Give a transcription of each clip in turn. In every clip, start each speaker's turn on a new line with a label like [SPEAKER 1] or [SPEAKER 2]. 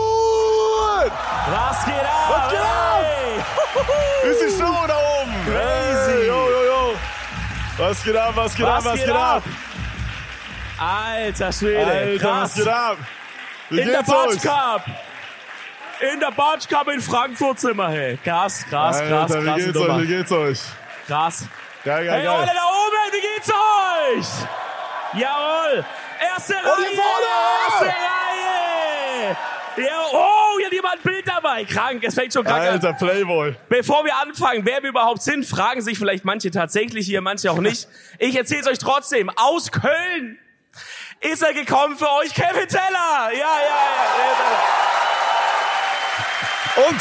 [SPEAKER 1] Frankfurt!
[SPEAKER 2] Was geht ab?
[SPEAKER 1] Was geht ab? Ist die Show da oben?
[SPEAKER 2] Crazy.
[SPEAKER 1] Hey, yo, yo, yo. Was geht ab, was geht
[SPEAKER 2] Was
[SPEAKER 1] ab, was
[SPEAKER 2] geht
[SPEAKER 1] geht, ab?
[SPEAKER 2] Alter Schwede,
[SPEAKER 1] Alter,
[SPEAKER 2] krass.
[SPEAKER 1] was geht ab? Wie
[SPEAKER 2] In der
[SPEAKER 1] geht's euch?
[SPEAKER 2] Barge Cup. In der Barge Cup in Frankfurt sind wir, hey. Krass, krass, krass,
[SPEAKER 1] Alter, wie
[SPEAKER 2] krass,
[SPEAKER 1] geht's euch, wie
[SPEAKER 2] krass,
[SPEAKER 1] geht's euch?
[SPEAKER 2] krass.
[SPEAKER 1] Geil, geil,
[SPEAKER 2] Hey, alle
[SPEAKER 1] geil.
[SPEAKER 2] da oben, wie geht's euch? Jawohl. Erste
[SPEAKER 1] die
[SPEAKER 2] Reihe, erste
[SPEAKER 1] vorne!
[SPEAKER 2] Reihe. Ja, oh, hier hat jemand ein Bild dabei. Krank, es fängt schon krank an.
[SPEAKER 1] Alter, Playboy.
[SPEAKER 2] Bevor wir anfangen, wer wir überhaupt sind, fragen sich vielleicht manche tatsächlich hier, manche auch nicht. Ich erzähle es euch trotzdem. Aus Köln ist er gekommen für euch, Kevin Teller. Ja, ja, ja. Kevin Teller.
[SPEAKER 1] Und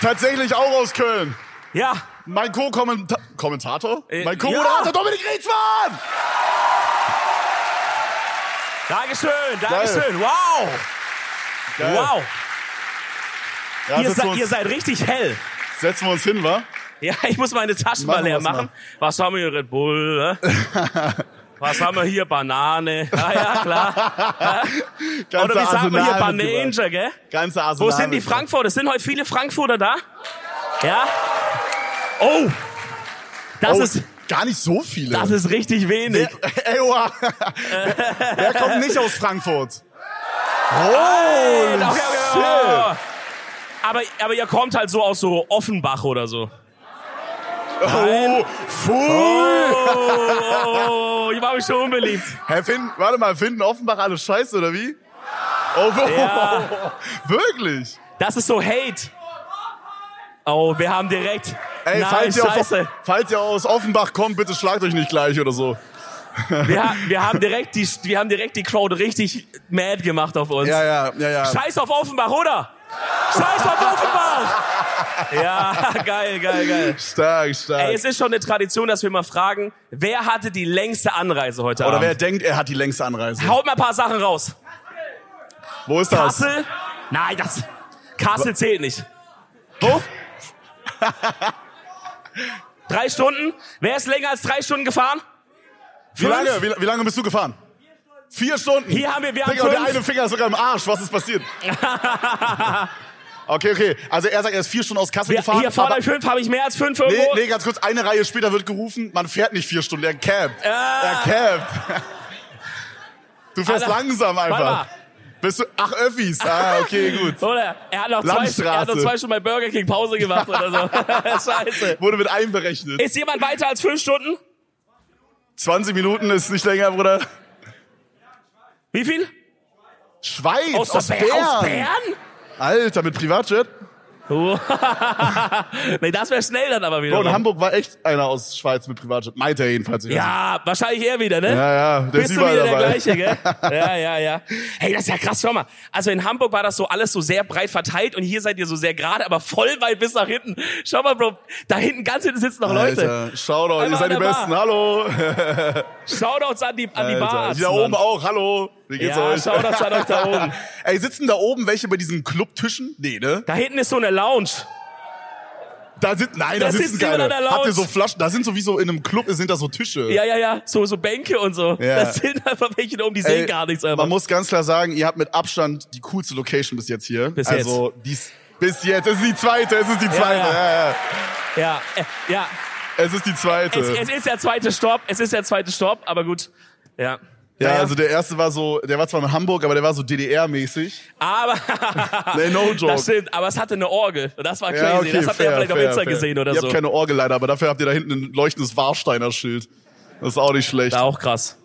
[SPEAKER 1] tatsächlich auch aus Köln.
[SPEAKER 2] Ja,
[SPEAKER 1] Mein Co-Kommentator?
[SPEAKER 2] Äh,
[SPEAKER 1] mein Co-Moderator
[SPEAKER 2] ja.
[SPEAKER 1] Dominik Rietzmann!
[SPEAKER 2] Dankeschön, Dankeschön. Wow,
[SPEAKER 1] Geil.
[SPEAKER 2] wow.
[SPEAKER 1] Ja,
[SPEAKER 2] Ihr,
[SPEAKER 1] setzen, wir
[SPEAKER 2] se
[SPEAKER 1] uns,
[SPEAKER 2] ihr seid richtig hell.
[SPEAKER 1] setzen wir uns hin, wa?
[SPEAKER 2] Ja, ich muss meine Taschen
[SPEAKER 1] Machen
[SPEAKER 2] mal leer
[SPEAKER 1] wir's mal.
[SPEAKER 2] machen. Was haben wir hier? Red Bull, ne? Was haben wir hier? Banane. Ah, ja, klar.
[SPEAKER 1] Ganze
[SPEAKER 2] Oder wie sagt man hier?
[SPEAKER 1] Arsenal mitgebracht.
[SPEAKER 2] Banane, gell?
[SPEAKER 1] Ganze Arsenal
[SPEAKER 2] Wo sind die
[SPEAKER 1] mitgebracht.
[SPEAKER 2] Frankfurter? Sind heute viele Frankfurter da? Ja? Oh! Das,
[SPEAKER 1] Oh,
[SPEAKER 2] ist,
[SPEAKER 1] gar nicht so viele.
[SPEAKER 2] das ist richtig wenig.
[SPEAKER 1] Ey, oha. wer, wer kommt nicht aus Frankfurt?
[SPEAKER 2] Okay,
[SPEAKER 1] Holy
[SPEAKER 2] okay, okay.
[SPEAKER 1] Oh, shit.
[SPEAKER 2] Aber, aber ihr kommt halt so aus so Offenbach oder so.
[SPEAKER 1] Oh, fuh.
[SPEAKER 2] Oh, oh, oh, ich war mich schon unbeliebt.
[SPEAKER 1] Herr Finn, warte mal, finden Offenbach alle scheiße, oder wie? Oh, oh,
[SPEAKER 2] Ja.
[SPEAKER 1] wirklich?
[SPEAKER 2] Das ist so Hate. Oh, wir haben direkt.
[SPEAKER 1] Ey,
[SPEAKER 2] Nein,
[SPEAKER 1] falls, ihr aus,
[SPEAKER 2] scheiße.
[SPEAKER 1] falls ihr aus Offenbach kommt, bitte schlagt euch nicht gleich oder so.
[SPEAKER 2] Wir, ha- wir, haben direkt die, wir haben direkt die Crowd richtig mad gemacht auf uns.
[SPEAKER 1] Ja, ja, ja, ja.
[SPEAKER 2] Scheiß auf Offenbach, oder? Scheiß auf Offenbach! Ja, geil, geil, geil.
[SPEAKER 1] Stark, stark.
[SPEAKER 2] Ey, es ist schon eine Tradition, dass wir mal fragen, wer hatte die längste Anreise heute
[SPEAKER 1] oder wer
[SPEAKER 2] Abend?
[SPEAKER 1] denkt, er hat die längste Anreise.
[SPEAKER 2] Haut mal ein paar Sachen raus.
[SPEAKER 1] Wo ist das?
[SPEAKER 2] Kassel? Nein, das. Kassel zählt nicht.
[SPEAKER 1] Wo?
[SPEAKER 2] Drei Stunden? Wer ist länger als drei Stunden gefahren?
[SPEAKER 1] Wie
[SPEAKER 2] Fünf?
[SPEAKER 1] lange, wie, wie lange bist du gefahren? Vier Stunden.
[SPEAKER 2] Hier haben wir- wir haben
[SPEAKER 1] Digga, und der
[SPEAKER 2] fünf.
[SPEAKER 1] eine Finger ist sogar im Arsch. Was ist passiert? okay, okay. Also er sagt, er ist vier Stunden aus Kassel
[SPEAKER 2] Wir,
[SPEAKER 1] gefahren.
[SPEAKER 2] hier vorne
[SPEAKER 1] aber-
[SPEAKER 2] fünf, habe ich mehr als fünf irgendwo?
[SPEAKER 1] nee, nee, ganz kurz. Eine Reihe später wird gerufen, man fährt nicht vier Stunden. Er campt. Er campt. Du fährst
[SPEAKER 2] Ah. Alter,
[SPEAKER 1] langsam
[SPEAKER 2] Warte
[SPEAKER 1] einfach.
[SPEAKER 2] mal.
[SPEAKER 1] Bist du, ach, Öffis. Ah, okay, gut.
[SPEAKER 2] Oder? Er hat noch zwei, er hat noch
[SPEAKER 1] Landstraße.
[SPEAKER 2] zwei Stunden bei Burger King Pause gemacht oder so. Scheiße.
[SPEAKER 1] Wurde mit einberechnet.
[SPEAKER 2] Ist jemand weiter als fünf Stunden?
[SPEAKER 1] 20 Minuten ist nicht länger, Bruder.
[SPEAKER 2] Wie viel?
[SPEAKER 1] Schweiz, aus,
[SPEAKER 2] der Be-
[SPEAKER 1] Bern.
[SPEAKER 2] Aus Bern?
[SPEAKER 1] Alter, mit Privatjet.
[SPEAKER 2] Oh. nee, das wäre schnell dann aber wieder.
[SPEAKER 1] Bro, in Hamburg war echt einer aus Schweiz mit Privatjet. Meinte er jedenfalls.
[SPEAKER 2] genau. ja, wahrscheinlich er wieder, ne?
[SPEAKER 1] Ja, ja, der ist
[SPEAKER 2] Bist du
[SPEAKER 1] überall
[SPEAKER 2] wieder der
[SPEAKER 1] dabei.
[SPEAKER 2] gleiche, gell? Ja, ja, ja. Hey, das ist ja krass, schau mal. Also in Hamburg war das so alles so sehr breit verteilt und hier seid ihr so sehr gerade, aber voll weit bis nach hinten. Schau mal, Bro, da hinten ganz hinten sitzen noch Leute.
[SPEAKER 1] Alter, Shoutout, ihr
[SPEAKER 2] Einmal
[SPEAKER 1] seid die
[SPEAKER 2] an der
[SPEAKER 1] Besten. Hallo.
[SPEAKER 2] Shoutouts an die, an die
[SPEAKER 1] Alter,
[SPEAKER 2] Bars.
[SPEAKER 1] die da oben
[SPEAKER 2] Mann.
[SPEAKER 1] auch. Hallo. Wie geht's
[SPEAKER 2] Ja,
[SPEAKER 1] euch?
[SPEAKER 2] Shoutouts an euch da oben.
[SPEAKER 1] Ey, sitzen da oben welche bei diesen Clubtischen? Nee, ne?
[SPEAKER 2] Da hinten ist so eine Lounge.
[SPEAKER 1] Da sind nein,
[SPEAKER 2] Da
[SPEAKER 1] da,
[SPEAKER 2] sitzt
[SPEAKER 1] sitzen
[SPEAKER 2] jemand
[SPEAKER 1] keine.
[SPEAKER 2] an der Lounge.
[SPEAKER 1] Habt ihr so Flaschen? Da sind so wie so in einem Club sind da so Tische.
[SPEAKER 2] Ja, ja, ja. So, so Bänke und so.
[SPEAKER 1] Ja.
[SPEAKER 2] Das sind einfach welche da oben, die sehen
[SPEAKER 1] Ey,
[SPEAKER 2] gar nichts
[SPEAKER 1] Man
[SPEAKER 2] einfach.
[SPEAKER 1] muss ganz klar sagen, ihr habt mit Abstand die coolste Location bis jetzt hier.
[SPEAKER 2] Bis
[SPEAKER 1] also dies bis jetzt. Es ist die zweite, es ist die zweite.
[SPEAKER 2] ja.
[SPEAKER 1] Ja, ja.
[SPEAKER 2] Ja, äh, ja.
[SPEAKER 1] Es ist die zweite.
[SPEAKER 2] Es, es ist der zweite Stopp, es ist der zweite Stopp, aber gut. Ja.
[SPEAKER 1] ja,
[SPEAKER 2] Naja.
[SPEAKER 1] also der erste war so, der war zwar in Hamburg, aber der war so DDR-mäßig.
[SPEAKER 2] aber
[SPEAKER 1] Nee, no joke.
[SPEAKER 2] das stimmt, aber es hatte eine Orgel. Das war crazy.
[SPEAKER 1] Ja, okay,
[SPEAKER 2] das habt ihr
[SPEAKER 1] fair,
[SPEAKER 2] ja vielleicht auf
[SPEAKER 1] fair,
[SPEAKER 2] Insta
[SPEAKER 1] fair.
[SPEAKER 2] gesehen oder
[SPEAKER 1] ihr
[SPEAKER 2] so.
[SPEAKER 1] Ihr habt keine Orgel leider, aber dafür habt ihr da hinten ein leuchtendes Warsteiner-Schild. Das ist auch nicht schlecht.
[SPEAKER 2] War auch krass.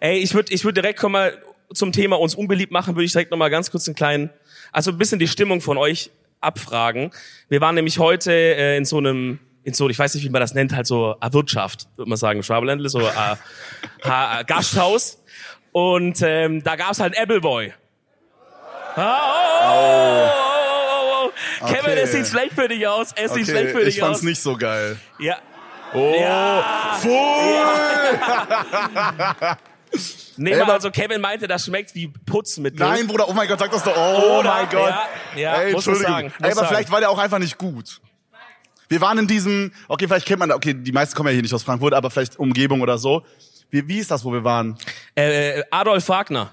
[SPEAKER 2] Ey, ich würde ich würd direkt kommen mal zum Thema uns unbeliebt machen, würde ich direkt nochmal ganz kurz einen kleinen, also ein bisschen die Stimmung von euch abfragen. Wir waren nämlich heute äh, in so einem, in so, ich weiß nicht, wie man das nennt, halt so äh, Wirtschaft, würde man sagen, Schwabeländle, so äh, ha- äh, Gasthaus. Und ähm, da gab's halt einen Appleboy. Ah, oh, oh, oh, oh, oh, oh. Kevin,
[SPEAKER 1] Okay.
[SPEAKER 2] es sieht schlecht für dich aus. Es sieht schlecht für
[SPEAKER 1] Okay, ich
[SPEAKER 2] dich
[SPEAKER 1] fand's
[SPEAKER 2] aus.
[SPEAKER 1] nicht so geil.
[SPEAKER 2] Ja,
[SPEAKER 1] Oh,
[SPEAKER 2] Ja.
[SPEAKER 1] full!
[SPEAKER 2] nee,
[SPEAKER 1] Ey,
[SPEAKER 2] mal,
[SPEAKER 1] aber-
[SPEAKER 2] also Kevin meinte, das schmeckt wie Putzmittel.
[SPEAKER 1] Nein, Bruder, oh mein Gott, sag das doch. Oh
[SPEAKER 2] Oder?
[SPEAKER 1] mein Gott.
[SPEAKER 2] Ja, ja,
[SPEAKER 1] Ey,
[SPEAKER 2] muss man
[SPEAKER 1] Entschuldigung.
[SPEAKER 2] sagen, muss
[SPEAKER 1] Ey, aber
[SPEAKER 2] sagen.
[SPEAKER 1] vielleicht war der auch einfach nicht gut. Wir waren in diesem, okay, vielleicht kennt man, okay, die meisten kommen ja hier nicht aus Frankfurt, aber vielleicht Umgebung oder so. Wie, wie ist das, wo wir waren?
[SPEAKER 2] Äh, Adolf äh, Wagner.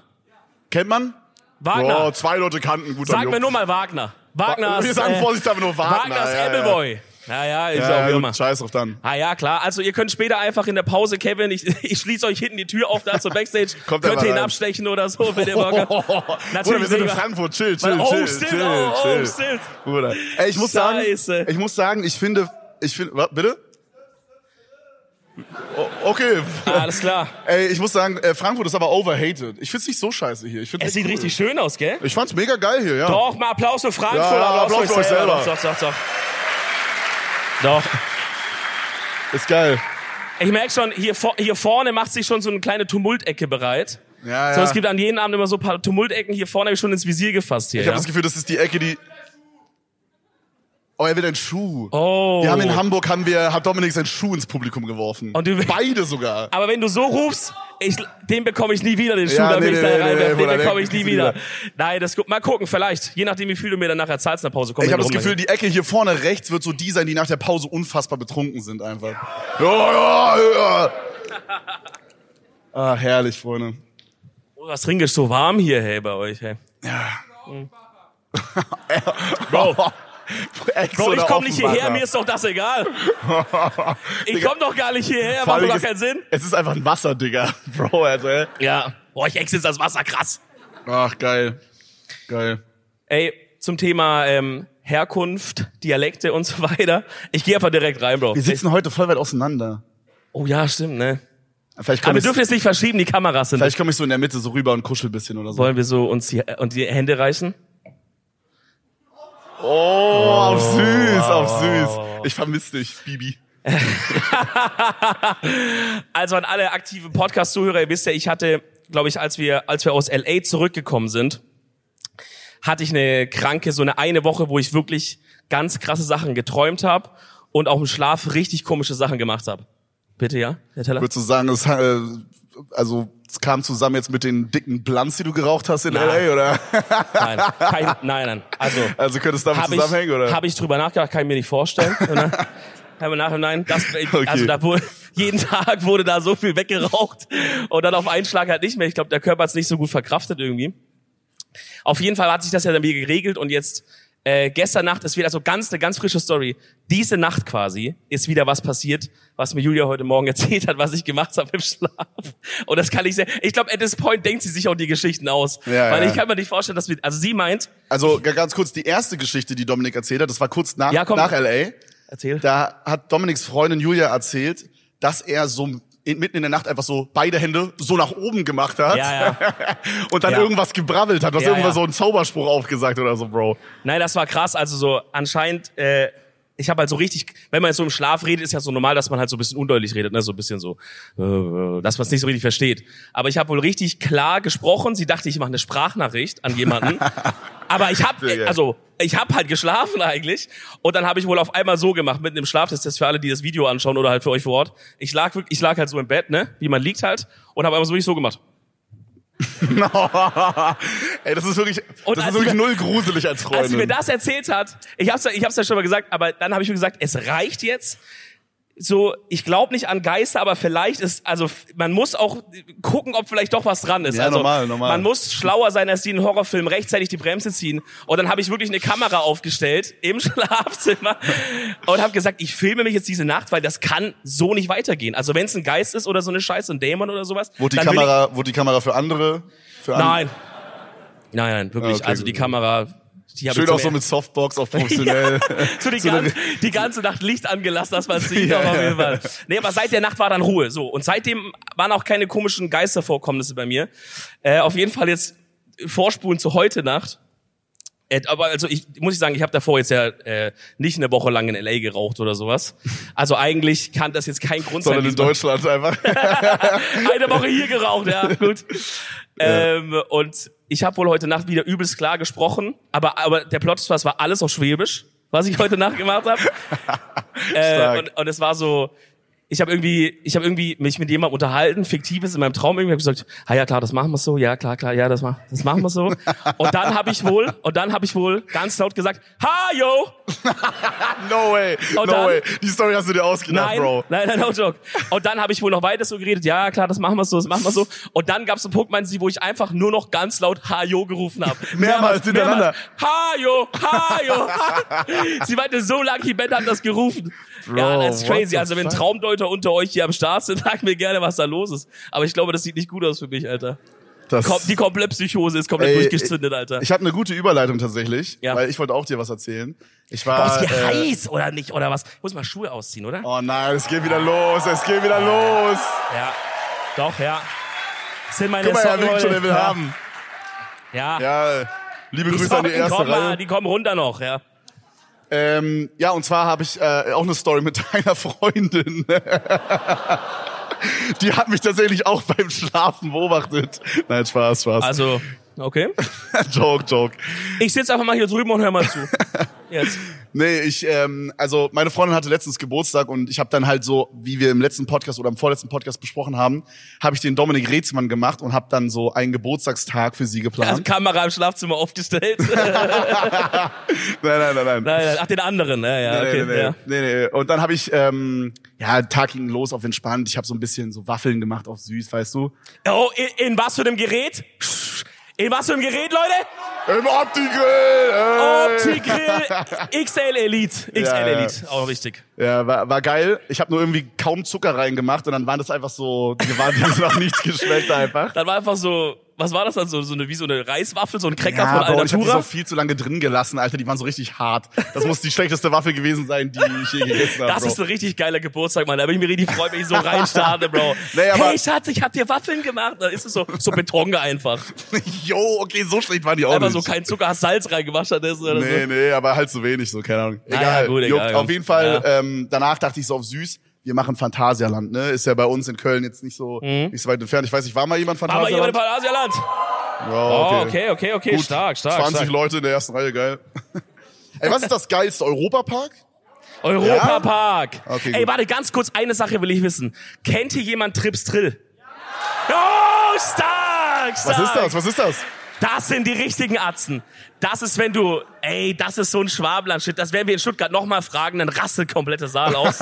[SPEAKER 1] Kennt man?
[SPEAKER 2] Wagner.
[SPEAKER 1] Oh, zwei Leute kannten guter
[SPEAKER 2] Sag
[SPEAKER 1] Jupp.
[SPEAKER 2] mir nur mal Wagner. Wagner
[SPEAKER 1] Wir
[SPEAKER 2] ist,
[SPEAKER 1] sagen
[SPEAKER 2] äh,
[SPEAKER 1] vorsichtshalber nur Wagner.
[SPEAKER 2] Wagner
[SPEAKER 1] ja,
[SPEAKER 2] ist
[SPEAKER 1] ja.
[SPEAKER 2] Appleboy. Naja, ist
[SPEAKER 1] Ja,
[SPEAKER 2] auch wie
[SPEAKER 1] gut,
[SPEAKER 2] immer.
[SPEAKER 1] Scheiß drauf dann.
[SPEAKER 2] Ah ja, klar. Also ihr könnt später einfach in der Pause, Kevin, ich, ich schließe euch hinten die Tür auf da zur Backstage.
[SPEAKER 1] Kommt
[SPEAKER 2] könnt
[SPEAKER 1] einfach
[SPEAKER 2] ihr ihn
[SPEAKER 1] rein.
[SPEAKER 2] abstechen oder so, wenn ihr Bock habt.
[SPEAKER 1] Bruder, wir sind in
[SPEAKER 2] mega.
[SPEAKER 1] Frankfurt. Chill, chill,
[SPEAKER 2] oh,
[SPEAKER 1] chill,
[SPEAKER 2] stimmt,
[SPEAKER 1] chill,
[SPEAKER 2] oh, oh,
[SPEAKER 1] chill.
[SPEAKER 2] stimmt.
[SPEAKER 1] Bruder. Ey, ich muss
[SPEAKER 2] Scheiße.
[SPEAKER 1] sagen, ich muss sagen, ich finde, ich finde, wa- bitte? O- Okay,
[SPEAKER 2] Alles klar.
[SPEAKER 1] ey, ich muss sagen, äh, Frankfurt ist aber overhated. Ich find's nicht so scheiße hier. Ich find's
[SPEAKER 2] Es sieht
[SPEAKER 1] echt cool.
[SPEAKER 2] richtig schön aus, gell?
[SPEAKER 1] Ich fand's mega geil hier, ja.
[SPEAKER 2] Doch, mal Applaus für Frankfurt,
[SPEAKER 1] Ja,
[SPEAKER 2] Applaus,
[SPEAKER 1] Applaus
[SPEAKER 2] für
[SPEAKER 1] für
[SPEAKER 2] euch
[SPEAKER 1] euch
[SPEAKER 2] selber.
[SPEAKER 1] selber.
[SPEAKER 2] Doch, doch, doch. Doch.
[SPEAKER 1] Ist geil.
[SPEAKER 2] Ich merke schon, hier, vor, hier vorne macht sich schon so eine kleine Tumultecke bereit.
[SPEAKER 1] Ja,
[SPEAKER 2] So,
[SPEAKER 1] ja.
[SPEAKER 2] es gibt an jedem Abend immer so ein paar Tumultecken. Hier vorne habe ich schon ins Visier gefasst hier.
[SPEAKER 1] ich habe
[SPEAKER 2] ja?
[SPEAKER 1] das Gefühl, das ist die Ecke, die. Oh, er will einen Schuh.
[SPEAKER 2] Oh.
[SPEAKER 1] Wir haben in Hamburg haben wir hat Dominik seinen Schuh ins Publikum geworfen.
[SPEAKER 2] Und du-
[SPEAKER 1] Beide sogar.
[SPEAKER 2] Aber wenn du so rufst, ich, den bekomme ich nie wieder, den Schuh,
[SPEAKER 1] Ja,
[SPEAKER 2] da
[SPEAKER 1] nee,
[SPEAKER 2] will
[SPEAKER 1] nee,
[SPEAKER 2] ich da
[SPEAKER 1] nee,
[SPEAKER 2] reinwerfen,
[SPEAKER 1] nee,
[SPEAKER 2] den
[SPEAKER 1] Bruder, den
[SPEAKER 2] bekomme ich nie
[SPEAKER 1] kriegst du
[SPEAKER 2] wieder.
[SPEAKER 1] wieder.
[SPEAKER 2] Nein, das gu- mal gucken, vielleicht. Je nachdem, wie viel du mir dann nachher zahlst in der Pause. komm
[SPEAKER 1] Ich habe
[SPEAKER 2] hin
[SPEAKER 1] das
[SPEAKER 2] rum,
[SPEAKER 1] Gefühl, die Ecke hier vorne rechts wird so die sein, die nach der Pause unfassbar betrunken sind einfach. Ja, ja, ja. Ah, herrlich, Freunde.
[SPEAKER 2] dann. Oh, das Ring ist so warm hier, hey, bei euch, hey. Bro.
[SPEAKER 1] Ex
[SPEAKER 2] Bro,
[SPEAKER 1] oder
[SPEAKER 2] ich komme nicht hierher,
[SPEAKER 1] Offenbacher?
[SPEAKER 2] mir ist doch das egal. Ich
[SPEAKER 1] Digga,
[SPEAKER 2] komme doch gar nicht hierher,
[SPEAKER 1] vor
[SPEAKER 2] macht doch
[SPEAKER 1] allem
[SPEAKER 2] gar
[SPEAKER 1] ist-
[SPEAKER 2] keinen Sinn.
[SPEAKER 1] Es ist einfach ein Wasser, Digga. Bro, also, ey.
[SPEAKER 2] Ja. Boah, ich exe jetzt das Wasser, krass.
[SPEAKER 1] Ach, geil. Geil.
[SPEAKER 2] Ey, zum Thema ähm, Herkunft, Dialekte und so weiter. Ich gehe einfach direkt rein, Bro.
[SPEAKER 1] Wir sitzen heute voll weit auseinander.
[SPEAKER 2] Oh ja, stimmt, ne?
[SPEAKER 1] Vielleicht
[SPEAKER 2] Aber
[SPEAKER 1] komme
[SPEAKER 2] wir
[SPEAKER 1] ich,
[SPEAKER 2] dürfen jetzt nicht verschieben, die Kameras sind.
[SPEAKER 1] vielleicht komm ich so in der Mitte so rüber und kuschel ein bisschen oder so.
[SPEAKER 2] Wollen wir so uns die, und die Hände reichen?
[SPEAKER 1] Oh, auf süß, auf süß. Ich vermisse dich, Bibi.
[SPEAKER 2] Also an alle aktiven Podcast-Zuhörer, ihr wisst ja, ich hatte, glaube ich, als wir, als wir aus LA zurückgekommen sind, hatte ich eine kranke, so eine eine Woche, wo ich wirklich ganz krasse Sachen geträumt habe und auch im Schlaf richtig komische Sachen gemacht habe. Bitte, ja, Herr Teller?
[SPEAKER 1] Würdest du sagen, es, äh, also, es kam zusammen jetzt mit den dicken Blunts, die du geraucht hast in
[SPEAKER 2] Nein.
[SPEAKER 1] L.A., oder?
[SPEAKER 2] Nein, kein, nein, nein. Also,
[SPEAKER 1] Also könnte es damit
[SPEAKER 2] habe
[SPEAKER 1] zusammenhängen,
[SPEAKER 2] ich,
[SPEAKER 1] oder?
[SPEAKER 2] hab ich drüber nachgedacht, kann ich mir nicht vorstellen. Ne? Aber nachher, nein, das, also
[SPEAKER 1] Okay.
[SPEAKER 2] da wurde, jeden Tag wurde da so viel weggeraucht und dann auf einen Schlag halt nicht mehr. Ich glaube, der Körper hat es nicht so gut verkraftet irgendwie. Auf jeden Fall hat sich das ja dann mir geregelt und jetzt äh, gestern Nacht ist wieder, also ganz eine ganz frische Story. Diese Nacht quasi ist wieder was passiert, was mir Julia heute Morgen erzählt hat, was ich gemacht habe im Schlaf. Und das kann ich sehr. Ich glaube, at this point denkt sie sich auch die Geschichten aus,
[SPEAKER 1] Ja,
[SPEAKER 2] weil
[SPEAKER 1] ja.
[SPEAKER 2] ich kann mir nicht vorstellen, dass wir. Also sie meint,
[SPEAKER 1] Also g- ganz kurz, die erste Geschichte, die Dominik erzählt hat, das war kurz nach,
[SPEAKER 2] Ja, komm.
[SPEAKER 1] nach L.A.
[SPEAKER 2] erzähl.
[SPEAKER 1] Da hat Dominiks Freundin Julia erzählt, dass er so in, mitten in der Nacht einfach so beide Hände so nach oben gemacht hat
[SPEAKER 2] Ja, ja.
[SPEAKER 1] und dann
[SPEAKER 2] Ja.
[SPEAKER 1] irgendwas gebrabbelt hat, was
[SPEAKER 2] Ja,
[SPEAKER 1] irgendwas
[SPEAKER 2] ja.
[SPEAKER 1] so einen Zauberspruch aufgesagt oder so, Bro.
[SPEAKER 2] Nein, das war krass. Also so anscheinend, äh, ich habe halt so richtig, wenn man jetzt so im Schlaf redet, ist ja so normal, dass man halt so ein bisschen undeutlich redet, ne? so ein bisschen so, äh, dass man es nicht so richtig versteht. Aber ich habe wohl richtig klar gesprochen. Sie dachte, ich mache eine Sprachnachricht an jemanden. Aber ich habe,
[SPEAKER 1] Sehr geil.
[SPEAKER 2] also ich habe halt geschlafen eigentlich. Und dann habe ich wohl auf einmal so gemacht mitten im Schlaf. Das ist das für alle, die das Video anschauen oder halt für euch vor Ort. Ich lag, wirklich- ich lag halt so im Bett, ne, wie man liegt halt, und habe einmal so wirklich so gemacht.
[SPEAKER 1] Ey, das ist wirklich,
[SPEAKER 2] Und
[SPEAKER 1] das
[SPEAKER 2] als
[SPEAKER 1] ist wirklich
[SPEAKER 2] sie-
[SPEAKER 1] null gruselig als Freundin.
[SPEAKER 2] Als sie mir das erzählt hat, ich hab's, ja- ich hab's ja schon mal gesagt, aber dann habe ich mir gesagt, es reicht jetzt. So, ich glaube nicht an Geister, aber vielleicht ist, also f- man muss auch gucken, ob vielleicht doch was dran ist.
[SPEAKER 1] Ja,
[SPEAKER 2] also,
[SPEAKER 1] normal, normal.
[SPEAKER 2] Man muss schlauer sein, als die in Horrorfilmen rechtzeitig die Bremse ziehen. Und dann habe ich wirklich eine Kamera aufgestellt im Schlafzimmer und habe gesagt, ich filme mich jetzt diese Nacht, weil das kann so nicht weitergehen. Also wenn es ein Geist ist oder so eine Scheiße, ein Dämon oder sowas,
[SPEAKER 1] wurde die
[SPEAKER 2] dann will ich-
[SPEAKER 1] Kamera, wurde die Kamera für andere? Für an-
[SPEAKER 2] Nein. Nein, nein, wirklich.
[SPEAKER 1] Ah, okay,
[SPEAKER 2] also die
[SPEAKER 1] gut.
[SPEAKER 2] Kamera. Die hab ich
[SPEAKER 1] Schön
[SPEAKER 2] zum
[SPEAKER 1] auch so
[SPEAKER 2] ersten-
[SPEAKER 1] mit Softbox auf professionell.
[SPEAKER 2] So die,
[SPEAKER 1] So
[SPEAKER 2] gan
[SPEAKER 1] eine-
[SPEAKER 2] die ganze Nacht Licht angelassen, dass man sieht,
[SPEAKER 1] Ja,
[SPEAKER 2] aber auf
[SPEAKER 1] ja.
[SPEAKER 2] jeden Fall. Nee, aber seit der Nacht war dann Ruhe. So. Und seitdem waren auch keine komischen Geistervorkommnisse bei mir. Äh, auf jeden Fall jetzt vorspulen zu heute Nacht. Äh, aber also ich muss ich sagen, ich habe davor jetzt ja äh, nicht eine Woche lang in LA geraucht oder sowas. Also eigentlich kann das jetzt kein Grund
[SPEAKER 1] sondern
[SPEAKER 2] sein.
[SPEAKER 1] in Deutschland einfach.
[SPEAKER 2] Eine Woche hier geraucht, ja, gut. Ähm, und ich habe wohl heute Nacht wieder übelst klar gesprochen, aber, aber der Plot das war alles auf Schwäbisch, was ich heute Nacht gemacht habe. äh,
[SPEAKER 1] Stark.
[SPEAKER 2] und, und es war so, ich habe irgendwie, ich habe irgendwie mich mit jemandem unterhalten, fiktives in meinem Traum irgendwie, habe gesagt, ah ja klar, das machen wir so, ja klar, klar, ja, das, ma das machen wir so. Und dann habe ich wohl, und dann habe ich wohl ganz laut gesagt, ha yo,
[SPEAKER 1] No way,
[SPEAKER 2] Und
[SPEAKER 1] no
[SPEAKER 2] dann-
[SPEAKER 1] way. Die Story hast du dir ausgedacht,
[SPEAKER 2] nein,
[SPEAKER 1] Bro.
[SPEAKER 2] nein, nein, no joke. Und dann habe ich wohl noch weiter so geredet, ja klar, das machen wir so, das machen wir so. Und dann gab es einen Punkt, meinen Sie, wo ich einfach nur noch ganz laut ha yo gerufen habe.
[SPEAKER 1] Mehrmals hintereinander.
[SPEAKER 2] Ha yo, ha yo. ha. Sie meinte, so lange die Band hat das gerufen. ja, das ist
[SPEAKER 1] what
[SPEAKER 2] crazy.
[SPEAKER 1] the
[SPEAKER 2] Also wenn
[SPEAKER 1] fuck?
[SPEAKER 2] Traumdeuter unter euch hier am Start sind, sagt mir gerne, was da los ist. Aber ich glaube, das sieht nicht gut aus für mich, Alter.
[SPEAKER 1] Das,
[SPEAKER 2] Kom die komplette Psychose ist komplett
[SPEAKER 1] Ey,
[SPEAKER 2] durchgezündet, Alter.
[SPEAKER 1] ich habe eine gute Überleitung tatsächlich,
[SPEAKER 2] Ja.
[SPEAKER 1] weil ich wollte auch dir was erzählen. Ich
[SPEAKER 2] Boah, ist
[SPEAKER 1] war.
[SPEAKER 2] hier
[SPEAKER 1] äh,
[SPEAKER 2] heiß, oder nicht? Oder was? Ich muss mal Schuhe ausziehen, oder?
[SPEAKER 1] oh nein, es geht wieder los, es geht wieder los.
[SPEAKER 2] Ja. Doch, ja. Das sind meine
[SPEAKER 1] Guck mal, er winkt
[SPEAKER 2] Songleute.
[SPEAKER 1] schon, er will
[SPEAKER 2] ja.
[SPEAKER 1] haben.
[SPEAKER 2] Ja.
[SPEAKER 1] Ja, liebe
[SPEAKER 2] Die,
[SPEAKER 1] Grüße an
[SPEAKER 2] Socken
[SPEAKER 1] die erste
[SPEAKER 2] kommen,
[SPEAKER 1] Reihe.
[SPEAKER 2] mal, die kommen runter noch, ja.
[SPEAKER 1] Ähm, ja, und zwar habe ich äh, auch eine Story mit deiner Freundin. Die hat mich tatsächlich auch beim Schlafen beobachtet. Nein, Spaß, Spaß.
[SPEAKER 2] Also, okay.
[SPEAKER 1] joke, joke.
[SPEAKER 2] Ich sitze einfach mal hier drüben und hör mal zu. Jetzt.
[SPEAKER 1] Nee, ich, ähm, also meine Freundin hatte letztens Geburtstag und ich habe dann halt so, wie wir im letzten Podcast oder im vorletzten Podcast besprochen haben, habe ich den Dominik Reetzmann gemacht und habe dann so einen Geburtstagstag für sie
[SPEAKER 2] Also,
[SPEAKER 1] geplant.
[SPEAKER 2] Kamera im Schlafzimmer aufgestellt. nein,
[SPEAKER 1] Nein, nein, nein, nein.
[SPEAKER 2] nein, ach, den anderen, ne? ja, ja, okay.
[SPEAKER 1] nee, nee,
[SPEAKER 2] Ja.
[SPEAKER 1] nee, nee, nee. Und dann habe ich, ähm, ja, Tag ging los auf entspannt. Ich habe so ein bisschen so Waffeln gemacht auf süß, weißt du.
[SPEAKER 2] Oh, in, in was für einem Gerät? In was für einem Gerät, Leute?
[SPEAKER 1] Im Opti-Grill! ey!
[SPEAKER 2] Opti-Grill XL Elite. XL
[SPEAKER 1] Ja, ja.
[SPEAKER 2] Elite, auch wichtig.
[SPEAKER 1] Ja, war, war geil. Ich habe nur irgendwie kaum Zucker reingemacht und dann waren das einfach so, die waren die haben nach nichts geschmeckt einfach.
[SPEAKER 2] Dann war einfach so, was war das dann so, so eine, wie so eine Reiswaffel, so ein Cracker
[SPEAKER 1] Ja,
[SPEAKER 2] von
[SPEAKER 1] Bro, ich hab die
[SPEAKER 2] Alnatura?
[SPEAKER 1] so viel zu lange drin gelassen, Alter. Die waren so richtig hart. Das muss die schlechteste Waffe gewesen sein, die ich je gegessen habe.
[SPEAKER 2] Das
[SPEAKER 1] Bro.
[SPEAKER 2] ist ein richtig geiler Geburtstag, Mann. Da bin ich mir richtig freut, wenn ich so reinstarte, Bro.
[SPEAKER 1] Nee, aber-
[SPEAKER 2] hey, Schatz, ich hab dir Waffeln gemacht. Dann ist es so, so Beton einfach.
[SPEAKER 1] Oh, Jo, okay, so schlecht waren die auch
[SPEAKER 2] Einfach
[SPEAKER 1] nicht.
[SPEAKER 2] so kein Zucker, hast Salz reingemacht stattdessen oder
[SPEAKER 1] nee, nee, aber halt zu wenig, so, keine Ahnung.
[SPEAKER 2] Na
[SPEAKER 1] Egal,
[SPEAKER 2] ja, gut, egal,
[SPEAKER 1] juckt.
[SPEAKER 2] komm.
[SPEAKER 1] Auf jeden Fall,
[SPEAKER 2] Ja.
[SPEAKER 1] ähm, danach dachte ich so auf süß. Wir machen Phantasialand, ne? Ist ja bei uns in Köln jetzt nicht so, nicht so weit entfernt. Ich weiß nicht, war mal jemand
[SPEAKER 2] so. Aber Mhm. jemand
[SPEAKER 1] Phantasialand?
[SPEAKER 2] im Asialand.
[SPEAKER 1] Ja,
[SPEAKER 2] Oh, okay, okay, okay.
[SPEAKER 1] Gut,
[SPEAKER 2] stark, stark.
[SPEAKER 1] 20
[SPEAKER 2] stark.
[SPEAKER 1] Leute in der ersten Reihe, geil. Ey, was ist das geilste? Europapark?
[SPEAKER 2] Europapark.
[SPEAKER 1] Okay,
[SPEAKER 2] Ey,
[SPEAKER 1] gut.
[SPEAKER 2] warte, ganz kurz, eine Sache will ich wissen. Kennt hier jemand Trips Drill? Oh, stark,
[SPEAKER 1] Was
[SPEAKER 2] stark.
[SPEAKER 1] ist das? Was ist das?
[SPEAKER 2] Das sind die richtigen Atzen. Das ist, wenn du, ey, das ist so ein Schwabland-Shit. Das werden wir in Stuttgart nochmal fragen, dann rasselt komplette Saal aus.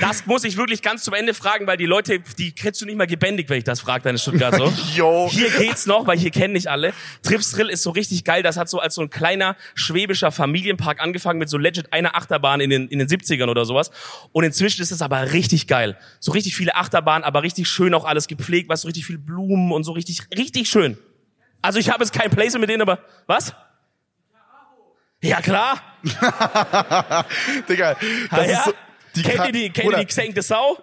[SPEAKER 2] das muss ich wirklich ganz zum Ende fragen, weil die Leute, die kriegst du nicht mal gebändigt, wenn ich das frage, dann in Stuttgart so.
[SPEAKER 1] Yo.
[SPEAKER 2] Hier geht's noch, weil hier kennen nicht alle. Trips Drill ist so richtig geil. Das hat so als so ein kleiner schwäbischer Familienpark angefangen mit so legit einer Achterbahn in den, in den 70ern oder sowas. Und inzwischen ist es aber richtig geil. So richtig viele Achterbahnen, aber richtig schön auch alles gepflegt, was so richtig viel Blumen und so richtig, richtig schön. Also ich habe jetzt kein Place mit denen, aber was? Ja klar.
[SPEAKER 1] Digga,
[SPEAKER 2] Ah,
[SPEAKER 1] das
[SPEAKER 2] ja?
[SPEAKER 1] ist so,
[SPEAKER 2] kennt
[SPEAKER 1] Ka-
[SPEAKER 2] ihr die, kennt
[SPEAKER 1] Bruder,
[SPEAKER 2] ihr die gesenkte Sau?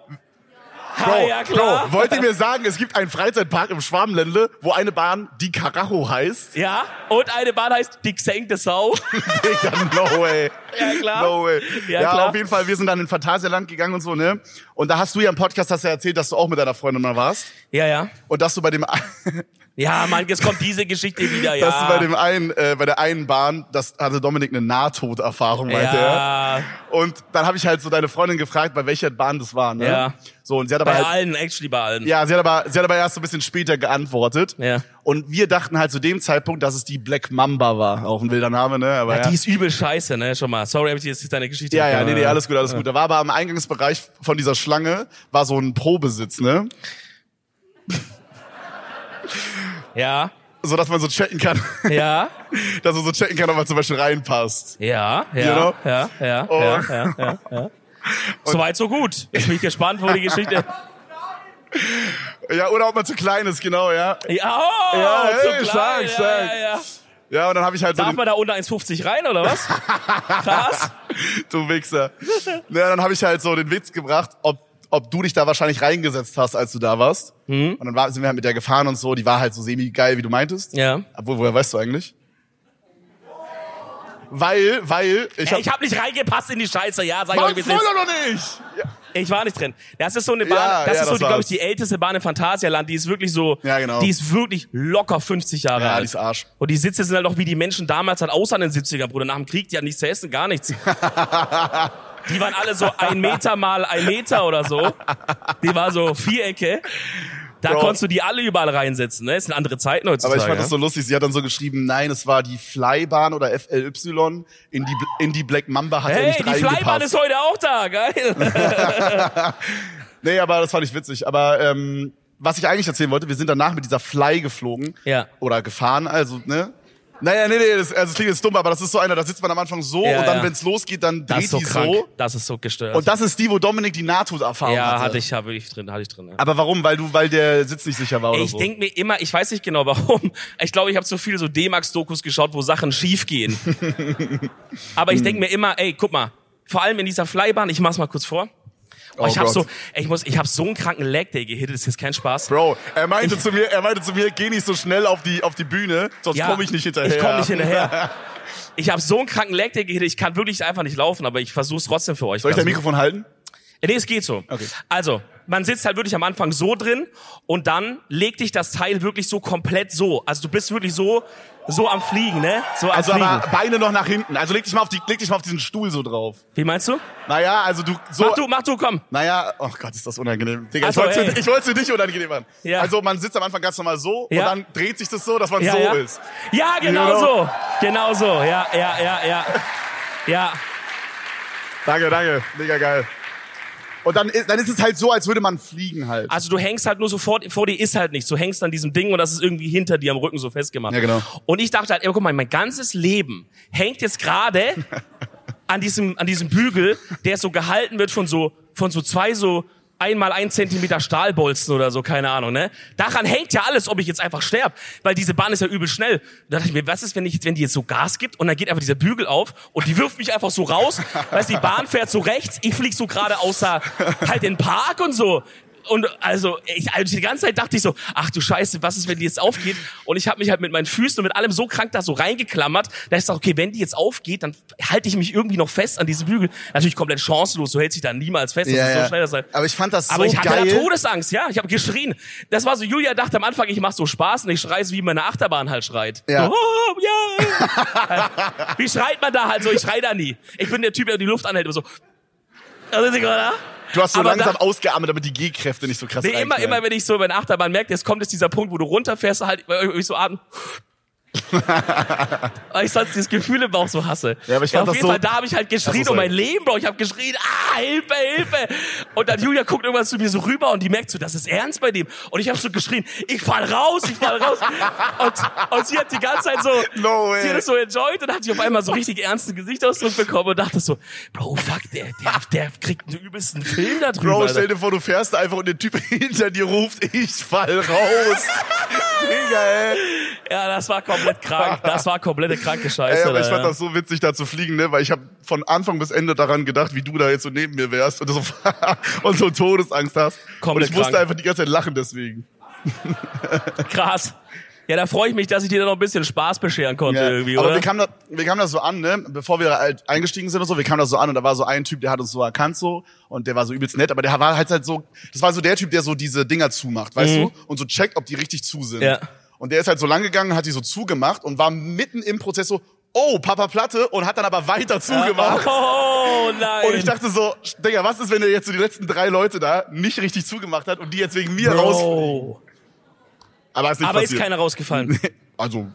[SPEAKER 1] Bro,
[SPEAKER 2] ah, ja klar.
[SPEAKER 1] Bro, wollt ihr mir sagen, es gibt einen Freizeitpark im Schwabenländle, wo eine Bahn die Karacho heißt?
[SPEAKER 2] ja, und eine Bahn heißt die gesenkte Sau.
[SPEAKER 1] Digga, no way.
[SPEAKER 2] Ja, klar.
[SPEAKER 1] No way.
[SPEAKER 2] Ja,
[SPEAKER 1] Ja,
[SPEAKER 2] klar.
[SPEAKER 1] auf jeden Fall, wir sind dann in Phantasialand gegangen und so, ne? Und da hast du ja im Podcast hast ja erzählt, dass du auch mit deiner Freundin mal warst.
[SPEAKER 2] Ja, ja.
[SPEAKER 1] Und dass du bei dem,
[SPEAKER 2] Ja, Mann, jetzt kommt diese Geschichte wieder, ja.
[SPEAKER 1] dass du bei dem einen, äh, bei der einen Bahn, das hatte Dominik eine Nahtoderfahrung, meinte er.
[SPEAKER 2] ja,
[SPEAKER 1] Und dann habe ich halt so deine Freundin gefragt, bei welcher Bahn das war. Ne?
[SPEAKER 2] Ja.
[SPEAKER 1] So und sie hat aber
[SPEAKER 2] bei
[SPEAKER 1] halt,
[SPEAKER 2] allen, actually bei allen.
[SPEAKER 1] ja, sie hat aber sie hat aber erst so ein bisschen später geantwortet.
[SPEAKER 2] Ja.
[SPEAKER 1] Und wir dachten halt zu dem Zeitpunkt, dass es die Black Mamba war, auch ein wilder Name, ne? Aber
[SPEAKER 2] Ja,
[SPEAKER 1] ja.
[SPEAKER 2] die ist übel scheiße, ne, schon mal. Sorry, hab ich dir jetzt deine Geschichte
[SPEAKER 1] Ja, ja, nee, nee, alles gut, alles gut. Da war aber am Eingangsbereich von dieser Schlange war so ein Probesitz, ne?
[SPEAKER 2] Ja,
[SPEAKER 1] So dass man so checken kann,
[SPEAKER 2] ja,
[SPEAKER 1] dass man so checken kann, ob man zum Beispiel reinpasst.
[SPEAKER 2] ja, ja,
[SPEAKER 1] Genau.
[SPEAKER 2] ja, ja,
[SPEAKER 1] Oh.
[SPEAKER 2] ja, ja, ja, ja. Soweit, so gut. Jetzt bin ich gespannt, wo die Geschichte...
[SPEAKER 1] Ja, oder ob man zu klein ist, genau, ja.
[SPEAKER 2] Ja, oh,
[SPEAKER 1] Ja, hey,
[SPEAKER 2] zu klein.
[SPEAKER 1] stark,
[SPEAKER 2] ja,
[SPEAKER 1] stark.
[SPEAKER 2] Ja, ja.
[SPEAKER 1] Ja, und dann habe ich halt so
[SPEAKER 2] Darf
[SPEAKER 1] den-
[SPEAKER 2] man da unter 1,50 rein, oder was? Krass.
[SPEAKER 1] Du Wichser. Na, dann habe ich halt so den Witz gebracht, ob, ob du dich da wahrscheinlich reingesetzt hast, als du da warst.
[SPEAKER 2] Mhm.
[SPEAKER 1] Und dann war, sind wir halt mit der gefahren und so. Die war halt so semi-geil, wie du meintest.
[SPEAKER 2] Ja.
[SPEAKER 1] Obwohl, woher weißt du eigentlich? Weil, weil, ich
[SPEAKER 2] Ey,
[SPEAKER 1] hab...
[SPEAKER 2] ich hab nicht reingepasst in die Scheiße, ja, sag ich
[SPEAKER 1] Mann,
[SPEAKER 2] euch, wie es
[SPEAKER 1] voll
[SPEAKER 2] ist.
[SPEAKER 1] oder nicht? Ja.
[SPEAKER 2] Ich war nicht drin. Das ist so eine Bahn,
[SPEAKER 1] Ja,
[SPEAKER 2] das
[SPEAKER 1] ja,
[SPEAKER 2] ist so,
[SPEAKER 1] das
[SPEAKER 2] glaube ich,
[SPEAKER 1] war's.
[SPEAKER 2] die älteste Bahn im Phantasialand. Die ist wirklich so,
[SPEAKER 1] Ja, genau.
[SPEAKER 2] die ist wirklich locker 50 Jahre
[SPEAKER 1] Ja,
[SPEAKER 2] alt.
[SPEAKER 1] die ist Arsch.
[SPEAKER 2] Und die Sitze sind halt auch wie die Menschen damals halt außer in den 70ern, Bruder. Nach dem Krieg, die hatten nichts zu essen, gar nichts. Die waren alle so ein Meter mal ein Meter oder so. Die war so Vierecke. Da
[SPEAKER 1] Bro.
[SPEAKER 2] konntest du die alle überall reinsetzen, ne? Es sind andere Zeiten heutzutage.
[SPEAKER 1] Aber ich fand
[SPEAKER 2] ja?
[SPEAKER 1] das so lustig. Sie hat dann so geschrieben, nein, es war die Flybahn oder FLY. In die, Bl- in die Black Mamba hat er
[SPEAKER 2] Hey,
[SPEAKER 1] nicht
[SPEAKER 2] die Flybahn
[SPEAKER 1] reingepasst.
[SPEAKER 2] ist heute auch da, geil.
[SPEAKER 1] nee, aber das fand ich witzig. Aber ähm, was ich eigentlich erzählen wollte, wir sind danach mit dieser Fly geflogen.
[SPEAKER 2] Ja.
[SPEAKER 1] Oder gefahren, also, ne? Naja, nee, nee, das, also, das klingt jetzt dumm, aber das ist so einer, da sitzt man am Anfang so
[SPEAKER 2] Ja,
[SPEAKER 1] und dann,
[SPEAKER 2] ja.
[SPEAKER 1] wenn's losgeht, dann
[SPEAKER 2] Das
[SPEAKER 1] dreht
[SPEAKER 2] ist so
[SPEAKER 1] die
[SPEAKER 2] krank.
[SPEAKER 1] so.
[SPEAKER 2] Das ist so gestört.
[SPEAKER 1] Und das ist die, wo Dominik die NATO-Erfahrung
[SPEAKER 2] ja,
[SPEAKER 1] hatte.
[SPEAKER 2] hatte ich, habe ich drin, hatte ich drin. Ja.
[SPEAKER 1] Aber warum? Weil du, weil der Sitz nicht sicher war oder
[SPEAKER 2] ich
[SPEAKER 1] so.
[SPEAKER 2] denk mir immer, ich weiß nicht genau warum. Ich glaube, ich habe zu viel so D-Max-Dokus geschaut, wo Sachen schief gehen. Aber ich
[SPEAKER 1] Hm.
[SPEAKER 2] denk mir immer, ey, guck mal, vor allem in dieser Flybahn, ich mach's mal kurz vor. Oh,
[SPEAKER 1] Oh
[SPEAKER 2] ich hab
[SPEAKER 1] Gott.
[SPEAKER 2] so, ey, ich muss, ich hab so einen kranken Lag Day gehittet, das ist jetzt kein Spaß.
[SPEAKER 1] Bro, er meinte zu mir, er meinte zu mir, geh nicht so schnell auf die auf die Bühne, sonst
[SPEAKER 2] Ja,
[SPEAKER 1] komme ich nicht hinterher.
[SPEAKER 2] Ich komme nicht hinterher. Ich habe so einen kranken Lag Day gehittet, ich kann wirklich einfach nicht laufen, aber ich versuch's trotzdem für euch.
[SPEAKER 1] Soll ich
[SPEAKER 2] Also-
[SPEAKER 1] dein Mikrofon halten?
[SPEAKER 2] Nee, es geht so.
[SPEAKER 1] Okay.
[SPEAKER 2] Also, man sitzt halt wirklich am Anfang so drin und dann legt dich das Teil wirklich so komplett so. Also du bist wirklich so, so am Fliegen, ne? So am
[SPEAKER 1] Also
[SPEAKER 2] Fliegen.
[SPEAKER 1] aber Beine noch nach hinten. Also leg dich mal auf die, leg dich mal auf diesen Stuhl so drauf.
[SPEAKER 2] Wie meinst du?
[SPEAKER 1] Naja, also du so.
[SPEAKER 2] Mach du, mach du, komm.
[SPEAKER 1] Naja, oh Gott, ist das unangenehm. Digga,
[SPEAKER 2] Ach so,
[SPEAKER 1] ich wollte
[SPEAKER 2] ey.
[SPEAKER 1] ich wollte dich unangenehm machen.
[SPEAKER 2] Ja.
[SPEAKER 1] Also man sitzt am Anfang ganz normal so
[SPEAKER 2] Ja.
[SPEAKER 1] und dann dreht sich das so, dass man
[SPEAKER 2] Ja,
[SPEAKER 1] so
[SPEAKER 2] ja.
[SPEAKER 1] ist.
[SPEAKER 2] Ja, genau
[SPEAKER 1] Genau.
[SPEAKER 2] so. Genau so. Ja, ja, ja, ja. Ja.
[SPEAKER 1] Danke, danke, mega geil. Und dann ist, dann ist es halt so, als würde man fliegen halt.
[SPEAKER 2] Also du hängst halt nur sofort, vor dir ist halt nichts. Du hängst an diesem Ding und das ist irgendwie hinter dir am Rücken so festgemacht.
[SPEAKER 1] Ja, genau.
[SPEAKER 2] Und ich dachte halt, ey, guck mal, mein ganzes Leben hängt jetzt gerade an diesem, an diesem Bügel, der so gehalten wird von so, von so zwei so einmal ein Zentimeter Stahlbolzen oder so, keine Ahnung, ne? Daran hängt ja alles, ob ich jetzt einfach sterb, weil diese Bahn ist ja übel schnell. Da dachte ich mir, was ist, wenn ich jetzt, wenn die jetzt so Gas gibt und dann geht einfach dieser Bügel auf und die wirft mich einfach so raus, weißt, du, die Bahn fährt so rechts, ich flieg so gerade außer halt in den Park und so. Und also, ich, also die ganze Zeit dachte ich so, ach du Scheiße, was ist, wenn die jetzt aufgeht? Und ich habe mich halt mit meinen Füßen und mit allem so krank da so reingeklammert, da ist okay, wenn die jetzt aufgeht, dann halte ich mich irgendwie noch fest an diesem Bügel. Natürlich komplett chancenlos, so hält sich da niemals fest, das ist so schnell das halt.
[SPEAKER 1] Aber ich fand das so
[SPEAKER 2] Aber ich hatte
[SPEAKER 1] geil.
[SPEAKER 2] da Todesangst, ja. Ich habe geschrien. Das war so, Julia dachte am Anfang, ich mache so Spaß und ich schreie so, wie man in der Achterbahn halt schreit.
[SPEAKER 1] Ja.
[SPEAKER 2] So, oh, ja. wie schreit man da halt so? Ich schrei da nie. Ich bin der Typ, der die Luft anhält und so. Also, da.
[SPEAKER 1] du hast so
[SPEAKER 2] Aber
[SPEAKER 1] langsam
[SPEAKER 2] da-
[SPEAKER 1] ausgeatmet, damit die G-Kräfte nicht so krass
[SPEAKER 2] Nee, immer,
[SPEAKER 1] reinknallen.
[SPEAKER 2] immer, wenn ich so bei der Achterbahn merke, jetzt kommt jetzt dieser Punkt, wo du runterfährst, halt, weil ich so atmen. weil ich sonst dieses Gefühl im Bauch so hasse.
[SPEAKER 1] Ja, aber ich fand
[SPEAKER 2] auf
[SPEAKER 1] das
[SPEAKER 2] jeden
[SPEAKER 1] so-
[SPEAKER 2] Fall, da habe ich halt geschrien
[SPEAKER 1] Ach so,
[SPEAKER 2] um mein
[SPEAKER 1] sorry.
[SPEAKER 2] Leben, Bro. Ich habe geschrien, ah, Hilfe, Hilfe. Und dann Julia guckt irgendwann zu mir so rüber und die merkt so, das ist ernst bei dem. Und ich habe so geschrien, ich fall raus, ich fall raus. Und, und sie hat die ganze Zeit so,
[SPEAKER 1] No way.
[SPEAKER 2] sie hat das so enjoyed und hat sich auf einmal so richtig ernsten Gesichtsausdruck bekommen und dachte so, Bro, fuck, der, der, der kriegt einen übelsten Film da drüber.
[SPEAKER 1] Bro,
[SPEAKER 2] Alter.
[SPEAKER 1] stell dir vor, du fährst einfach und der Typ hinter dir ruft, ich fall raus. Digga, ey.
[SPEAKER 2] Ja, das war komplett krank. Das war komplette kranke Scheiße.
[SPEAKER 1] ey aber ich
[SPEAKER 2] da,
[SPEAKER 1] fand
[SPEAKER 2] ja.
[SPEAKER 1] das so witzig, da zu fliegen, ne? Weil ich habe von Anfang bis Ende daran gedacht, wie du da jetzt so neben mir wärst und so, und so Todesangst hast.
[SPEAKER 2] Komplett
[SPEAKER 1] und ich musste
[SPEAKER 2] krank.
[SPEAKER 1] einfach die ganze Zeit lachen deswegen.
[SPEAKER 2] krass. Ja, da freue ich mich, dass ich dir da noch ein bisschen Spaß bescheren konnte irgendwie,
[SPEAKER 1] aber
[SPEAKER 2] oder?
[SPEAKER 1] wir kamen, da, wir kamen da so an, ne? Bevor wir halt eingestiegen sind und so, wir kamen da so an und da war so ein Typ, der hat uns so erkannt so und der war so übelst nett, aber der war halt halt so, das war so der Typ, der so diese Dinger zumacht, weißt du? Und so checkt, ob die richtig zu sind.
[SPEAKER 2] Mhm. Ja.
[SPEAKER 1] Und der ist halt so lang gegangen, hat die so zugemacht und war mitten im Prozess so, oh, Papa Platte und hat dann aber weiter zugemacht.
[SPEAKER 2] oh nein.
[SPEAKER 1] Und ich dachte so, Digga, was ist, wenn er jetzt so die letzten drei Leute da nicht richtig zugemacht hat und die jetzt wegen mir raus...
[SPEAKER 2] Bro.
[SPEAKER 1] Aber ist nicht
[SPEAKER 2] Aber ist
[SPEAKER 1] passiert.
[SPEAKER 2] keiner rausgefallen.
[SPEAKER 1] Also,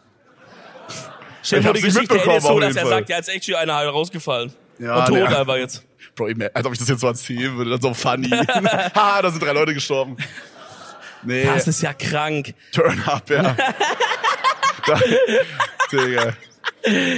[SPEAKER 2] Schön
[SPEAKER 1] Ich
[SPEAKER 2] wurde
[SPEAKER 1] hab's nicht
[SPEAKER 2] die Geschichte
[SPEAKER 1] mitbekommen
[SPEAKER 2] endet so,
[SPEAKER 1] auf
[SPEAKER 2] dass
[SPEAKER 1] jeden
[SPEAKER 2] er
[SPEAKER 1] Fall.
[SPEAKER 2] sagt, ja, als actually einer halt rausgefallen.
[SPEAKER 1] Ja,
[SPEAKER 2] Und tot
[SPEAKER 1] nee.
[SPEAKER 2] einfach jetzt.
[SPEAKER 1] Bro, eben, als ob ich das jetzt so erzählen würde, das ist so funny. Haha, da sind drei Leute gestorben. Nee,
[SPEAKER 2] Das ist ja krank.
[SPEAKER 1] turn up, ja. da, Digga.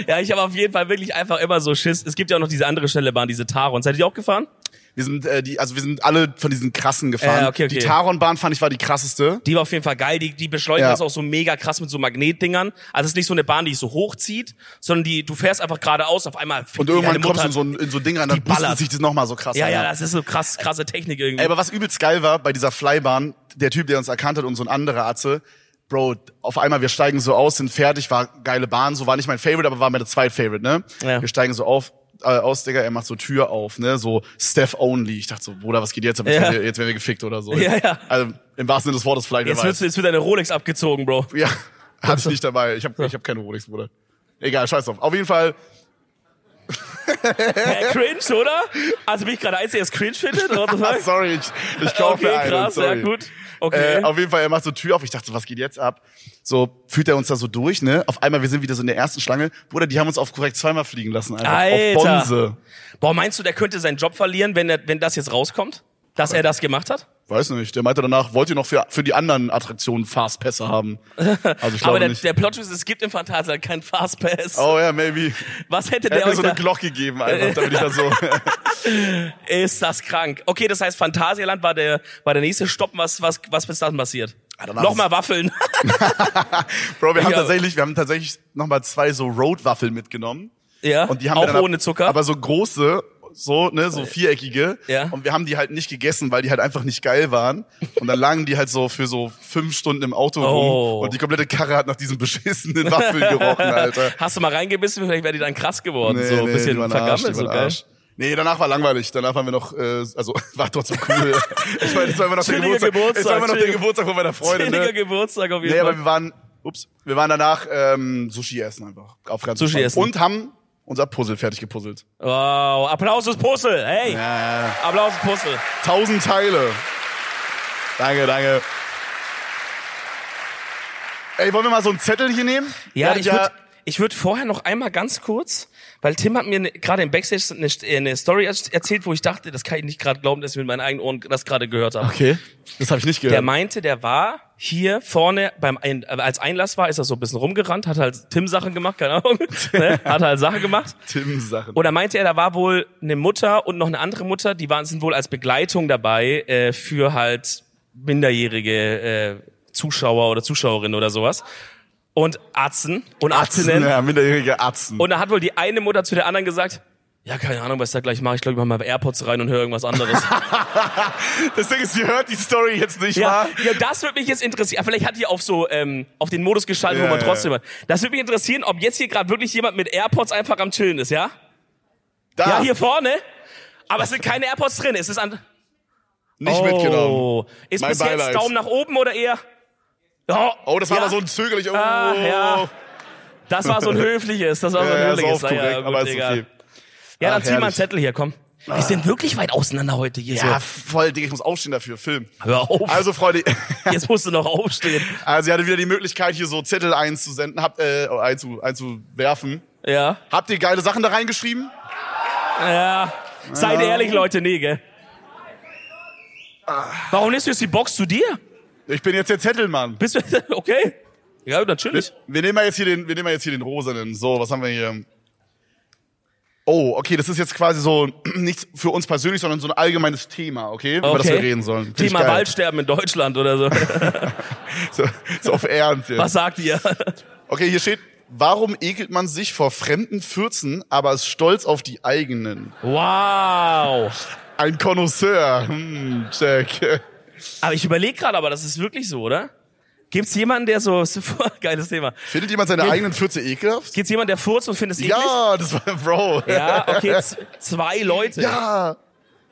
[SPEAKER 2] Ja, ich habe auf jeden Fall wirklich einfach immer so Schiss. Es gibt ja auch noch diese andere schnelle Bahn, diese Taron. Seid ihr die auch gefahren?
[SPEAKER 1] Wir sind, äh, die, also wir sind alle von diesen krassen gefahren.
[SPEAKER 2] Äh, okay,
[SPEAKER 1] Die
[SPEAKER 2] okay.
[SPEAKER 1] Taronbahn fand ich war die krasseste.
[SPEAKER 2] Die war auf jeden Fall geil. Die, die beschleunigt
[SPEAKER 1] Ja.
[SPEAKER 2] das auch so mega krass mit so Magnetdingern. Also es ist nicht so eine Bahn, die dich so hochzieht, sondern die, du fährst einfach geradeaus, auf einmal fickt
[SPEAKER 1] Und
[SPEAKER 2] die
[SPEAKER 1] irgendwann
[SPEAKER 2] deine
[SPEAKER 1] kommst du
[SPEAKER 2] Mutter
[SPEAKER 1] in so ein, in so ein Ding rein,
[SPEAKER 2] Die
[SPEAKER 1] dann
[SPEAKER 2] ballert.
[SPEAKER 1] boostet sich das nochmal so krass
[SPEAKER 2] Ja,
[SPEAKER 1] an,
[SPEAKER 2] ja, das ist so krass, krasse Technik irgendwie.
[SPEAKER 1] Ey, aber was übelst geil war bei dieser Flybahn, der Typ, der uns erkannt hat und so ein anderer Atze, Bro, auf einmal, wir steigen so aus, sind fertig, war geile Bahn, so war nicht mein Favorite, aber war mein zweit Favorite, ne?
[SPEAKER 2] Ja.
[SPEAKER 1] Wir steigen so auf, äh, aus, Digga, er macht so Tür auf, ne? So Steph only. Ich dachte so, Bruder, was geht jetzt? Aber jetzt
[SPEAKER 2] Ja.
[SPEAKER 1] werden wir- Jetzt werden wir gefickt oder so.
[SPEAKER 2] Ja, ja.
[SPEAKER 1] Also im wahrsten Sinne des Wortes vielleicht,
[SPEAKER 2] jetzt,
[SPEAKER 1] wer weiß.
[SPEAKER 2] wird, jetzt wird deine Rolex abgezogen, Bro.
[SPEAKER 1] Ja, hatte ich nicht dabei. Ich habe ich hab keine Rolex, Bruder. Egal, scheiß drauf. Auf jeden Fall.
[SPEAKER 2] Hä, Äh, cringe, oder? Also bin ich gerade der Einzige, der es cringe findet? Oder?
[SPEAKER 1] Ah, sorry, ich, ich kaufe
[SPEAKER 2] okay,
[SPEAKER 1] einen.
[SPEAKER 2] krass,
[SPEAKER 1] sorry.
[SPEAKER 2] ja gut. Okay.
[SPEAKER 1] Äh, auf jeden Fall, er macht so Tür auf. Ich dachte, so, was geht jetzt ab? So, führt er uns da so durch, ne? Auf einmal, wir sind wieder so in der ersten Schlange. Bruder, die haben uns auf korrekt zweimal fliegen lassen. Einfach.
[SPEAKER 2] Alter.
[SPEAKER 1] Auf Bonse.
[SPEAKER 2] Boah, meinst du, der könnte seinen Job verlieren, wenn, er, wenn das jetzt rauskommt? Dass er das gemacht hat?
[SPEAKER 1] Weiß nicht. Der meinte danach, wollt ihr noch für, für die anderen Attraktionen Fastpässe haben? Also ich
[SPEAKER 2] Aber
[SPEAKER 1] glaube
[SPEAKER 2] der,
[SPEAKER 1] nicht.
[SPEAKER 2] der Plot ist, es gibt im Phantasialand keinen Fastpass.
[SPEAKER 1] oh ja, maybe.
[SPEAKER 2] Was hätte
[SPEAKER 1] Er
[SPEAKER 2] der
[SPEAKER 1] hat mir
[SPEAKER 2] euch
[SPEAKER 1] so
[SPEAKER 2] da...
[SPEAKER 1] eine Glock gegeben einfach, damit ich da so...
[SPEAKER 2] Ist das krank. Okay, das heißt, Phantasialand war der, war der nächste Stopp. Was, was, was ist dann passiert?
[SPEAKER 1] Ah, danach
[SPEAKER 2] Nochmal Waffeln.
[SPEAKER 1] Bro, wir haben
[SPEAKER 2] Ja.
[SPEAKER 1] tatsächlich, wir haben tatsächlich nochmal zwei so Roadwaffeln mitgenommen.
[SPEAKER 2] ja,
[SPEAKER 1] Und die haben wir
[SPEAKER 2] auch
[SPEAKER 1] dann ab-
[SPEAKER 2] ohne Zucker. Äh,
[SPEAKER 1] Aber so große, so, ne, so viereckige.
[SPEAKER 2] Ja.
[SPEAKER 1] Und wir haben die halt nicht gegessen, weil die halt einfach nicht geil waren. Und dann lagen die halt so für so fünf Stunden im Auto
[SPEAKER 2] Oh.
[SPEAKER 1] rum. Und die komplette Karre hat nach diesen beschissenen Waffeln gerochen, Alter.
[SPEAKER 2] Hast du mal reingebissen? Vielleicht wäre die dann krass geworden. so ein bisschen
[SPEAKER 1] die waren Arsch,
[SPEAKER 2] vergammelt,
[SPEAKER 1] die
[SPEAKER 2] so
[SPEAKER 1] waren
[SPEAKER 2] geil.
[SPEAKER 1] Arsch. Nee, danach war langweilig. Danach waren wir noch, äh, also war trotzdem cool. ich meine, es war immer noch der
[SPEAKER 2] Chilliger
[SPEAKER 1] Geburtstag. Es war
[SPEAKER 2] Geburtstag,
[SPEAKER 1] immer noch der
[SPEAKER 2] chilliger-
[SPEAKER 1] Geburtstag von meiner Freundin.
[SPEAKER 2] Zähliger
[SPEAKER 1] Ne?
[SPEAKER 2] Geburtstag auf jeden
[SPEAKER 1] Nee, aber
[SPEAKER 2] Fall.
[SPEAKER 1] wir waren, ups, wir waren danach ähm, Sushi essen einfach. Auf ganz
[SPEAKER 2] Sushi
[SPEAKER 1] entspannt.
[SPEAKER 2] essen.
[SPEAKER 1] Und haben unser Puzzle fertig gepuzzelt.
[SPEAKER 2] Wow, Applaus ist Puzzle. Hey,
[SPEAKER 1] Ja.
[SPEAKER 2] Applaus ist Puzzle.
[SPEAKER 1] Tausend Teile. Danke, danke. Ey, wollen wir mal so einen Zettel hier nehmen?
[SPEAKER 2] Ja,
[SPEAKER 1] Ihr
[SPEAKER 2] ich
[SPEAKER 1] hattet
[SPEAKER 2] würde ich würd vorher noch einmal ganz kurz, weil Tim hat mir ne, gerade im Backstage eine, eine Story erzählt, wo ich dachte, das kann ich nicht gerade glauben, dass ich mit meinen eigenen Ohren das gerade gehört habe.
[SPEAKER 1] Okay, das habe ich nicht
[SPEAKER 2] Der
[SPEAKER 1] gehört.
[SPEAKER 2] meinte, der war hier vorne beim ein, äh, als Einlass war, ist er so ein bisschen rumgerannt, hat halt Tim Sachen gemacht, keine Ahnung, ne? hat halt Sachen gemacht.
[SPEAKER 1] Tim-Sachen.
[SPEAKER 2] Oder meinte er, da war wohl eine Mutter und noch eine andere Mutter, die waren sind wohl als Begleitung dabei äh, für halt minderjährige äh, Zuschauer oder Zuschauerinnen oder sowas und Atzen und Atzinnen.
[SPEAKER 1] Ja, minderjährige Atzen.
[SPEAKER 2] Und da hat wohl die eine Mutter zu der anderen gesagt. Ja, keine Ahnung, was ich da gleich mache. Ich glaube, ich mache mal AirPods rein und höre irgendwas anderes.
[SPEAKER 1] das Ding ist, ihr hört die Story jetzt nicht,
[SPEAKER 2] Ja,
[SPEAKER 1] wahr?
[SPEAKER 2] ja, das würde mich jetzt interessieren. Ah, Vielleicht hat die auf so ähm, auf den Modus geschaltet,
[SPEAKER 1] Ja,
[SPEAKER 2] wo man
[SPEAKER 1] ja,
[SPEAKER 2] trotzdem. Das würde mich interessieren, ob jetzt hier gerade wirklich jemand mit AirPods einfach am Chillen ist, ja?
[SPEAKER 1] Da,
[SPEAKER 2] Ja, hier vorne. Aber es sind keine AirPods drin. Es ist an.
[SPEAKER 1] nicht
[SPEAKER 2] Oh.
[SPEAKER 1] mitgenommen.
[SPEAKER 2] Ist
[SPEAKER 1] Mein
[SPEAKER 2] bis
[SPEAKER 1] Beileid.
[SPEAKER 2] jetzt Daumen nach oben oder eher? Oh,
[SPEAKER 1] Oh, das war
[SPEAKER 2] ja,
[SPEAKER 1] aber so ein zögerlich. Oh.
[SPEAKER 2] Ah, ja. Das war so ein höfliches. Das war so ein
[SPEAKER 1] Ja, ist auch
[SPEAKER 2] höfliches.
[SPEAKER 1] korrekt,
[SPEAKER 2] ja, gut,
[SPEAKER 1] aber ist
[SPEAKER 2] egal.
[SPEAKER 1] okay.
[SPEAKER 2] Ja, dann
[SPEAKER 1] Ach,
[SPEAKER 2] zieh mal einen
[SPEAKER 1] herrlich. Ah.
[SPEAKER 2] Zettel hier, komm. Wir sind wirklich weit auseinander heute hier.
[SPEAKER 1] Ja, voll, Digga, ich muss aufstehen dafür, Film.
[SPEAKER 2] So. Hör auf.
[SPEAKER 1] Also, Freunde,
[SPEAKER 2] jetzt musst du noch aufstehen.
[SPEAKER 1] also ihr hattet wieder die Möglichkeit, hier so Zettel einzusenden, habt, äh, einzu, einzuwerfen.
[SPEAKER 2] Ja.
[SPEAKER 1] Habt ihr geile Sachen da reingeschrieben?
[SPEAKER 2] Ja. Seid ehrlich, Leute, nee, gell? Warum nimmst du jetzt die Box zu dir?
[SPEAKER 1] Ich bin jetzt der Zettelmann.
[SPEAKER 2] Bist du. Okay. Ja, natürlich.
[SPEAKER 1] Wir nehmen mal jetzt hier den, wir nehmen mal jetzt hier den rosanen. So, was haben wir hier? Oh, okay, das ist jetzt quasi so nichts für uns persönlich, sondern so ein allgemeines Thema, okay? Über das wir reden sollen. Find ich
[SPEAKER 2] Thema
[SPEAKER 1] geil.
[SPEAKER 2] Waldsterben in Deutschland oder so.
[SPEAKER 1] So, so auf Ernst jetzt.
[SPEAKER 2] Was sagt ihr?
[SPEAKER 1] Okay, hier steht, warum ekelt man sich vor fremden Fürzen, aber ist stolz auf die eigenen?
[SPEAKER 2] Wow.
[SPEAKER 1] Ein Connoisseur. Hm, check.
[SPEAKER 2] Aber ich überlege gerade, aber das ist wirklich so, oder? Gibt's jemanden, der so. Geiles Thema.
[SPEAKER 1] Findet jemand seine eigenen Fürze ekelhaft?
[SPEAKER 2] Gibt's jemanden, der furzt und findet es eklig?
[SPEAKER 1] Ja, das war, Bro.
[SPEAKER 2] Ja, okay, z- zwei Leute.
[SPEAKER 1] Ja, Ah,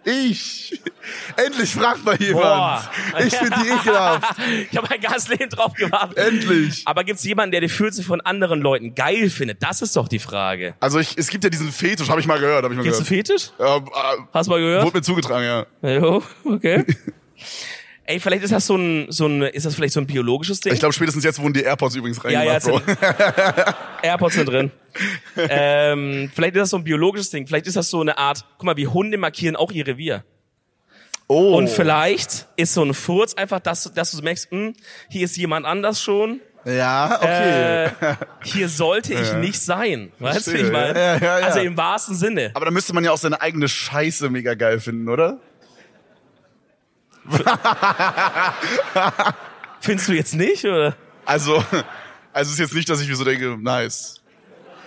[SPEAKER 1] ich. Endlich fragt mal
[SPEAKER 2] Boah.
[SPEAKER 1] jemand. Ich bin die ekelhaft.
[SPEAKER 2] Ich habe mein ganzes Leben drauf gewartet.
[SPEAKER 1] Endlich.
[SPEAKER 2] Aber gibt's jemanden, der die Fürze von anderen Leuten geil findet? Das ist doch die Frage.
[SPEAKER 1] Also ich, es gibt ja diesen Fetisch, habe ich mal gehört, habe ich mal
[SPEAKER 2] Gibt's einen
[SPEAKER 1] gehört.
[SPEAKER 2] Fetisch?
[SPEAKER 1] Ähm, äh,
[SPEAKER 2] Hast du mal gehört?
[SPEAKER 1] wurde mir zugetragen, ja.
[SPEAKER 2] Jo, okay. Ey, vielleicht ist das so ein, so ein, ist das vielleicht so ein biologisches Ding?
[SPEAKER 1] Ich glaube, spätestens jetzt wurden die AirPods übrigens
[SPEAKER 2] ja, ja,
[SPEAKER 1] reingemacht,
[SPEAKER 2] jetzt
[SPEAKER 1] Bro.
[SPEAKER 2] sind AirPods sind drin. ähm, vielleicht ist das so ein biologisches Ding. Vielleicht ist das so eine Art, guck mal, wie Hunde markieren auch ihr Revier.
[SPEAKER 1] Oh.
[SPEAKER 2] Und vielleicht ist so ein Furz einfach, dass, du- dass du merkst, hm, hier ist jemand anders schon.
[SPEAKER 1] Ja, okay.
[SPEAKER 2] Äh, hier sollte ich nicht sein. Weißt du,
[SPEAKER 1] Verstehe,
[SPEAKER 2] ich meine?
[SPEAKER 1] ja, ja, ja.
[SPEAKER 2] Also im wahrsten Sinne.
[SPEAKER 1] Aber da müsste man ja auch seine eigene Scheiße mega geil finden, oder?
[SPEAKER 2] Findest du jetzt nicht, oder?
[SPEAKER 1] Also, also es ist jetzt nicht, dass ich mir so denke, nice.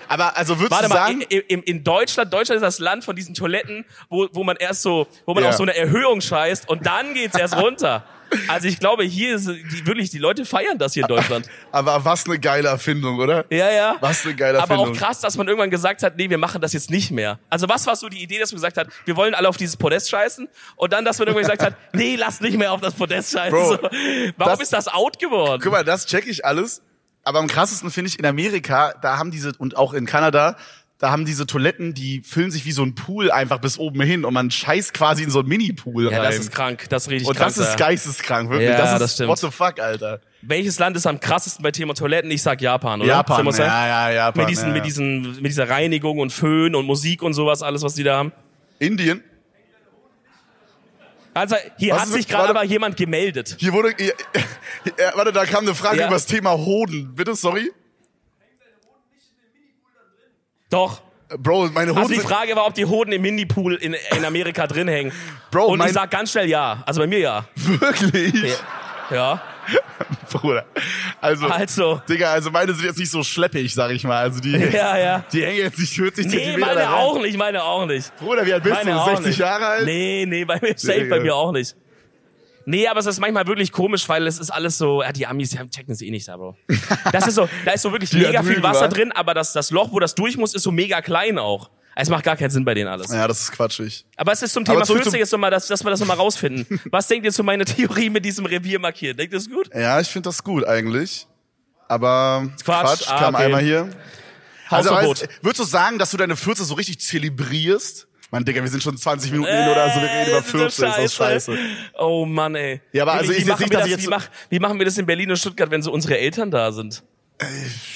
[SPEAKER 1] Aber also würdest
[SPEAKER 2] Warte
[SPEAKER 1] du
[SPEAKER 2] mal, in,
[SPEAKER 1] sagen,
[SPEAKER 2] in, in Deutschland, Deutschland ist das Land von diesen Toiletten, wo, wo man erst so, wo man
[SPEAKER 1] Ja.
[SPEAKER 2] auf so eine Erhöhung scheißt und dann geht's erst runter. Also ich glaube, hier ist die, wirklich, die Leute feiern das hier in Deutschland.
[SPEAKER 1] aber was eine geile Erfindung, oder?
[SPEAKER 2] Ja, ja.
[SPEAKER 1] Was eine geile
[SPEAKER 2] Aber auch
[SPEAKER 1] Erfindung.
[SPEAKER 2] krass, dass man irgendwann gesagt hat, nee, wir machen das jetzt nicht mehr. Also was war so die Idee, dass man gesagt hat, wir wollen alle auf dieses Podest scheißen und dann, dass man irgendwann gesagt hat, nee, lass nicht mehr auf das Podest scheißen.
[SPEAKER 1] Bro,
[SPEAKER 2] So, Warum
[SPEAKER 1] das-
[SPEAKER 2] ist das out geworden?
[SPEAKER 1] Guck mal, das check ich alles. Aber am krassesten finde ich in Amerika, da haben diese, und auch in Kanada, da haben diese Toiletten, die füllen sich wie so ein Pool einfach bis oben hin und man scheißt quasi in so einen Mini-Pool
[SPEAKER 2] Ja,
[SPEAKER 1] rein.
[SPEAKER 2] das ist krank, das ist richtig
[SPEAKER 1] und
[SPEAKER 2] krank.
[SPEAKER 1] das ist
[SPEAKER 2] Alter.
[SPEAKER 1] geisteskrank, wirklich.
[SPEAKER 2] Ja,
[SPEAKER 1] das ist
[SPEAKER 2] das stimmt.
[SPEAKER 1] what the fuck, Alter.
[SPEAKER 2] Welches Land ist am krassesten bei Thema Toiletten? Ich sag Japan, oder? Sollen
[SPEAKER 1] Japan,
[SPEAKER 2] wir's sagen?
[SPEAKER 1] ja, ja, Japan.
[SPEAKER 2] Mit diesen,
[SPEAKER 1] ja.
[SPEAKER 2] mit diesen, mit dieser Reinigung und Föhn und Musik und sowas, alles, was die da haben.
[SPEAKER 1] Indien?
[SPEAKER 2] Also, hier
[SPEAKER 1] Was
[SPEAKER 2] hat
[SPEAKER 1] ist-
[SPEAKER 2] sich gerade
[SPEAKER 1] warte-
[SPEAKER 2] aber jemand gemeldet.
[SPEAKER 1] Hier wurde, ja, ja, warte, da kam eine Frage
[SPEAKER 2] Ja.
[SPEAKER 1] über das Thema Hoden. Bitte, sorry.
[SPEAKER 2] Doch.
[SPEAKER 1] Bro, meine Hoden
[SPEAKER 2] Also die
[SPEAKER 1] sind-
[SPEAKER 2] Frage war, ob die Hoden im Mini-Pool in, in Amerika drin hängen.
[SPEAKER 1] Bro,
[SPEAKER 2] und ich
[SPEAKER 1] mein-
[SPEAKER 2] sag ganz schnell ja. Also bei mir ja.
[SPEAKER 1] wirklich.
[SPEAKER 2] Ja.
[SPEAKER 1] Bruder. Also,
[SPEAKER 2] Also.
[SPEAKER 1] Digga, also meine sind jetzt nicht so schleppig, sag ich mal. Also die,
[SPEAKER 2] Ja, ja.
[SPEAKER 1] die hängen jetzt nicht 40
[SPEAKER 2] Nee,
[SPEAKER 1] Zentimeter da
[SPEAKER 2] meine
[SPEAKER 1] rein.
[SPEAKER 2] auch nicht, meine auch nicht.
[SPEAKER 1] Bruder, wie alt bist
[SPEAKER 2] Meine
[SPEAKER 1] du?
[SPEAKER 2] auch
[SPEAKER 1] 60
[SPEAKER 2] nicht.
[SPEAKER 1] Jahre alt?
[SPEAKER 2] Nee, nee, bei mir safe,
[SPEAKER 1] Digga.
[SPEAKER 2] bei mir auch nicht. Nee, aber es ist manchmal wirklich komisch, weil es ist alles so, ja, die Amis die haben- checken es eh nicht da, Bro. Das ist so, da ist so wirklich
[SPEAKER 1] Die da
[SPEAKER 2] mega viel
[SPEAKER 1] drüben,
[SPEAKER 2] Wasser
[SPEAKER 1] wa?
[SPEAKER 2] drin, aber das, das Loch, wo das durch muss, ist so mega klein auch. Es macht gar keinen Sinn bei denen alles.
[SPEAKER 1] Ja, das ist quatschig.
[SPEAKER 2] Aber es ist zum Thema
[SPEAKER 1] zurück zum-
[SPEAKER 2] 40 jetzt nochmal, dass, dass wir das nochmal rausfinden. Was denkt ihr zu meiner Theorie mit diesem Revier markieren? Denkt ihr das ist gut?
[SPEAKER 1] Ja, ich finde das gut eigentlich. Aber
[SPEAKER 2] Quatsch.
[SPEAKER 1] Quatsch,
[SPEAKER 2] Ah,
[SPEAKER 1] kam
[SPEAKER 2] okay.
[SPEAKER 1] einmal hier. Also,
[SPEAKER 2] Hausverbot.
[SPEAKER 1] weißt, würdest du sagen, dass du deine 14 so richtig zelebrierst? Mann, Digga, wir sind schon 20 Minuten hin oder so, wir reden über
[SPEAKER 2] Äh,
[SPEAKER 1] 14, ist das scheiße.
[SPEAKER 2] Oh Mann, ey.
[SPEAKER 1] Ja, aber also
[SPEAKER 2] wie,
[SPEAKER 1] ich
[SPEAKER 2] wie
[SPEAKER 1] seh
[SPEAKER 2] machen
[SPEAKER 1] nicht,
[SPEAKER 2] wir
[SPEAKER 1] dass
[SPEAKER 2] das,
[SPEAKER 1] ich jetzt-
[SPEAKER 2] wie, mach, wie machen wir das in Berlin und Stuttgart, wenn so unsere Eltern da sind?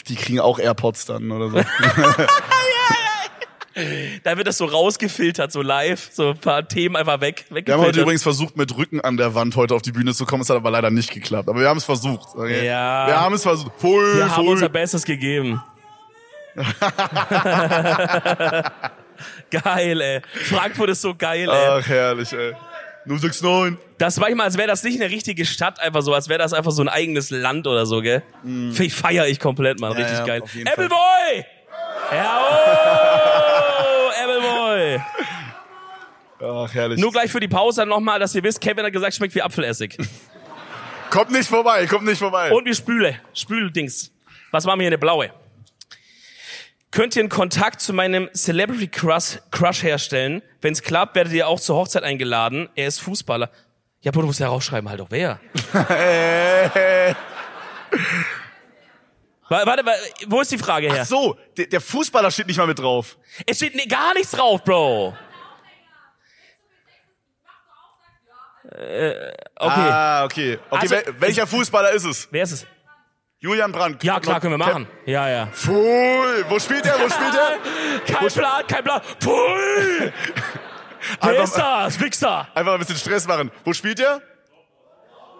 [SPEAKER 1] Die kriegen auch AirPods dann oder so.
[SPEAKER 2] Da wird das so rausgefiltert, so live, so ein paar Themen einfach weg,
[SPEAKER 1] Wir haben heute
[SPEAKER 2] weggefiltert.
[SPEAKER 1] übrigens versucht, mit Rücken an der Wand heute auf die Bühne zu kommen. Es hat aber leider nicht geklappt. Aber wir haben es versucht. Okay?
[SPEAKER 2] Ja.
[SPEAKER 1] Wir haben es versucht. Voll,
[SPEAKER 2] Wir haben unser
[SPEAKER 1] voll.
[SPEAKER 2] Bestes gegeben. geil, ey. Frankfurt ist so geil, ey.
[SPEAKER 1] Ach, herrlich, ey. 069.
[SPEAKER 2] Das ist manchmal, als wäre das nicht eine richtige Stadt, einfach so, als wäre das einfach so ein eigenes Land oder so, gell? Mm. Feier ich komplett, Mann.
[SPEAKER 1] Mhm. Ja,
[SPEAKER 2] Richtig
[SPEAKER 1] ja,
[SPEAKER 2] geil.
[SPEAKER 1] auf jeden Fall.
[SPEAKER 2] Appleboy! Ja, oh! Appleboy!
[SPEAKER 1] Ach, herrlich.
[SPEAKER 2] Nur gleich für die Pause nochmal, dass ihr wisst, Kevin hat gesagt, schmeckt wie Apfelessig.
[SPEAKER 1] Kommt nicht vorbei, kommt nicht vorbei.
[SPEAKER 2] Und wie Spüle. Spüldings. Was war mir hier eine blaue? Könnt ihr einen Kontakt zu meinem Celebrity Crush, Crush herstellen? Wenn's klappt, werdet ihr auch zur Hochzeit eingeladen. Er ist Fußballer. Ja, Bruder, du musst ja rausschreiben, halt doch wer.
[SPEAKER 1] Äh,
[SPEAKER 2] Wa- Warte, wa- wo ist die Frage her?
[SPEAKER 1] Ach so, der, der Fußballer steht nicht mal mit drauf.
[SPEAKER 2] Es steht ni- gar nichts drauf, Bro. Äh, okay.
[SPEAKER 1] Ah, okay. Okay,
[SPEAKER 2] Also,
[SPEAKER 1] wel, welcher Fußballer ist es?
[SPEAKER 2] Wer ist es?
[SPEAKER 1] Julian Brandt.
[SPEAKER 2] Ja, klar, können wir machen. Ja, ja.
[SPEAKER 1] Cool. Wo spielt er? Wo spielt er?
[SPEAKER 2] Kein Plan, kein Plan. Pfui!
[SPEAKER 1] Ah,
[SPEAKER 2] Wer ist das? Wichser!
[SPEAKER 1] Einfach ein bisschen Stress machen. Wo spielt er?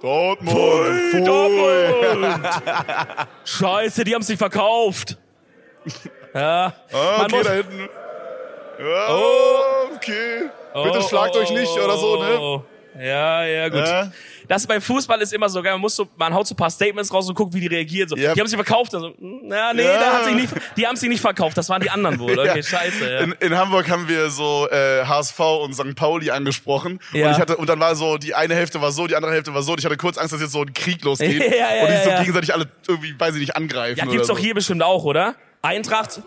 [SPEAKER 1] Dortmund. Pfui.
[SPEAKER 2] Dortmund! Scheiße, die haben sich verkauft.
[SPEAKER 1] Ah,
[SPEAKER 2] Man
[SPEAKER 1] okay,
[SPEAKER 2] muss-
[SPEAKER 1] da hinten. Ja, oh. okay. Bitte schlagt euch nicht oder so, ne?
[SPEAKER 2] ne? Oh, Ja, ja, gut.
[SPEAKER 1] Ja.
[SPEAKER 2] Das beim Fußball ist immer so geil. Man muss so, man haut so ein paar Statements raus und guckt, wie die reagieren. So,
[SPEAKER 1] Ja.
[SPEAKER 2] Die haben sich verkauft. Also, na, nee,
[SPEAKER 1] Ja.
[SPEAKER 2] da hat sich nicht, die haben sich nicht verkauft. Das waren die anderen wohl. Okay,
[SPEAKER 1] Ja.
[SPEAKER 2] scheiße. Ja.
[SPEAKER 1] In, in Hamburg haben wir so äh, HSV und St. Pauli angesprochen
[SPEAKER 2] Ja.
[SPEAKER 1] und ich hatte und dann war so die eine Hälfte war so, die andere Hälfte war so. Und ich hatte kurz Angst, dass jetzt so ein Krieg losgeht
[SPEAKER 2] Ja, ja,
[SPEAKER 1] und die so
[SPEAKER 2] ja.
[SPEAKER 1] gegenseitig alle irgendwie, weiß ich nicht, angreifen.
[SPEAKER 2] ja, gibt's
[SPEAKER 1] oder
[SPEAKER 2] doch
[SPEAKER 1] so.
[SPEAKER 2] hier bestimmt auch, oder? Eintracht?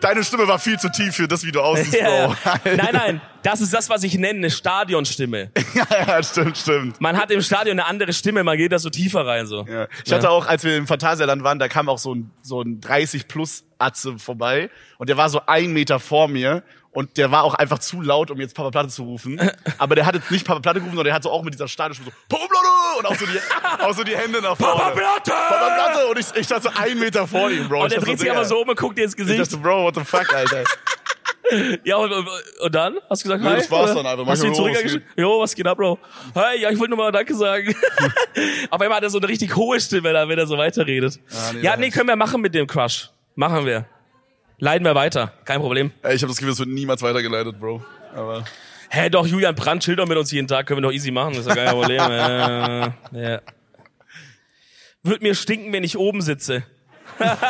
[SPEAKER 1] Deine Stimme war viel zu tief für das, wie du aussiehst,
[SPEAKER 2] Ja,
[SPEAKER 1] Bro.
[SPEAKER 2] ja. Nein, nein. Das ist das, was ich nenne, eine Stadionstimme.
[SPEAKER 1] ja, ja, stimmt, stimmt.
[SPEAKER 2] Man hat im Stadion eine andere Stimme, man geht da so tiefer rein. So.
[SPEAKER 1] Ja. Ich hatte auch, als wir im Phantasialand waren, da kam auch so ein, so ein 30-Plus-Atze vorbei und der war so ein Meter vor mir und der war auch einfach zu laut, um jetzt Papa Platte zu rufen. Aber der hat jetzt nicht Papa Platte gerufen, sondern der hat so auch mit dieser Stadion so Papa Platte und auch so die, auch so die Hände nach vorne.
[SPEAKER 2] Papa Platte!
[SPEAKER 1] Papa Platte! Und ich, ich stand so ein Meter vor ihm, Bro.
[SPEAKER 2] Und
[SPEAKER 1] ich
[SPEAKER 2] er
[SPEAKER 1] dachte
[SPEAKER 2] dreht sich
[SPEAKER 1] Digga,
[SPEAKER 2] aber so um und guckt dir ins
[SPEAKER 1] Ich
[SPEAKER 2] Gesicht.
[SPEAKER 1] dachte, Bro, what the fuck, Alter.
[SPEAKER 2] Ja, und, und- und dann? Hast du gesagt,
[SPEAKER 1] Nee,
[SPEAKER 2] hi?
[SPEAKER 1] das war's
[SPEAKER 2] oder?
[SPEAKER 1] dann einfach.
[SPEAKER 2] Hast du ihn
[SPEAKER 1] Mach ich mal, was
[SPEAKER 2] zurückgeschrieben? Jo, was geht ab, Bro? Hi, ja, ich wollte nur mal Danke sagen. Aber immer hat er so eine richtig hohe Stimme, da, wenn er so weiterredet.
[SPEAKER 1] Ah, nee,
[SPEAKER 2] ja,
[SPEAKER 1] das-
[SPEAKER 2] nee, können wir machen mit dem Crush. Machen wir. Leiden wir weiter. Kein Problem.
[SPEAKER 1] Ey, ich habe das Gefühl, es wird niemals weitergeleitet, Bro. Aber
[SPEAKER 2] Hä, doch, Julian Brandt schildert mit uns jeden Tag. Können wir doch easy machen. Das ist ja kein Problem. äh, ja. Wird mir stinken, wenn ich oben sitze.
[SPEAKER 1] Alter,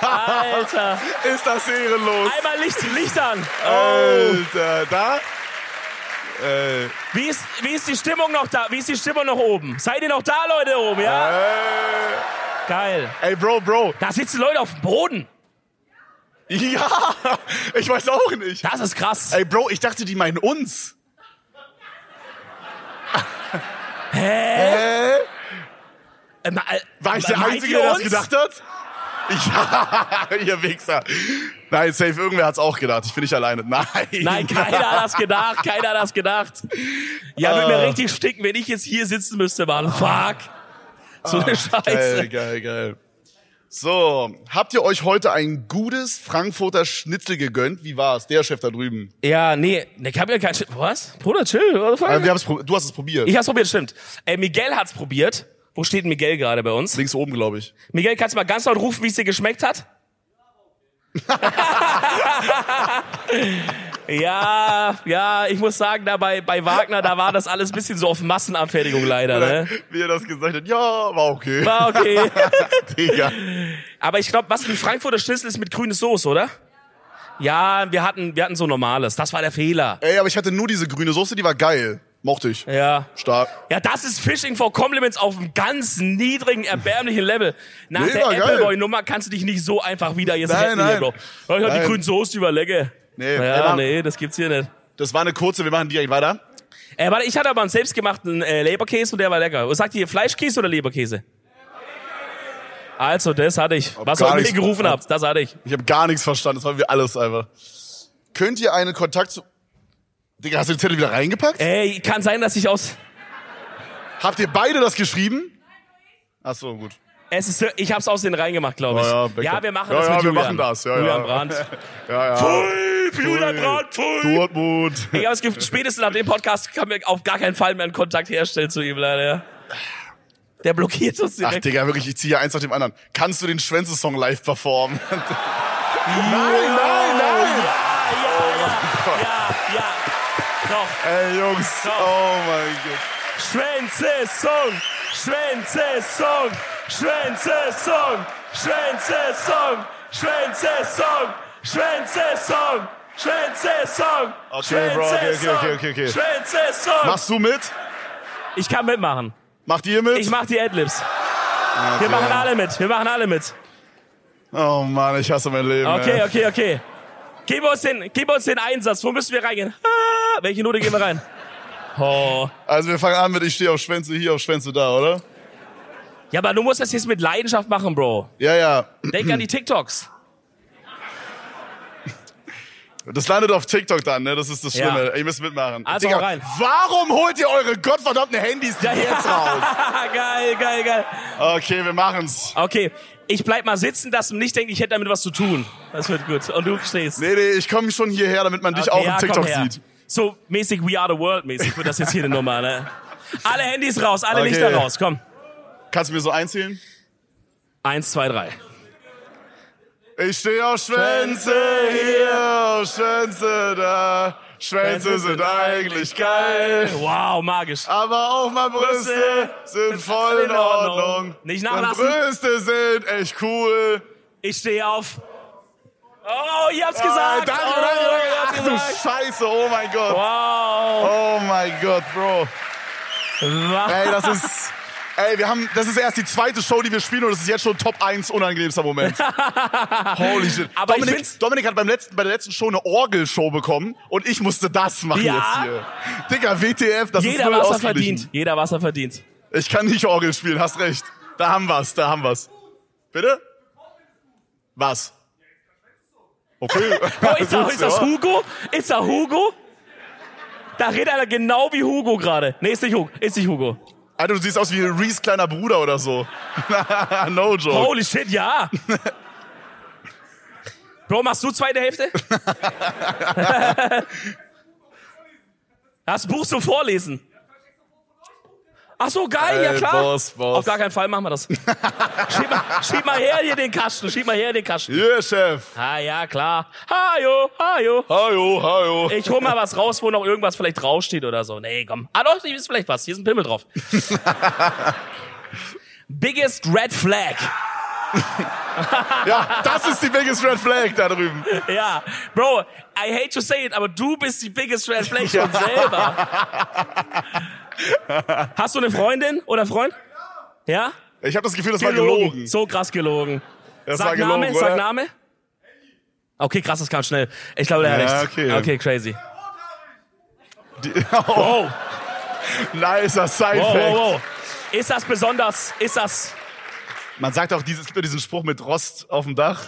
[SPEAKER 2] Alter.
[SPEAKER 1] ist das ehrenlos.
[SPEAKER 2] Einmal Licht, Licht an.
[SPEAKER 1] Oh. Alter, da? Äh,
[SPEAKER 2] Wie ist, wie ist die Stimmung noch da? Wie ist die Stimmung noch oben? Seid ihr noch da, Leute, oben, ja?
[SPEAKER 1] äh.
[SPEAKER 2] Geil.
[SPEAKER 1] Ey, Bro, Bro.
[SPEAKER 2] Da sitzen Leute auf dem Boden.
[SPEAKER 1] Ja, ich weiß auch nicht.
[SPEAKER 2] Das ist krass.
[SPEAKER 1] Ey, Bro, ich dachte, die meinen uns.
[SPEAKER 2] Hä?
[SPEAKER 1] Äh?
[SPEAKER 2] Äh, äh, ma- äh,
[SPEAKER 1] War ich der
[SPEAKER 2] meint
[SPEAKER 1] Einzige,
[SPEAKER 2] ihr
[SPEAKER 1] der das
[SPEAKER 2] uns?
[SPEAKER 1] gedacht hat? Ich, ihr Wichser. Nein, safe, irgendwer hat's auch gedacht. Ich bin nicht alleine. Nein.
[SPEAKER 2] Nein, keiner hat das gedacht, keiner hat das gedacht. Ja, würde
[SPEAKER 1] Ah.
[SPEAKER 2] mir richtig sticken, wenn ich jetzt hier sitzen müsste, Mann. Fuck. So eine Scheiße.
[SPEAKER 1] Ah, Geil, geil, geil. So, habt ihr euch heute ein gutes Frankfurter Schnitzel gegönnt? Wie war's? Der Chef da drüben.
[SPEAKER 2] Ja, nee, ich hab ja kein Schild. Was? Bruder, chill. what the fuck?
[SPEAKER 1] Äh, Wir haben's, prob- du hast es probiert.
[SPEAKER 2] Ich hab's probiert, stimmt. Äh, Miguel hat's probiert. Wo steht denn Miguel gerade bei uns?
[SPEAKER 1] Links oben, glaube ich.
[SPEAKER 2] Miguel, kannst du mal ganz laut rufen, wie es dir geschmeckt hat? ja, ja, ich muss sagen, da bei, bei Wagner, da war das alles ein bisschen so auf Massenanfertigung leider, ne?
[SPEAKER 1] Wie er das gesagt hat. Ja, war okay.
[SPEAKER 2] War okay.
[SPEAKER 1] Digga.
[SPEAKER 2] Aber ich glaube, was ein Frankfurter Schnitzel ist mit grünes Soße, oder? Ja, wir hatten, wir hatten so normales. Das war der Fehler.
[SPEAKER 1] Ey, aber ich hatte nur diese grüne Soße, die war geil. Mochte ich.
[SPEAKER 2] Ja.
[SPEAKER 1] Stark.
[SPEAKER 2] Ja, das ist Fishing for Compliments auf einem ganz niedrigen, erbärmlichen Level. Nach
[SPEAKER 1] Nee,
[SPEAKER 2] der
[SPEAKER 1] war geil.
[SPEAKER 2] Appleboy-Nummer kannst du dich nicht so einfach wieder jetzt
[SPEAKER 1] Nein,
[SPEAKER 2] retten hier,
[SPEAKER 1] nein.
[SPEAKER 2] Bro. Ja, Ich hab die
[SPEAKER 1] Nein.
[SPEAKER 2] grüne Soße überlege.
[SPEAKER 1] Nee, ey,
[SPEAKER 2] Ja,
[SPEAKER 1] war-
[SPEAKER 2] nee, das gibt's hier nicht.
[SPEAKER 1] Das war eine kurze, wir machen direkt weiter.
[SPEAKER 2] Äh, warte, ich hatte aber einen selbstgemachten äh, Leberkäse und der war lecker. Was sagt ihr, Fleischkäse oder Leberkäse? Also, das hatte ich. Was
[SPEAKER 1] gar
[SPEAKER 2] auch immer ihr
[SPEAKER 1] nichts-
[SPEAKER 2] gerufen habt, das hatte ich.
[SPEAKER 1] Ich habe gar nichts verstanden, das war wie alles einfach. Könnt ihr einen Kontakt zu... Digga, hast du den Zettel wieder reingepackt?
[SPEAKER 2] Ey, kann sein, dass ich aus...
[SPEAKER 1] Habt ihr beide das geschrieben? Ach so, gut.
[SPEAKER 2] Es ist, ich hab's aus den Reihen gemacht, glaube ich.
[SPEAKER 1] Ja, ja,
[SPEAKER 2] Ja,
[SPEAKER 1] Becker.
[SPEAKER 2] wir machen
[SPEAKER 1] Ja,
[SPEAKER 2] das
[SPEAKER 1] ja,
[SPEAKER 2] mit
[SPEAKER 1] wir
[SPEAKER 2] Julian.
[SPEAKER 1] machen das, ja, ja.
[SPEAKER 2] Julian Brandt.
[SPEAKER 1] Ja, ja.
[SPEAKER 2] Pfui, Julian
[SPEAKER 1] Pfui.
[SPEAKER 2] Brandt, pfui.
[SPEAKER 1] Dortmund.
[SPEAKER 2] Ich habe das Gefühl, spätestens nach dem Podcast kann mir auf gar keinen Fall mehr einen Kontakt herstellen zu ihm, leider. ja. Der blockiert uns
[SPEAKER 1] Ach,
[SPEAKER 2] direkt.
[SPEAKER 1] Digga, wirklich, ich ziehe eins nach dem anderen. Kannst du den Schwänze-Song live performen? nein, nein, nein!
[SPEAKER 2] ja, ja, ja, ja. Doch.
[SPEAKER 1] Ey, Jungs, oh mein Gott.
[SPEAKER 2] Schwänze-Song, Schwänze-Song, Schwänze-Song, Schwänze-Song, Schwänze-Song, Schwänze-Song, Schwänze-Song,
[SPEAKER 1] Okay, Bro, okay, okay, okay, okay, okay.
[SPEAKER 2] Schwänze-Song.
[SPEAKER 1] Machst du mit?
[SPEAKER 2] Ich kann mitmachen.
[SPEAKER 1] Macht ihr mit?
[SPEAKER 2] Ich mach die Adlibs.
[SPEAKER 1] okay.
[SPEAKER 2] Wir machen alle mit. Wir machen alle mit.
[SPEAKER 1] Oh Mann, ich hasse mein Leben.
[SPEAKER 2] Okay,
[SPEAKER 1] ey.
[SPEAKER 2] okay, okay. Gib uns den, gib uns den Einsatz. Wo müssen wir reingehen? Ah, welche Note gehen wir rein? Oh.
[SPEAKER 1] Also wir fangen an mit, ich stehe auf Schwänze hier, auf Schwänze da, oder?
[SPEAKER 2] Ja, aber du musst das jetzt mit Leidenschaft machen, Bro.
[SPEAKER 1] Ja, ja.
[SPEAKER 2] Denk an die TikToks.
[SPEAKER 1] Das landet auf TikTok dann, ne? Das ist das
[SPEAKER 2] Ja.
[SPEAKER 1] Schlimme. Ihr müsst mitmachen.
[SPEAKER 2] Also
[SPEAKER 1] Digga,
[SPEAKER 2] hau rein.
[SPEAKER 1] warum holt ihr eure gottverdammten Handys
[SPEAKER 2] Ja, ja.
[SPEAKER 1] jetzt raus?
[SPEAKER 2] geil, geil, geil.
[SPEAKER 1] Okay, wir machen's.
[SPEAKER 2] Okay, ich bleib mal sitzen, dass du nicht denkst, ich hätte damit was zu tun. Das wird gut. Und du stehst.
[SPEAKER 1] Nee, nee, ich komme schon hierher, damit man dich
[SPEAKER 2] Okay,
[SPEAKER 1] auch
[SPEAKER 2] ja,
[SPEAKER 1] im
[SPEAKER 2] komm
[SPEAKER 1] TikTok
[SPEAKER 2] her.
[SPEAKER 1] sieht.
[SPEAKER 2] So mäßig We Are the World mäßig wird das jetzt hier eine Nummer, ne? Alle Handys raus, alle
[SPEAKER 1] Okay.
[SPEAKER 2] Lichter raus, komm.
[SPEAKER 1] Kannst du mir so einzählen?
[SPEAKER 2] Eins, zwei, drei.
[SPEAKER 1] Ich stehe auf Schwänze hier, auf Schwänze da. Schwänze sind eigentlich geil,
[SPEAKER 2] Wow, magisch.
[SPEAKER 1] aber auch mal Brüste sind voll in Ordnung.
[SPEAKER 2] Nicht
[SPEAKER 1] Und
[SPEAKER 2] nachlassen.
[SPEAKER 1] Brüste sind echt cool.
[SPEAKER 2] Ich stehe auf. Oh, ihr habt's
[SPEAKER 1] Danke,
[SPEAKER 2] gesagt.
[SPEAKER 1] Äh, danke,
[SPEAKER 2] oh, ihr habt's
[SPEAKER 1] danke. Ach du
[SPEAKER 2] gesagt.
[SPEAKER 1] Scheiße, oh mein Gott.
[SPEAKER 2] Wow.
[SPEAKER 1] Oh mein Gott, Bro.
[SPEAKER 2] Wa-
[SPEAKER 1] Äh, Ey, das ist. Ey, wir haben, das ist erst die zweite Show, die wir spielen und das ist jetzt schon Top 1 unangenehmster Moment. Holy shit.
[SPEAKER 2] Aber ich find's-
[SPEAKER 1] Dominik, Dominik hat beim letzten, bei der letzten Show eine Orgelshow bekommen und ich musste das machen
[SPEAKER 2] Ja.
[SPEAKER 1] jetzt hier. Digga, WTF, das ist
[SPEAKER 2] Jeder
[SPEAKER 1] null
[SPEAKER 2] was er
[SPEAKER 1] ausgeglichen.
[SPEAKER 2] verdient. Jeder was er verdient.
[SPEAKER 1] Ich kann nicht Orgel spielen, hast recht. Da haben wir's, da haben wir's. Bitte? Was? Okay.
[SPEAKER 2] Oh, ist, da,
[SPEAKER 1] Gut,
[SPEAKER 2] ist das
[SPEAKER 1] ja.
[SPEAKER 2] Hugo? Ist da Hugo? Da redet einer genau wie Hugo gerade. Nee, ist nicht Hugo. Ist nicht Hugo.
[SPEAKER 1] Alter, du siehst aus wie Reese kleiner Bruder oder so. no joke.
[SPEAKER 2] Holy shit, ja. Bro, machst du zweite Hälfte? das Buch zum Vorlesen. Ach so, geil, ja
[SPEAKER 1] Ey,
[SPEAKER 2] klar.
[SPEAKER 1] Äh, Boss, Boss.
[SPEAKER 2] Auf gar keinen Fall machen wir das. schieb, mal, schieb mal her hier den Kasten, schieb mal her den Kasten.
[SPEAKER 1] Yeah, Chef.
[SPEAKER 2] Ah ja, klar. Hajo, hajo.
[SPEAKER 1] Hallo, hallo.
[SPEAKER 2] Ich hol mal was raus, wo noch irgendwas vielleicht draufsteht oder so. Nee, komm. Ah doch, hier ist vielleicht was. Hier ist ein Pimmel drauf. Biggest Red Flag.
[SPEAKER 1] Ja, das ist die biggest red flag da drüben.
[SPEAKER 2] Ja, Bro, I hate to say it, aber du bist die biggest red flag schon selber. Hast du eine Freundin oder Freund? Ja?
[SPEAKER 1] Ich habe das Gefühl, das war gelogen.
[SPEAKER 2] So krass gelogen.
[SPEAKER 1] Das
[SPEAKER 2] sag
[SPEAKER 1] war gelogen,
[SPEAKER 2] Name,
[SPEAKER 1] oder?
[SPEAKER 2] sag Name. Okay, krass, das kam schnell. Ich glaube, der
[SPEAKER 1] Ja,
[SPEAKER 2] hat recht.
[SPEAKER 1] okay.
[SPEAKER 2] okay, crazy.
[SPEAKER 1] Die, oh,
[SPEAKER 2] Oh,
[SPEAKER 1] nicer
[SPEAKER 2] wow,
[SPEAKER 1] Side-Fact.
[SPEAKER 2] wow, wow. Ist das besonders, ist das
[SPEAKER 1] Man sagt auch, dieses, es gibt ja diesen Spruch mit Rost auf dem Dach.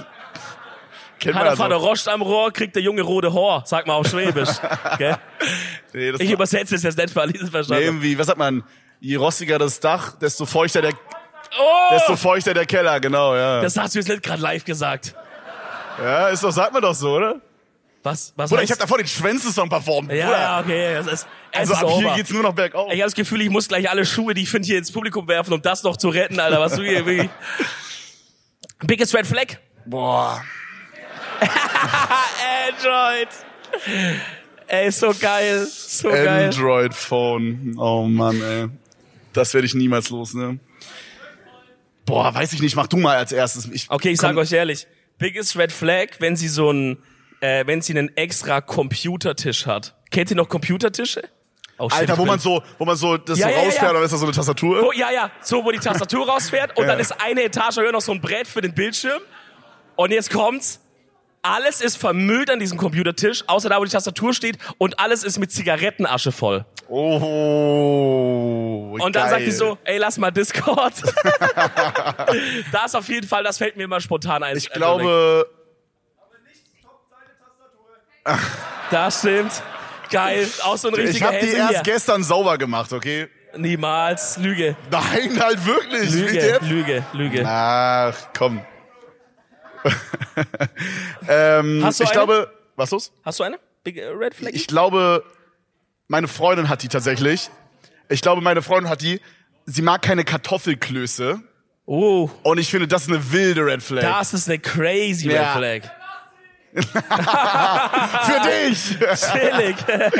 [SPEAKER 1] Kennt man
[SPEAKER 2] Hanna
[SPEAKER 1] also.
[SPEAKER 2] Vater Rost am Rohr, kriegt der junge rote Haar, sag mal auf Schwäbisch. Gell?
[SPEAKER 1] Nee, das
[SPEAKER 2] Ich übersetze es jetzt nicht für alle die es
[SPEAKER 1] nee,
[SPEAKER 2] verstanden.
[SPEAKER 1] irgendwie, was sagt man? Je rostiger das Dach, desto feuchter der, desto
[SPEAKER 2] Oh,
[SPEAKER 1] feuchter der Keller, genau, ja.
[SPEAKER 2] das hast du jetzt nicht gerade live gesagt.
[SPEAKER 1] ja, ist doch, sagt man doch so, oder?
[SPEAKER 2] Was, was
[SPEAKER 1] Oder
[SPEAKER 2] heißt-
[SPEAKER 1] ich habe davor den Schwänze-Song performt.
[SPEAKER 2] Ja,
[SPEAKER 1] Bruder.
[SPEAKER 2] ja, okay. Es ist, es
[SPEAKER 1] Also
[SPEAKER 2] ist
[SPEAKER 1] ab hier
[SPEAKER 2] over.
[SPEAKER 1] geht's nur noch bergauf.
[SPEAKER 2] Ich habe das Gefühl, ich muss gleich alle Schuhe, die ich finde, hier ins Publikum werfen, um das noch zu retten, Alter. Was du hier wirklich. Biggest Red Flag?
[SPEAKER 1] Boah.
[SPEAKER 2] Android. Ey, so geil. So geil.
[SPEAKER 1] Android Phone. Oh Mann, ey. Das werde ich niemals los, ne? Boah, weiß ich nicht, mach du mal als erstes. Ich,
[SPEAKER 2] Okay, ich sage
[SPEAKER 1] komm-
[SPEAKER 2] euch ehrlich. Biggest Red Flag, wenn sie so ein, äh, wenn sie einen extra Computertisch hat. Kennt ihr noch Computertische? Oh, shit,
[SPEAKER 1] Alter,
[SPEAKER 2] ich
[SPEAKER 1] wo
[SPEAKER 2] bin-
[SPEAKER 1] man so, wo man so das
[SPEAKER 2] Ja,
[SPEAKER 1] so
[SPEAKER 2] ja, ja,
[SPEAKER 1] rausfährt, und
[SPEAKER 2] ja.
[SPEAKER 1] dann ist da so eine Tastatur.
[SPEAKER 2] Oh, ja, ja, so, wo die Tastatur rausfährt und dann ist eine Etage höher noch so ein Brett für den Bildschirm. Und jetzt kommt's. Alles ist vermüllt an diesem Computertisch, außer da, wo die Tastatur steht und alles ist mit Zigarettenasche voll.
[SPEAKER 1] Oh.
[SPEAKER 2] Und dann
[SPEAKER 1] geil.
[SPEAKER 2] sagt die so, ey, lass mal Discord. das auf jeden Fall, das fällt mir immer spontan ein. Also,
[SPEAKER 1] Ich glaube,
[SPEAKER 2] Das stimmt. Geil, auch so ein
[SPEAKER 1] ich
[SPEAKER 2] richtiger
[SPEAKER 1] habe die
[SPEAKER 2] Hesse
[SPEAKER 1] erst
[SPEAKER 2] hier.
[SPEAKER 1] gestern sauber gemacht, okay?
[SPEAKER 2] Niemals. Lüge,
[SPEAKER 1] Nein, halt wirklich.
[SPEAKER 2] Lüge,
[SPEAKER 1] WTF?
[SPEAKER 2] Lüge, Lüge.
[SPEAKER 1] Ach, komm. ähm,
[SPEAKER 2] Hast du
[SPEAKER 1] ich
[SPEAKER 2] eine?
[SPEAKER 1] glaube, was los?
[SPEAKER 2] Hast du eine? Big äh, Red Flag?
[SPEAKER 1] Ich glaube, meine Freundin hat die tatsächlich. Ich glaube, meine Freundin hat die. Sie mag keine Kartoffelklöße.
[SPEAKER 2] oh,
[SPEAKER 1] Und ich finde, das ist eine wilde Red Flag.
[SPEAKER 2] das ist eine crazy
[SPEAKER 1] Ja.
[SPEAKER 2] Red Flag.
[SPEAKER 1] Für dich!
[SPEAKER 2] Chillig.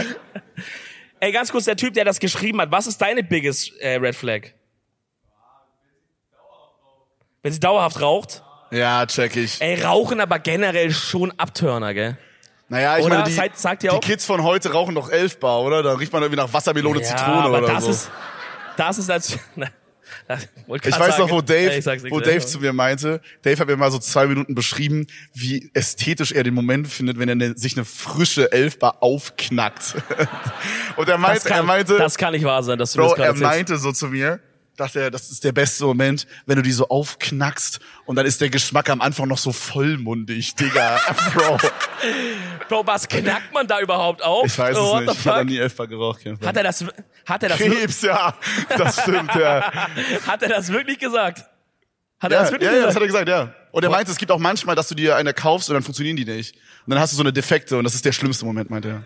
[SPEAKER 2] Ey, ganz kurz, der Typ, der das geschrieben hat, was ist deine biggest äh, Red Flag? Wenn sie dauerhaft raucht?
[SPEAKER 1] Ja, check ich.
[SPEAKER 2] Ey, rauchen aber generell schon Abtörner, gell?
[SPEAKER 1] Naja, ich
[SPEAKER 2] Oder?
[SPEAKER 1] meine, die,
[SPEAKER 2] Seid- sagt ihr
[SPEAKER 1] die
[SPEAKER 2] auch?
[SPEAKER 1] Kids von heute rauchen doch Elfbar, oder? Da riecht man irgendwie nach Wassermelone, Zitrone
[SPEAKER 2] aber
[SPEAKER 1] oder
[SPEAKER 2] das
[SPEAKER 1] so.
[SPEAKER 2] ist, das ist als, na, das, wollte
[SPEAKER 1] ich
[SPEAKER 2] grad
[SPEAKER 1] weiß
[SPEAKER 2] sagen.
[SPEAKER 1] noch, wo
[SPEAKER 2] Ja,
[SPEAKER 1] Dave,
[SPEAKER 2] ich sag's nicht,
[SPEAKER 1] wo
[SPEAKER 2] ne?
[SPEAKER 1] Dave zu mir meinte, Dave hat mir mal so zwei Minuten beschrieben, wie ästhetisch er den Moment findet, wenn er ne, sich eine frische Elfbar aufknackt. Und er
[SPEAKER 2] das
[SPEAKER 1] meinte,
[SPEAKER 2] kann,
[SPEAKER 1] er meinte,
[SPEAKER 2] das kann nicht wahr sein, dass du
[SPEAKER 1] Bro,
[SPEAKER 2] das gerade
[SPEAKER 1] er
[SPEAKER 2] erzählst.
[SPEAKER 1] meinte so zu mir, dass er, das ist der beste Moment, wenn du die so aufknackst und dann ist der Geschmack am Anfang noch so vollmundig, Digga. Bro,
[SPEAKER 2] Bro, was knackt man da überhaupt auf?
[SPEAKER 1] ich weiß
[SPEAKER 2] oh,
[SPEAKER 1] es
[SPEAKER 2] what
[SPEAKER 1] nicht.
[SPEAKER 2] The
[SPEAKER 1] Ich hab noch
[SPEAKER 2] fuck?
[SPEAKER 1] nie Elfbar geraucht. kein Fall.
[SPEAKER 2] Hat er das, hat er das, wir-
[SPEAKER 1] Krebs, ja. Das stimmt, ja.
[SPEAKER 2] hat er das wirklich gesagt? Hat er
[SPEAKER 1] Ja,
[SPEAKER 2] das
[SPEAKER 1] ja,
[SPEAKER 2] wirklich
[SPEAKER 1] ja, das
[SPEAKER 2] gesagt?
[SPEAKER 1] hat er gesagt, ja. Und er meinte, es gibt auch manchmal, dass du dir eine kaufst und dann funktionieren die nicht. Und dann hast du so eine Defekte und das ist der schlimmste Moment, meinte er.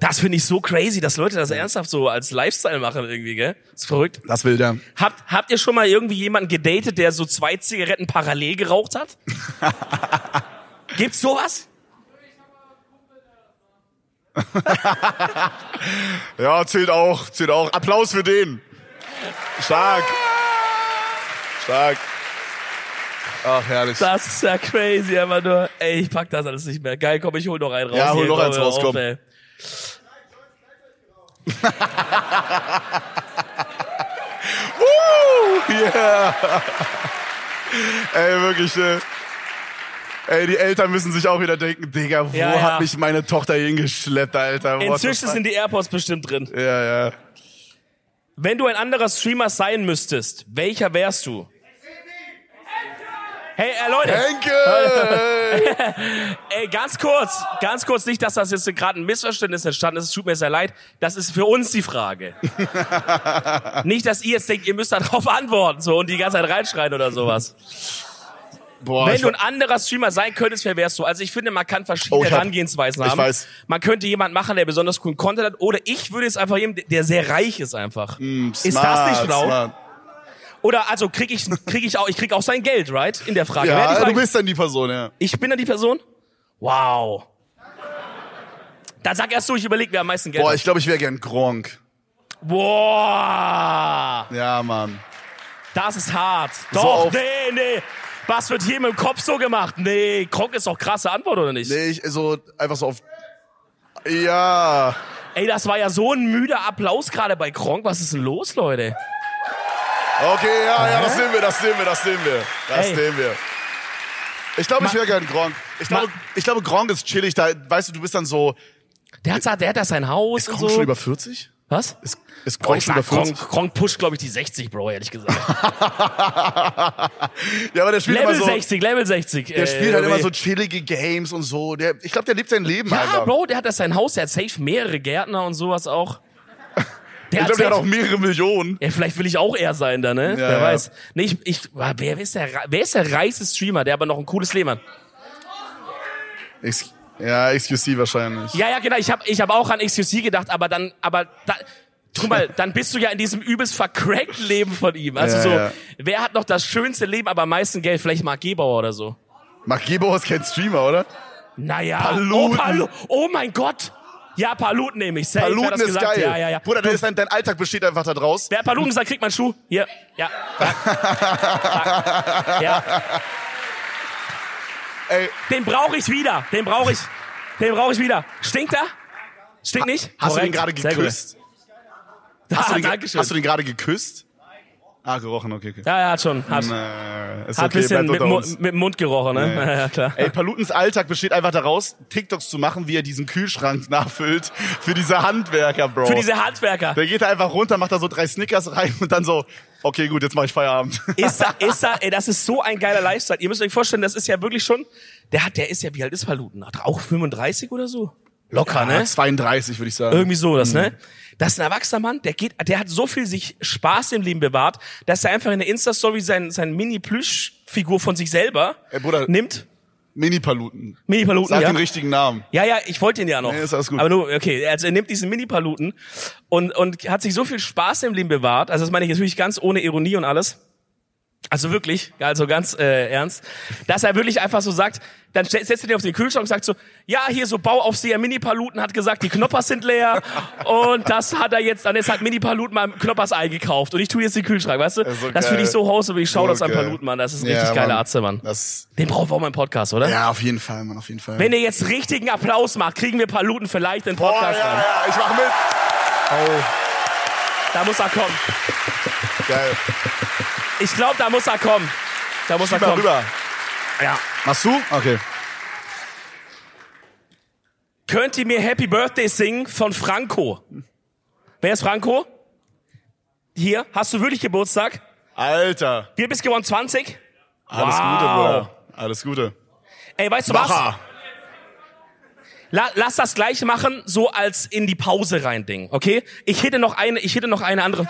[SPEAKER 2] Das finde ich so crazy, dass Leute das ernsthaft so als Lifestyle machen irgendwie, gell? Ist verrückt.
[SPEAKER 1] Das will der.
[SPEAKER 2] Habt, habt ihr schon mal irgendwie jemanden gedatet, der so zwei Zigaretten parallel geraucht hat? Gibt's sowas?
[SPEAKER 1] Ja, zählt auch, zählt auch. Applaus für den. Stark. Stark. Ach, herrlich.
[SPEAKER 2] Das ist ja crazy, aber nur. Ey, ich pack das alles nicht mehr. Geil, komm, ich hol noch einen raus.
[SPEAKER 1] Ja, hol
[SPEAKER 2] hier,
[SPEAKER 1] noch eins
[SPEAKER 2] hör
[SPEAKER 1] raus, komm.
[SPEAKER 2] ey.
[SPEAKER 1] Woo! Yeah! Ey, wirklich, ne? Ey, die Eltern müssen sich auch wieder denken, Digga, wo
[SPEAKER 2] Ja, ja.
[SPEAKER 1] hat mich meine Tochter hingeschleppt, Alter? What the
[SPEAKER 2] Inzwischen
[SPEAKER 1] fuck?
[SPEAKER 2] sind die AirPods bestimmt drin.
[SPEAKER 1] Ja, ja.
[SPEAKER 2] Wenn du ein anderer Streamer sein müsstest, welcher wärst du? Hey, äh, Leute,
[SPEAKER 1] Henke!
[SPEAKER 2] Ey, ganz kurz, ganz kurz, nicht, dass das jetzt gerade ein Missverständnis entstanden ist, es tut mir sehr leid, das ist für uns die Frage. nicht, dass ihr jetzt denkt, ihr müsst darauf antworten so und die ganze Zeit reinschreien oder sowas.
[SPEAKER 1] Boah,
[SPEAKER 2] Wenn
[SPEAKER 1] ich-
[SPEAKER 2] du ein anderer Streamer sein könntest, wer wärst du? Also ich finde, man kann verschiedene
[SPEAKER 1] Oh, ich hab-
[SPEAKER 2] Herangehensweisen
[SPEAKER 1] ich
[SPEAKER 2] haben.
[SPEAKER 1] weiß.
[SPEAKER 2] Man könnte jemanden machen, der besonders coolen Content hat oder ich würde es einfach jemanden, der sehr reich ist einfach.
[SPEAKER 1] Mm.
[SPEAKER 2] ist das
[SPEAKER 1] Smart,
[SPEAKER 2] nicht schlau?
[SPEAKER 1] smart.
[SPEAKER 2] Oder also krieg ich, krieg ich auch, ich krieg auch sein Geld, right? In der Frage. Wer hat die
[SPEAKER 1] Ja,
[SPEAKER 2] Frage
[SPEAKER 1] du bist dann die Person, ja.
[SPEAKER 2] Ich bin dann die Person? Wow. Dann sag erst du, ich überlege, wer am meisten Geld
[SPEAKER 1] Boah,
[SPEAKER 2] hat.
[SPEAKER 1] ich glaube, ich wäre gern Gronk.
[SPEAKER 2] Boah.
[SPEAKER 1] Ja, Mann.
[SPEAKER 2] Das ist hart.
[SPEAKER 1] So
[SPEAKER 2] Doch,
[SPEAKER 1] auf-
[SPEAKER 2] nee, nee. Was wird hier mit dem Kopf so gemacht? Nee, Kronk ist doch krasse Antwort, oder nicht?
[SPEAKER 1] Nee, ich, so, einfach so auf. Ja.
[SPEAKER 2] Ey, das war ja so ein müder Applaus gerade bei Kronk. Was ist denn los, Leute?
[SPEAKER 1] Okay, ja, ja, das sehen wir, das sehen wir, das sehen wir. Das
[SPEAKER 2] Ey.
[SPEAKER 1] sehen wir. Ich glaube, ich wäre gern Gronk. Ich glaube,
[SPEAKER 2] Ma-
[SPEAKER 1] ich glaube, Gronk ist chillig. Da, weißt du, du bist dann so.
[SPEAKER 2] Der hat, der hat da sein Haus
[SPEAKER 1] Ist
[SPEAKER 2] und
[SPEAKER 1] Gronk
[SPEAKER 2] so.
[SPEAKER 1] schon über 40?
[SPEAKER 2] Was?
[SPEAKER 1] Ist, ist
[SPEAKER 2] Boah,
[SPEAKER 1] Gronk
[SPEAKER 2] ich
[SPEAKER 1] schon über
[SPEAKER 2] sag,
[SPEAKER 1] 40?
[SPEAKER 2] Kronk, Kronk pusht, glaube ich, die 60, Bro, ehrlich gesagt.
[SPEAKER 1] Ja, aber der spielt
[SPEAKER 2] Level
[SPEAKER 1] immer so,
[SPEAKER 2] 60, Level äh, 60.
[SPEAKER 1] der spielt halt immer so chillige Games und so. Der, ich glaube, der lebt sein Leben
[SPEAKER 2] Ja,
[SPEAKER 1] einfach.
[SPEAKER 2] Bro, der hat das sein Haus, der hat safe mehrere Gärtner und sowas auch. Der
[SPEAKER 1] Ich glaube, der
[SPEAKER 2] safe-
[SPEAKER 1] hat auch mehrere Millionen.
[SPEAKER 2] Ja, vielleicht will ich auch er sein da, ne? wer
[SPEAKER 1] ja.
[SPEAKER 2] weiß. Nee, ich, ich, ah, wer, wer, ist der, rei- wer ist der reichste Streamer, der aber noch ein cooles Leben hat?
[SPEAKER 1] Ex- Ja, XQC wahrscheinlich.
[SPEAKER 2] Ja, ja, genau. Ich habe ich hab auch an XQC gedacht, aber dann, aber da, guck mal, dann bist du ja in diesem übelst vercrackten Leben von ihm. Also
[SPEAKER 1] Ja,
[SPEAKER 2] so,
[SPEAKER 1] ja.
[SPEAKER 2] wer hat noch das schönste Leben, aber am meisten Geld? Vielleicht Mark Gebauer oder so.
[SPEAKER 1] Mark Gebauer ist kein Streamer, oder?
[SPEAKER 2] Naja.
[SPEAKER 1] Paluten.
[SPEAKER 2] Oh, Palu oh mein Gott. Ja, Paluten nehme ich. Safe, wer hat
[SPEAKER 1] Paluten
[SPEAKER 2] das
[SPEAKER 1] ist
[SPEAKER 2] gesagt?
[SPEAKER 1] geil.
[SPEAKER 2] Ja, ja, ja.
[SPEAKER 1] Bruder, dein, dein, dein Alltag besteht einfach da draus.
[SPEAKER 2] Wer hat Paluten gesagt, kriegt man Schuh? Hier. Ja. Ja. ja.
[SPEAKER 1] Ey,
[SPEAKER 2] Den brauche ich wieder. Den brauche ich. Den brauche ich wieder. Stinkt er? Stinkt nicht?
[SPEAKER 1] hast du den
[SPEAKER 2] Korrekt.
[SPEAKER 1] gerade
[SPEAKER 2] Sehr gut.
[SPEAKER 1] geküsst?
[SPEAKER 2] Ah,
[SPEAKER 1] Hast, du den,
[SPEAKER 2] Dankeschön.
[SPEAKER 1] hast du den gerade geküsst? Ah, gerochen, okay, okay.
[SPEAKER 2] ja, ja, hat schon. Hat,
[SPEAKER 1] Na, äh, ist
[SPEAKER 2] hat
[SPEAKER 1] okay,
[SPEAKER 2] bisschen
[SPEAKER 1] bleibt
[SPEAKER 2] mit,
[SPEAKER 1] unter
[SPEAKER 2] Mu-
[SPEAKER 1] uns.
[SPEAKER 2] mit dem Mund gerochen, ne? Ja, ja klar.
[SPEAKER 1] Ey, Palutens Alltag besteht einfach daraus, TikToks zu machen, wie er diesen Kühlschrank nachfüllt für diese Handwerker, Bro.
[SPEAKER 2] Für diese Handwerker.
[SPEAKER 1] der geht da einfach runter, macht da so drei Snickers rein und dann so, okay, gut, jetzt mache ich Feierabend.
[SPEAKER 2] Ist da, ist da, ey, das ist so ein geiler Lifestyle. Ihr müsst euch vorstellen, das ist ja wirklich schon, der hat, der ist ja, wie alt ist Paluten? Hat er auch 35 oder so? Locker, ne?
[SPEAKER 1] 32 würde ich sagen.
[SPEAKER 2] Irgendwie so das,
[SPEAKER 1] Mhm.
[SPEAKER 2] ne? Das ist ein erwachsener Mann, der geht, der hat so viel sich Spaß im Leben bewahrt, dass er einfach in der Insta-Story sein, sein Mini-Plüsch-Figur von sich selber
[SPEAKER 1] Ey, Bruder.
[SPEAKER 2] nimmt.
[SPEAKER 1] Mini-Paluten.
[SPEAKER 2] Mini-Paluten,
[SPEAKER 1] Sag
[SPEAKER 2] ja.
[SPEAKER 1] den richtigen Namen.
[SPEAKER 2] Ja, ja, ich wollte ihn ja noch.
[SPEAKER 1] Nee, ist alles gut.
[SPEAKER 2] Aber nur, okay, also er nimmt diesen Mini-Paluten und, und hat sich so viel Spaß im Leben bewahrt. Also das meine ich jetzt wirklich ganz ohne Ironie und alles. Also wirklich, also ganz äh, ernst, dass er wirklich einfach so sagt, dann ste- setzt er dir auf den Kühlschrank und sagt so, ja, hier so Bauaufseher Mini-Paluten hat gesagt, die Knoppers sind leer und das hat er jetzt, und jetzt hat Mini-Paluten mal ein Knoppers-Ei gekauft und ich tue jetzt den Kühlschrank, weißt du?
[SPEAKER 1] ist so
[SPEAKER 2] das
[SPEAKER 1] geil.
[SPEAKER 2] finde ich so Hause, wie ich schaue das an
[SPEAKER 1] geil.
[SPEAKER 2] Paluten, Mann, das ist ein
[SPEAKER 1] Ja,
[SPEAKER 2] richtig geiler
[SPEAKER 1] Mann.
[SPEAKER 2] Arzt, Mann.
[SPEAKER 1] Das,
[SPEAKER 2] Den braucht auch mein Podcast, oder?
[SPEAKER 1] ja, auf jeden Fall, Mann, auf jeden Fall.
[SPEAKER 2] Wenn ihr jetzt richtigen Applaus macht, kriegen wir Paluten vielleicht den
[SPEAKER 1] Boah, ja,
[SPEAKER 2] Podcast rein.
[SPEAKER 1] ja, ich mach mit.
[SPEAKER 2] Da muss er kommen.
[SPEAKER 1] Geil.
[SPEAKER 2] Ich glaube, da muss er kommen. Da muss er
[SPEAKER 1] Gib mal
[SPEAKER 2] kommen.
[SPEAKER 1] rüber.
[SPEAKER 2] Ja.
[SPEAKER 1] Machst du? Okay.
[SPEAKER 2] Könnt ihr mir Happy Birthday singen von Franco? Wer ist Franco? Hier, hast du wirklich Geburtstag?
[SPEAKER 1] Alter.
[SPEAKER 2] Wie alt bist du geworden? 20?
[SPEAKER 1] Alles
[SPEAKER 2] Wow.
[SPEAKER 1] Gute, Bruder. Alles Gute.
[SPEAKER 2] Ey, weißt du was?
[SPEAKER 1] Macher.
[SPEAKER 2] La lass das gleich machen, so als in die Pause rein Ding, okay? Ich hätte noch eine, ich hätte noch eine andere.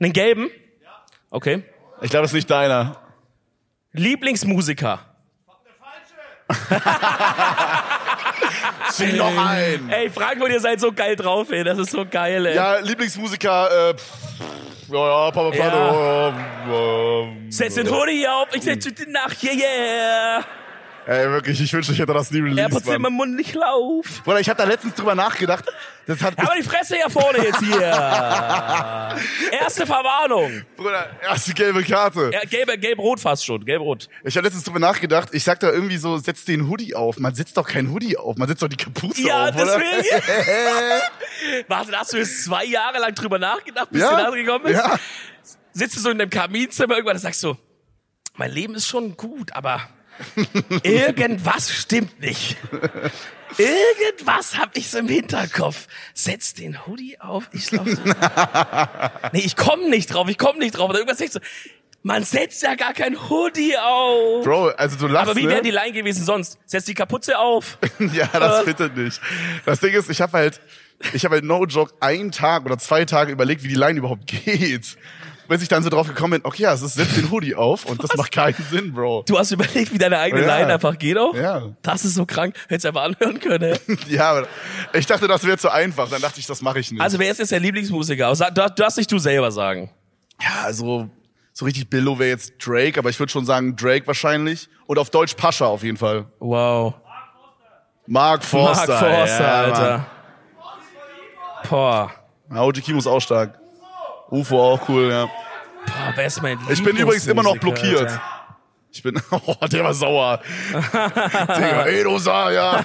[SPEAKER 2] Einen gelben? Okay.
[SPEAKER 1] Ich glaube, das ist nicht deiner.
[SPEAKER 2] Lieblingsmusiker.
[SPEAKER 1] Zieh noch ein.
[SPEAKER 2] Ey, Frankfurt, ihr seid so geil drauf, ey. Das ist so geil, ey.
[SPEAKER 1] Ja, Lieblingsmusiker, äh, pff, ja, ja, Papa Plato, ja. ähm,
[SPEAKER 2] Setz den Hoodie auf, ich setz die Nacht, yeah, yeah.
[SPEAKER 1] Ey, wirklich, ich wünschte, ich hätte das nie
[SPEAKER 2] Er
[SPEAKER 1] released,
[SPEAKER 2] putzt
[SPEAKER 1] Mann.
[SPEAKER 2] meinen Mund nicht auf.
[SPEAKER 1] Bruder, ich habe da letztens drüber nachgedacht. Das hat,
[SPEAKER 2] Aber die Fresse hier vorne jetzt hier. Erste Verwarnung.
[SPEAKER 1] Bruder, erste gelbe Karte.
[SPEAKER 2] Ja, gelb, gelb, rot fast schon, gelb, rot.
[SPEAKER 1] Ich habe letztens drüber nachgedacht. Ich sag da irgendwie so, setz den Hoodie auf. Man setzt doch keinen Hoodie auf. Man setzt doch die Kapuze
[SPEAKER 2] Ja,
[SPEAKER 1] auf, oder?
[SPEAKER 2] deswegen. Warte, da hast du jetzt zwei Jahre lang drüber nachgedacht, bis
[SPEAKER 1] Ja.
[SPEAKER 2] du da gekommen bist?
[SPEAKER 1] Ja.
[SPEAKER 2] Sitzt du so in deinem Kaminzimmer irgendwann und sagst so, mein Leben ist schon gut, aber irgendwas stimmt nicht. Irgendwas hab ich so im Hinterkopf. Setz den Hoodie auf, ich glaub, Nee, ich komm nicht drauf, ich komm nicht drauf. Und irgendwas denkst du, man setzt ja gar kein Hoodie auf.
[SPEAKER 1] Bro, also du lachst,
[SPEAKER 2] aber wie
[SPEAKER 1] ne?
[SPEAKER 2] wäre die Line gewesen sonst? Setz die Kapuze auf.
[SPEAKER 1] Ja, das bitte nicht. Das Ding ist, ich habe halt, ich habe halt no joke einen Tag oder zwei Tage überlegt, wie die Line überhaupt geht. Bis ich dann so drauf gekommen bin, okay, ja, es ist, setz den Hoodie auf und das macht keinen Sinn, Bro.
[SPEAKER 2] Du hast überlegt, wie deine eigene
[SPEAKER 1] Ja.
[SPEAKER 2] Line einfach geht auch?
[SPEAKER 1] Ja.
[SPEAKER 2] Das ist so krank. Hättest du einfach anhören können.
[SPEAKER 1] Ja, aber ich dachte, das wäre zu einfach. Dann dachte ich, das mache ich nicht.
[SPEAKER 2] Also wer ist jetzt der Lieblingsmusiker? Sag- Du du darfst nicht du selber sagen.
[SPEAKER 1] ja, also so richtig Billo wäre jetzt Drake, aber ich würde schon sagen Drake wahrscheinlich. Und auf Deutsch Pascha auf jeden Fall.
[SPEAKER 2] Wow.
[SPEAKER 1] Mark Forster.
[SPEAKER 2] Mark Forster,
[SPEAKER 1] ja,
[SPEAKER 2] Alter. Boah.
[SPEAKER 1] Mann. Ja, OG Kimo ist auch stark. UFO auch cool, ja.
[SPEAKER 2] Boah, wer ist mein
[SPEAKER 1] Ich bin übrigens immer noch
[SPEAKER 2] Lieblingsmusiker,
[SPEAKER 1] blockiert.
[SPEAKER 2] Alter?
[SPEAKER 1] Ich bin, oh, der war sauer. Digga, Edo Saya.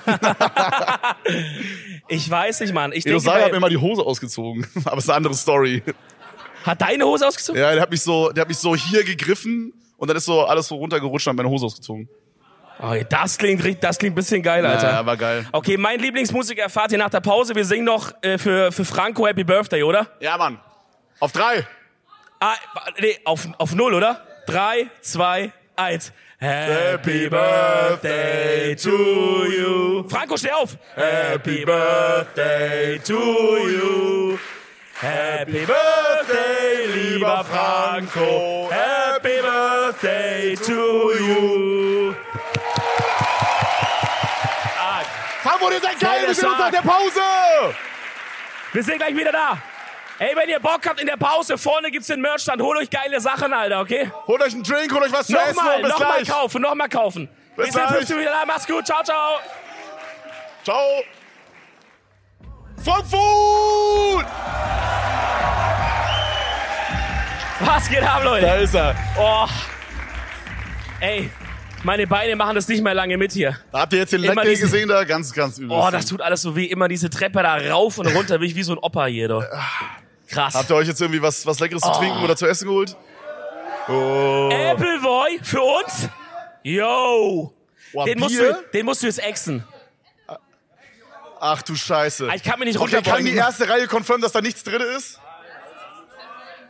[SPEAKER 2] Ich weiß nicht, Mann. Ich
[SPEAKER 1] Edo
[SPEAKER 2] denke,
[SPEAKER 1] Saya hat mir
[SPEAKER 2] bei-
[SPEAKER 1] mal die Hose ausgezogen. Aber es ist eine andere Story.
[SPEAKER 2] hat deine Hose ausgezogen?
[SPEAKER 1] Ja, der hat mich so, der hat mich so hier gegriffen und dann ist so alles so runtergerutscht und hat meine Hose ausgezogen.
[SPEAKER 2] Oh, das klingt richtig, das klingt ein bisschen geil, Alter.
[SPEAKER 1] Ja, war geil.
[SPEAKER 2] Okay, mein Lieblingsmusiker erfahrt ihr nach der Pause. Wir singen noch äh, für, für Franco Happy Birthday, oder?
[SPEAKER 1] Ja, Mann. Auf drei.
[SPEAKER 2] Ah, nee, auf, auf null, oder? Drei, zwei, eins. Happy Birthday to you. Franco, steh auf. Happy Birthday to you. Happy Birthday, lieber Franco. Happy Birthday to you. Ah,
[SPEAKER 1] Frankfurt, ihr seid geil,
[SPEAKER 2] der
[SPEAKER 1] wir sind uns nach
[SPEAKER 2] Tag.
[SPEAKER 1] der Pause.
[SPEAKER 2] wir sind gleich wieder da. Ey, wenn ihr Bock habt in der Pause, vorne gibt's den Merchstand. Holt euch geile Sachen, Alter, okay?
[SPEAKER 1] Holt euch einen Drink, holt euch was zu essen
[SPEAKER 2] Nochmal,
[SPEAKER 1] und bis
[SPEAKER 2] nochmal
[SPEAKER 1] gleich.
[SPEAKER 2] kaufen, nochmal kaufen.
[SPEAKER 1] Bis
[SPEAKER 2] Wir sind in
[SPEAKER 1] gleich.
[SPEAKER 2] 15 wieder da. Mach's gut. Ciao, ciao.
[SPEAKER 1] Ciao. Frankfurt!
[SPEAKER 2] Was geht ab, Leute?
[SPEAKER 1] Da ist er.
[SPEAKER 2] Oh. Ey, meine Beine machen das nicht mehr lange mit hier.
[SPEAKER 1] Da habt ihr jetzt den
[SPEAKER 2] Immer
[SPEAKER 1] Leckbier
[SPEAKER 2] diese-
[SPEAKER 1] gesehen da? Ganz, ganz übel.
[SPEAKER 2] Oh, das tut alles so weh. Immer diese Treppe da rauf und runter, bin ich wie so ein Opa hier. Doch.
[SPEAKER 1] Ah.
[SPEAKER 2] Krass.
[SPEAKER 1] habt ihr euch jetzt irgendwie was, was Leckeres
[SPEAKER 2] Oh.
[SPEAKER 1] zu trinken oder zu essen geholt? Oh.
[SPEAKER 2] Appleboy für uns? Yo.
[SPEAKER 1] Boah,
[SPEAKER 2] Den musst,
[SPEAKER 1] Bier?
[SPEAKER 2] du, den musst du jetzt exen.
[SPEAKER 1] Ach du Scheiße.
[SPEAKER 2] Ah, Ich kann mich nicht
[SPEAKER 1] Okay, kann die
[SPEAKER 2] runterbeugen.
[SPEAKER 1] erste Reihe confirmen, dass da nichts drin ist?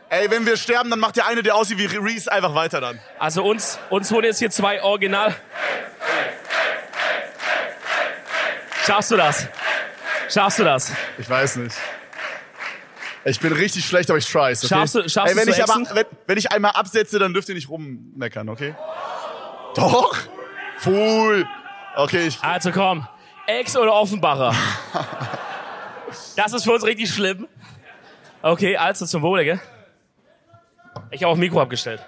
[SPEAKER 1] Ey, wenn wir sterben, dann macht der eine, der aussieht wie Reese, einfach weiter dann.
[SPEAKER 2] Also uns, uns holen jetzt hier zwei Original. Schaffst du das? Schaffst du das?
[SPEAKER 1] Ich weiß nicht. Ich bin richtig schlecht, aber ich tries. Okay?
[SPEAKER 2] Schaffst du- schaffst
[SPEAKER 1] Ey, wenn
[SPEAKER 2] du es
[SPEAKER 1] ich
[SPEAKER 2] zu
[SPEAKER 1] aber,
[SPEAKER 2] exen?
[SPEAKER 1] wenn, wenn ich einmal absetze, dann dürft ihr nicht rummeckern, okay? Doch? Fool. Okay, ich.
[SPEAKER 2] Also komm, Ex oder Offenbacher? Das ist für uns richtig schlimm. Okay, also zum Wohle, gell? Ich habe auf Mikro abgestellt.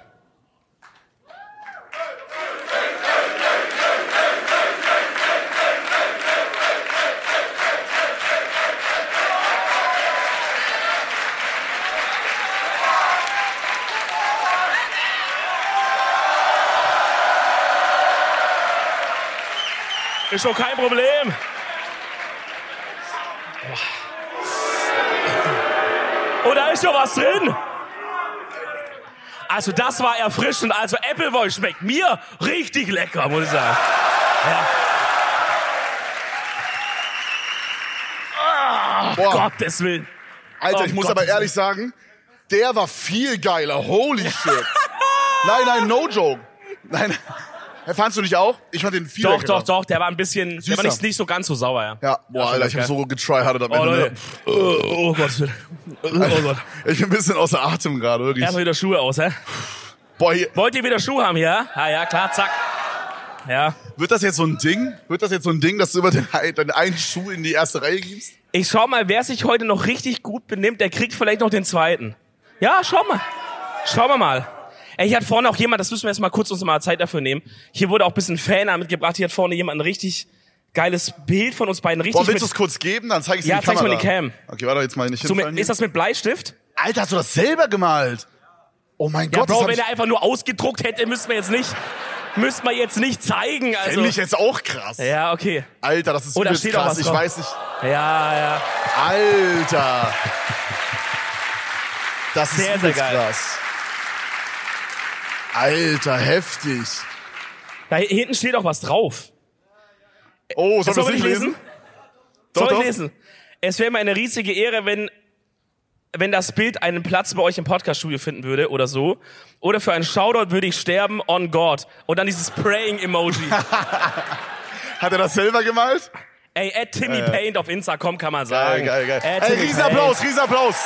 [SPEAKER 2] Ist doch kein Problem. Und da ist doch was drin. Also das war erfrischend. Also Appleboy schmeckt mir richtig lecker, muss ich sagen.
[SPEAKER 1] Boah,
[SPEAKER 2] Gottes Willen.
[SPEAKER 1] Alter,
[SPEAKER 2] Oh,
[SPEAKER 1] ich muss
[SPEAKER 2] Gottes
[SPEAKER 1] aber ehrlich sagen, der war viel geiler. Holy shit. nein, nein, no joke. Nein. Fandst du nicht auch? Ich fand den viel
[SPEAKER 2] Doch,
[SPEAKER 1] leckerer.
[SPEAKER 2] doch, doch. Der war ein bisschen, der war
[SPEAKER 1] Süßer.
[SPEAKER 2] nicht, nicht so ganz so sauer, ja.
[SPEAKER 1] Ja, boah, Alter, ich hab so getryhardet am
[SPEAKER 2] Oh,
[SPEAKER 1] Ende.
[SPEAKER 2] Leute.
[SPEAKER 1] ne?
[SPEAKER 2] Oh, oh Gott. Oh Gott.
[SPEAKER 1] Ich bin ein bisschen außer Atem gerade, wirklich.
[SPEAKER 2] Erstmal wieder Schuhe aus, hä?
[SPEAKER 1] Boah, hier,
[SPEAKER 2] Wollt ihr wieder Schuhe haben, ja? Ah, ja, klar, zack. Ja.
[SPEAKER 1] wird das jetzt so ein Ding? Wird das jetzt so ein Ding, dass du über den, ein- deinen einen Schuh in die erste Reihe gibst?
[SPEAKER 2] Ich schau mal, wer sich heute noch richtig gut benimmt, der kriegt vielleicht noch den zweiten. Ja, schau mal. Schauen wir mal. Ey, hier hat vorne auch jemand, das müssen wir jetzt mal kurz uns mal Zeit dafür nehmen. Hier wurde auch ein bisschen Fan mitgebracht. Hier hat vorne jemand ein richtig geiles Bild von uns beiden. Richtig
[SPEAKER 1] Boah, willst du
[SPEAKER 2] mit,
[SPEAKER 1] es kurz geben? Dann zeig ich
[SPEAKER 2] Ja,
[SPEAKER 1] in die
[SPEAKER 2] zeig's
[SPEAKER 1] Kamera.
[SPEAKER 2] mal in die Cam.
[SPEAKER 1] Okay, warte, jetzt mal nicht
[SPEAKER 2] so
[SPEAKER 1] hinfallen.
[SPEAKER 2] mit, Ist das mit Bleistift?
[SPEAKER 1] hier. Alter, hast du das selber gemalt? Oh mein
[SPEAKER 2] Ja,
[SPEAKER 1] Gott,
[SPEAKER 2] Bro,
[SPEAKER 1] das
[SPEAKER 2] wenn
[SPEAKER 1] hab
[SPEAKER 2] er einfach nur ausgedruckt hätte, müssten wir jetzt nicht, müssten wir jetzt nicht zeigen.
[SPEAKER 1] ich,
[SPEAKER 2] Also.
[SPEAKER 1] fänd ich jetzt auch krass.
[SPEAKER 2] Ja, okay.
[SPEAKER 1] Alter, das ist
[SPEAKER 2] Oh, da
[SPEAKER 1] übelst
[SPEAKER 2] steht auch
[SPEAKER 1] krass.
[SPEAKER 2] was
[SPEAKER 1] ich
[SPEAKER 2] drauf.
[SPEAKER 1] weiß nicht.
[SPEAKER 2] Ja, ja.
[SPEAKER 1] Alter. Das ist
[SPEAKER 2] Sehr, sehr
[SPEAKER 1] übelst
[SPEAKER 2] geil.
[SPEAKER 1] krass. Alter, heftig.
[SPEAKER 2] Äh, Da hinten steht auch was drauf.
[SPEAKER 1] Oh, soll das
[SPEAKER 2] Sollen wir
[SPEAKER 1] nicht lesen?
[SPEAKER 2] Soll
[SPEAKER 1] doch.
[SPEAKER 2] ich lesen? Es wäre mir eine riesige Ehre, wenn, wenn das Bild einen Platz bei euch im Podcast-Studio finden würde oder so. Oder für einen Shoutout würde ich sterben on God. Und dann dieses Praying-Emoji.
[SPEAKER 1] Hat er das selber gemalt?
[SPEAKER 2] Äh, Ey, at Timmy Paint auf Instagram kann man
[SPEAKER 1] Geil,
[SPEAKER 2] sagen.
[SPEAKER 1] geil, geil.
[SPEAKER 2] At
[SPEAKER 1] Ey,
[SPEAKER 2] Timmy
[SPEAKER 1] Riesenapplaus, Riesenapplaus.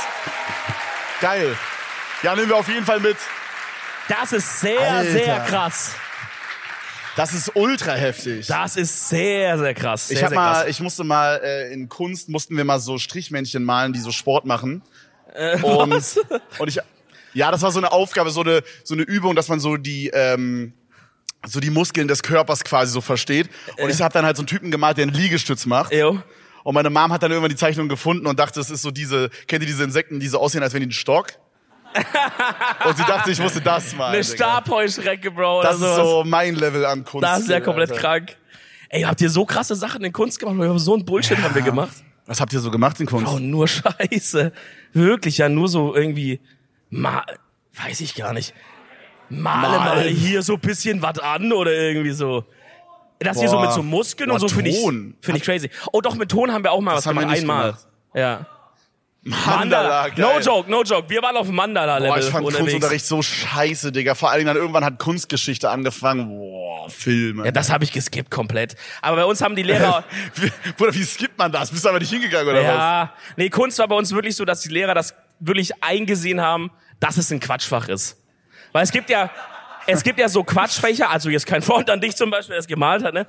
[SPEAKER 1] Geil. Ja, nehmen wir auf jeden Fall mit.
[SPEAKER 2] Paint. Das ist sehr,
[SPEAKER 1] Alter.
[SPEAKER 2] sehr krass.
[SPEAKER 1] Das ist ultra heftig.
[SPEAKER 2] Das ist sehr, sehr krass. Sehr,
[SPEAKER 1] ich hab
[SPEAKER 2] sehr
[SPEAKER 1] mal,
[SPEAKER 2] krass.
[SPEAKER 1] ich musste mal äh, in Kunst mussten wir mal so Strichmännchen malen, die so Sport machen. und,
[SPEAKER 2] Äh, was?
[SPEAKER 1] und ich, ja, das war so eine Aufgabe, so eine so eine Übung, dass man so die ähm, so die Muskeln des Körpers quasi so versteht. Und
[SPEAKER 2] Äh.
[SPEAKER 1] ich habe dann halt so einen Typen gemalt, der einen Liegestütz macht.
[SPEAKER 2] Yo.
[SPEAKER 1] Und meine Mom hat dann irgendwann die Zeichnung gefunden und dachte, es ist so diese, kennt ihr diese Insekten, die so aussehen, als wären die ein Stock? und sie dachte, ich musste das mal.
[SPEAKER 2] Eine Stabheuschrecke, Bro.
[SPEAKER 1] Das
[SPEAKER 2] oder
[SPEAKER 1] ist
[SPEAKER 2] sowas.
[SPEAKER 1] so mein Level an Kunst.
[SPEAKER 2] Das ist ja komplett
[SPEAKER 1] Alter.
[SPEAKER 2] krank. Ey, habt ihr so krasse Sachen in Kunst gemacht? Bro? So ein Bullshit haben wir gemacht.
[SPEAKER 1] Was habt ihr so gemacht in Kunst?
[SPEAKER 2] Oh, nur Scheiße. Wirklich, ja, nur so irgendwie, ma weiß ich gar nicht. Male mal
[SPEAKER 1] Malen.
[SPEAKER 2] hier so bisschen was an oder irgendwie so. Dass hier so
[SPEAKER 1] Boah.
[SPEAKER 2] mit so Muskeln und
[SPEAKER 1] Boah,
[SPEAKER 2] so finde ich,
[SPEAKER 1] Ton.
[SPEAKER 2] finde ich crazy. Oh doch, mit Ton haben wir auch mal was
[SPEAKER 1] haben wir
[SPEAKER 2] gemacht.
[SPEAKER 1] nicht
[SPEAKER 2] Einmal.
[SPEAKER 1] gemacht.
[SPEAKER 2] Ja.
[SPEAKER 1] Mandala,
[SPEAKER 2] No
[SPEAKER 1] geil.
[SPEAKER 2] joke, no joke. Wir waren auf dem Mandala-Level
[SPEAKER 1] Boah, ich fand
[SPEAKER 2] unterwegs.
[SPEAKER 1] Kunstunterricht so scheiße, Digga. Vor allen Dingen dann irgendwann hat Kunstgeschichte angefangen. Boah, Filme.
[SPEAKER 2] Ja, das habe ich geskippt komplett. Aber bei uns haben die Lehrer...
[SPEAKER 1] Wie- Bruder, wie skippt man das? Bist du aber nicht hingegangen oder was?
[SPEAKER 2] ja, nee, Kunst war bei uns wirklich so, dass die Lehrer das wirklich eingesehen haben, dass es ein Quatschfach ist. Weil es gibt ja... Es gibt ja so Quatschfächer, also jetzt kein Wort an dich zum Beispiel, der es gemalt hat, ne?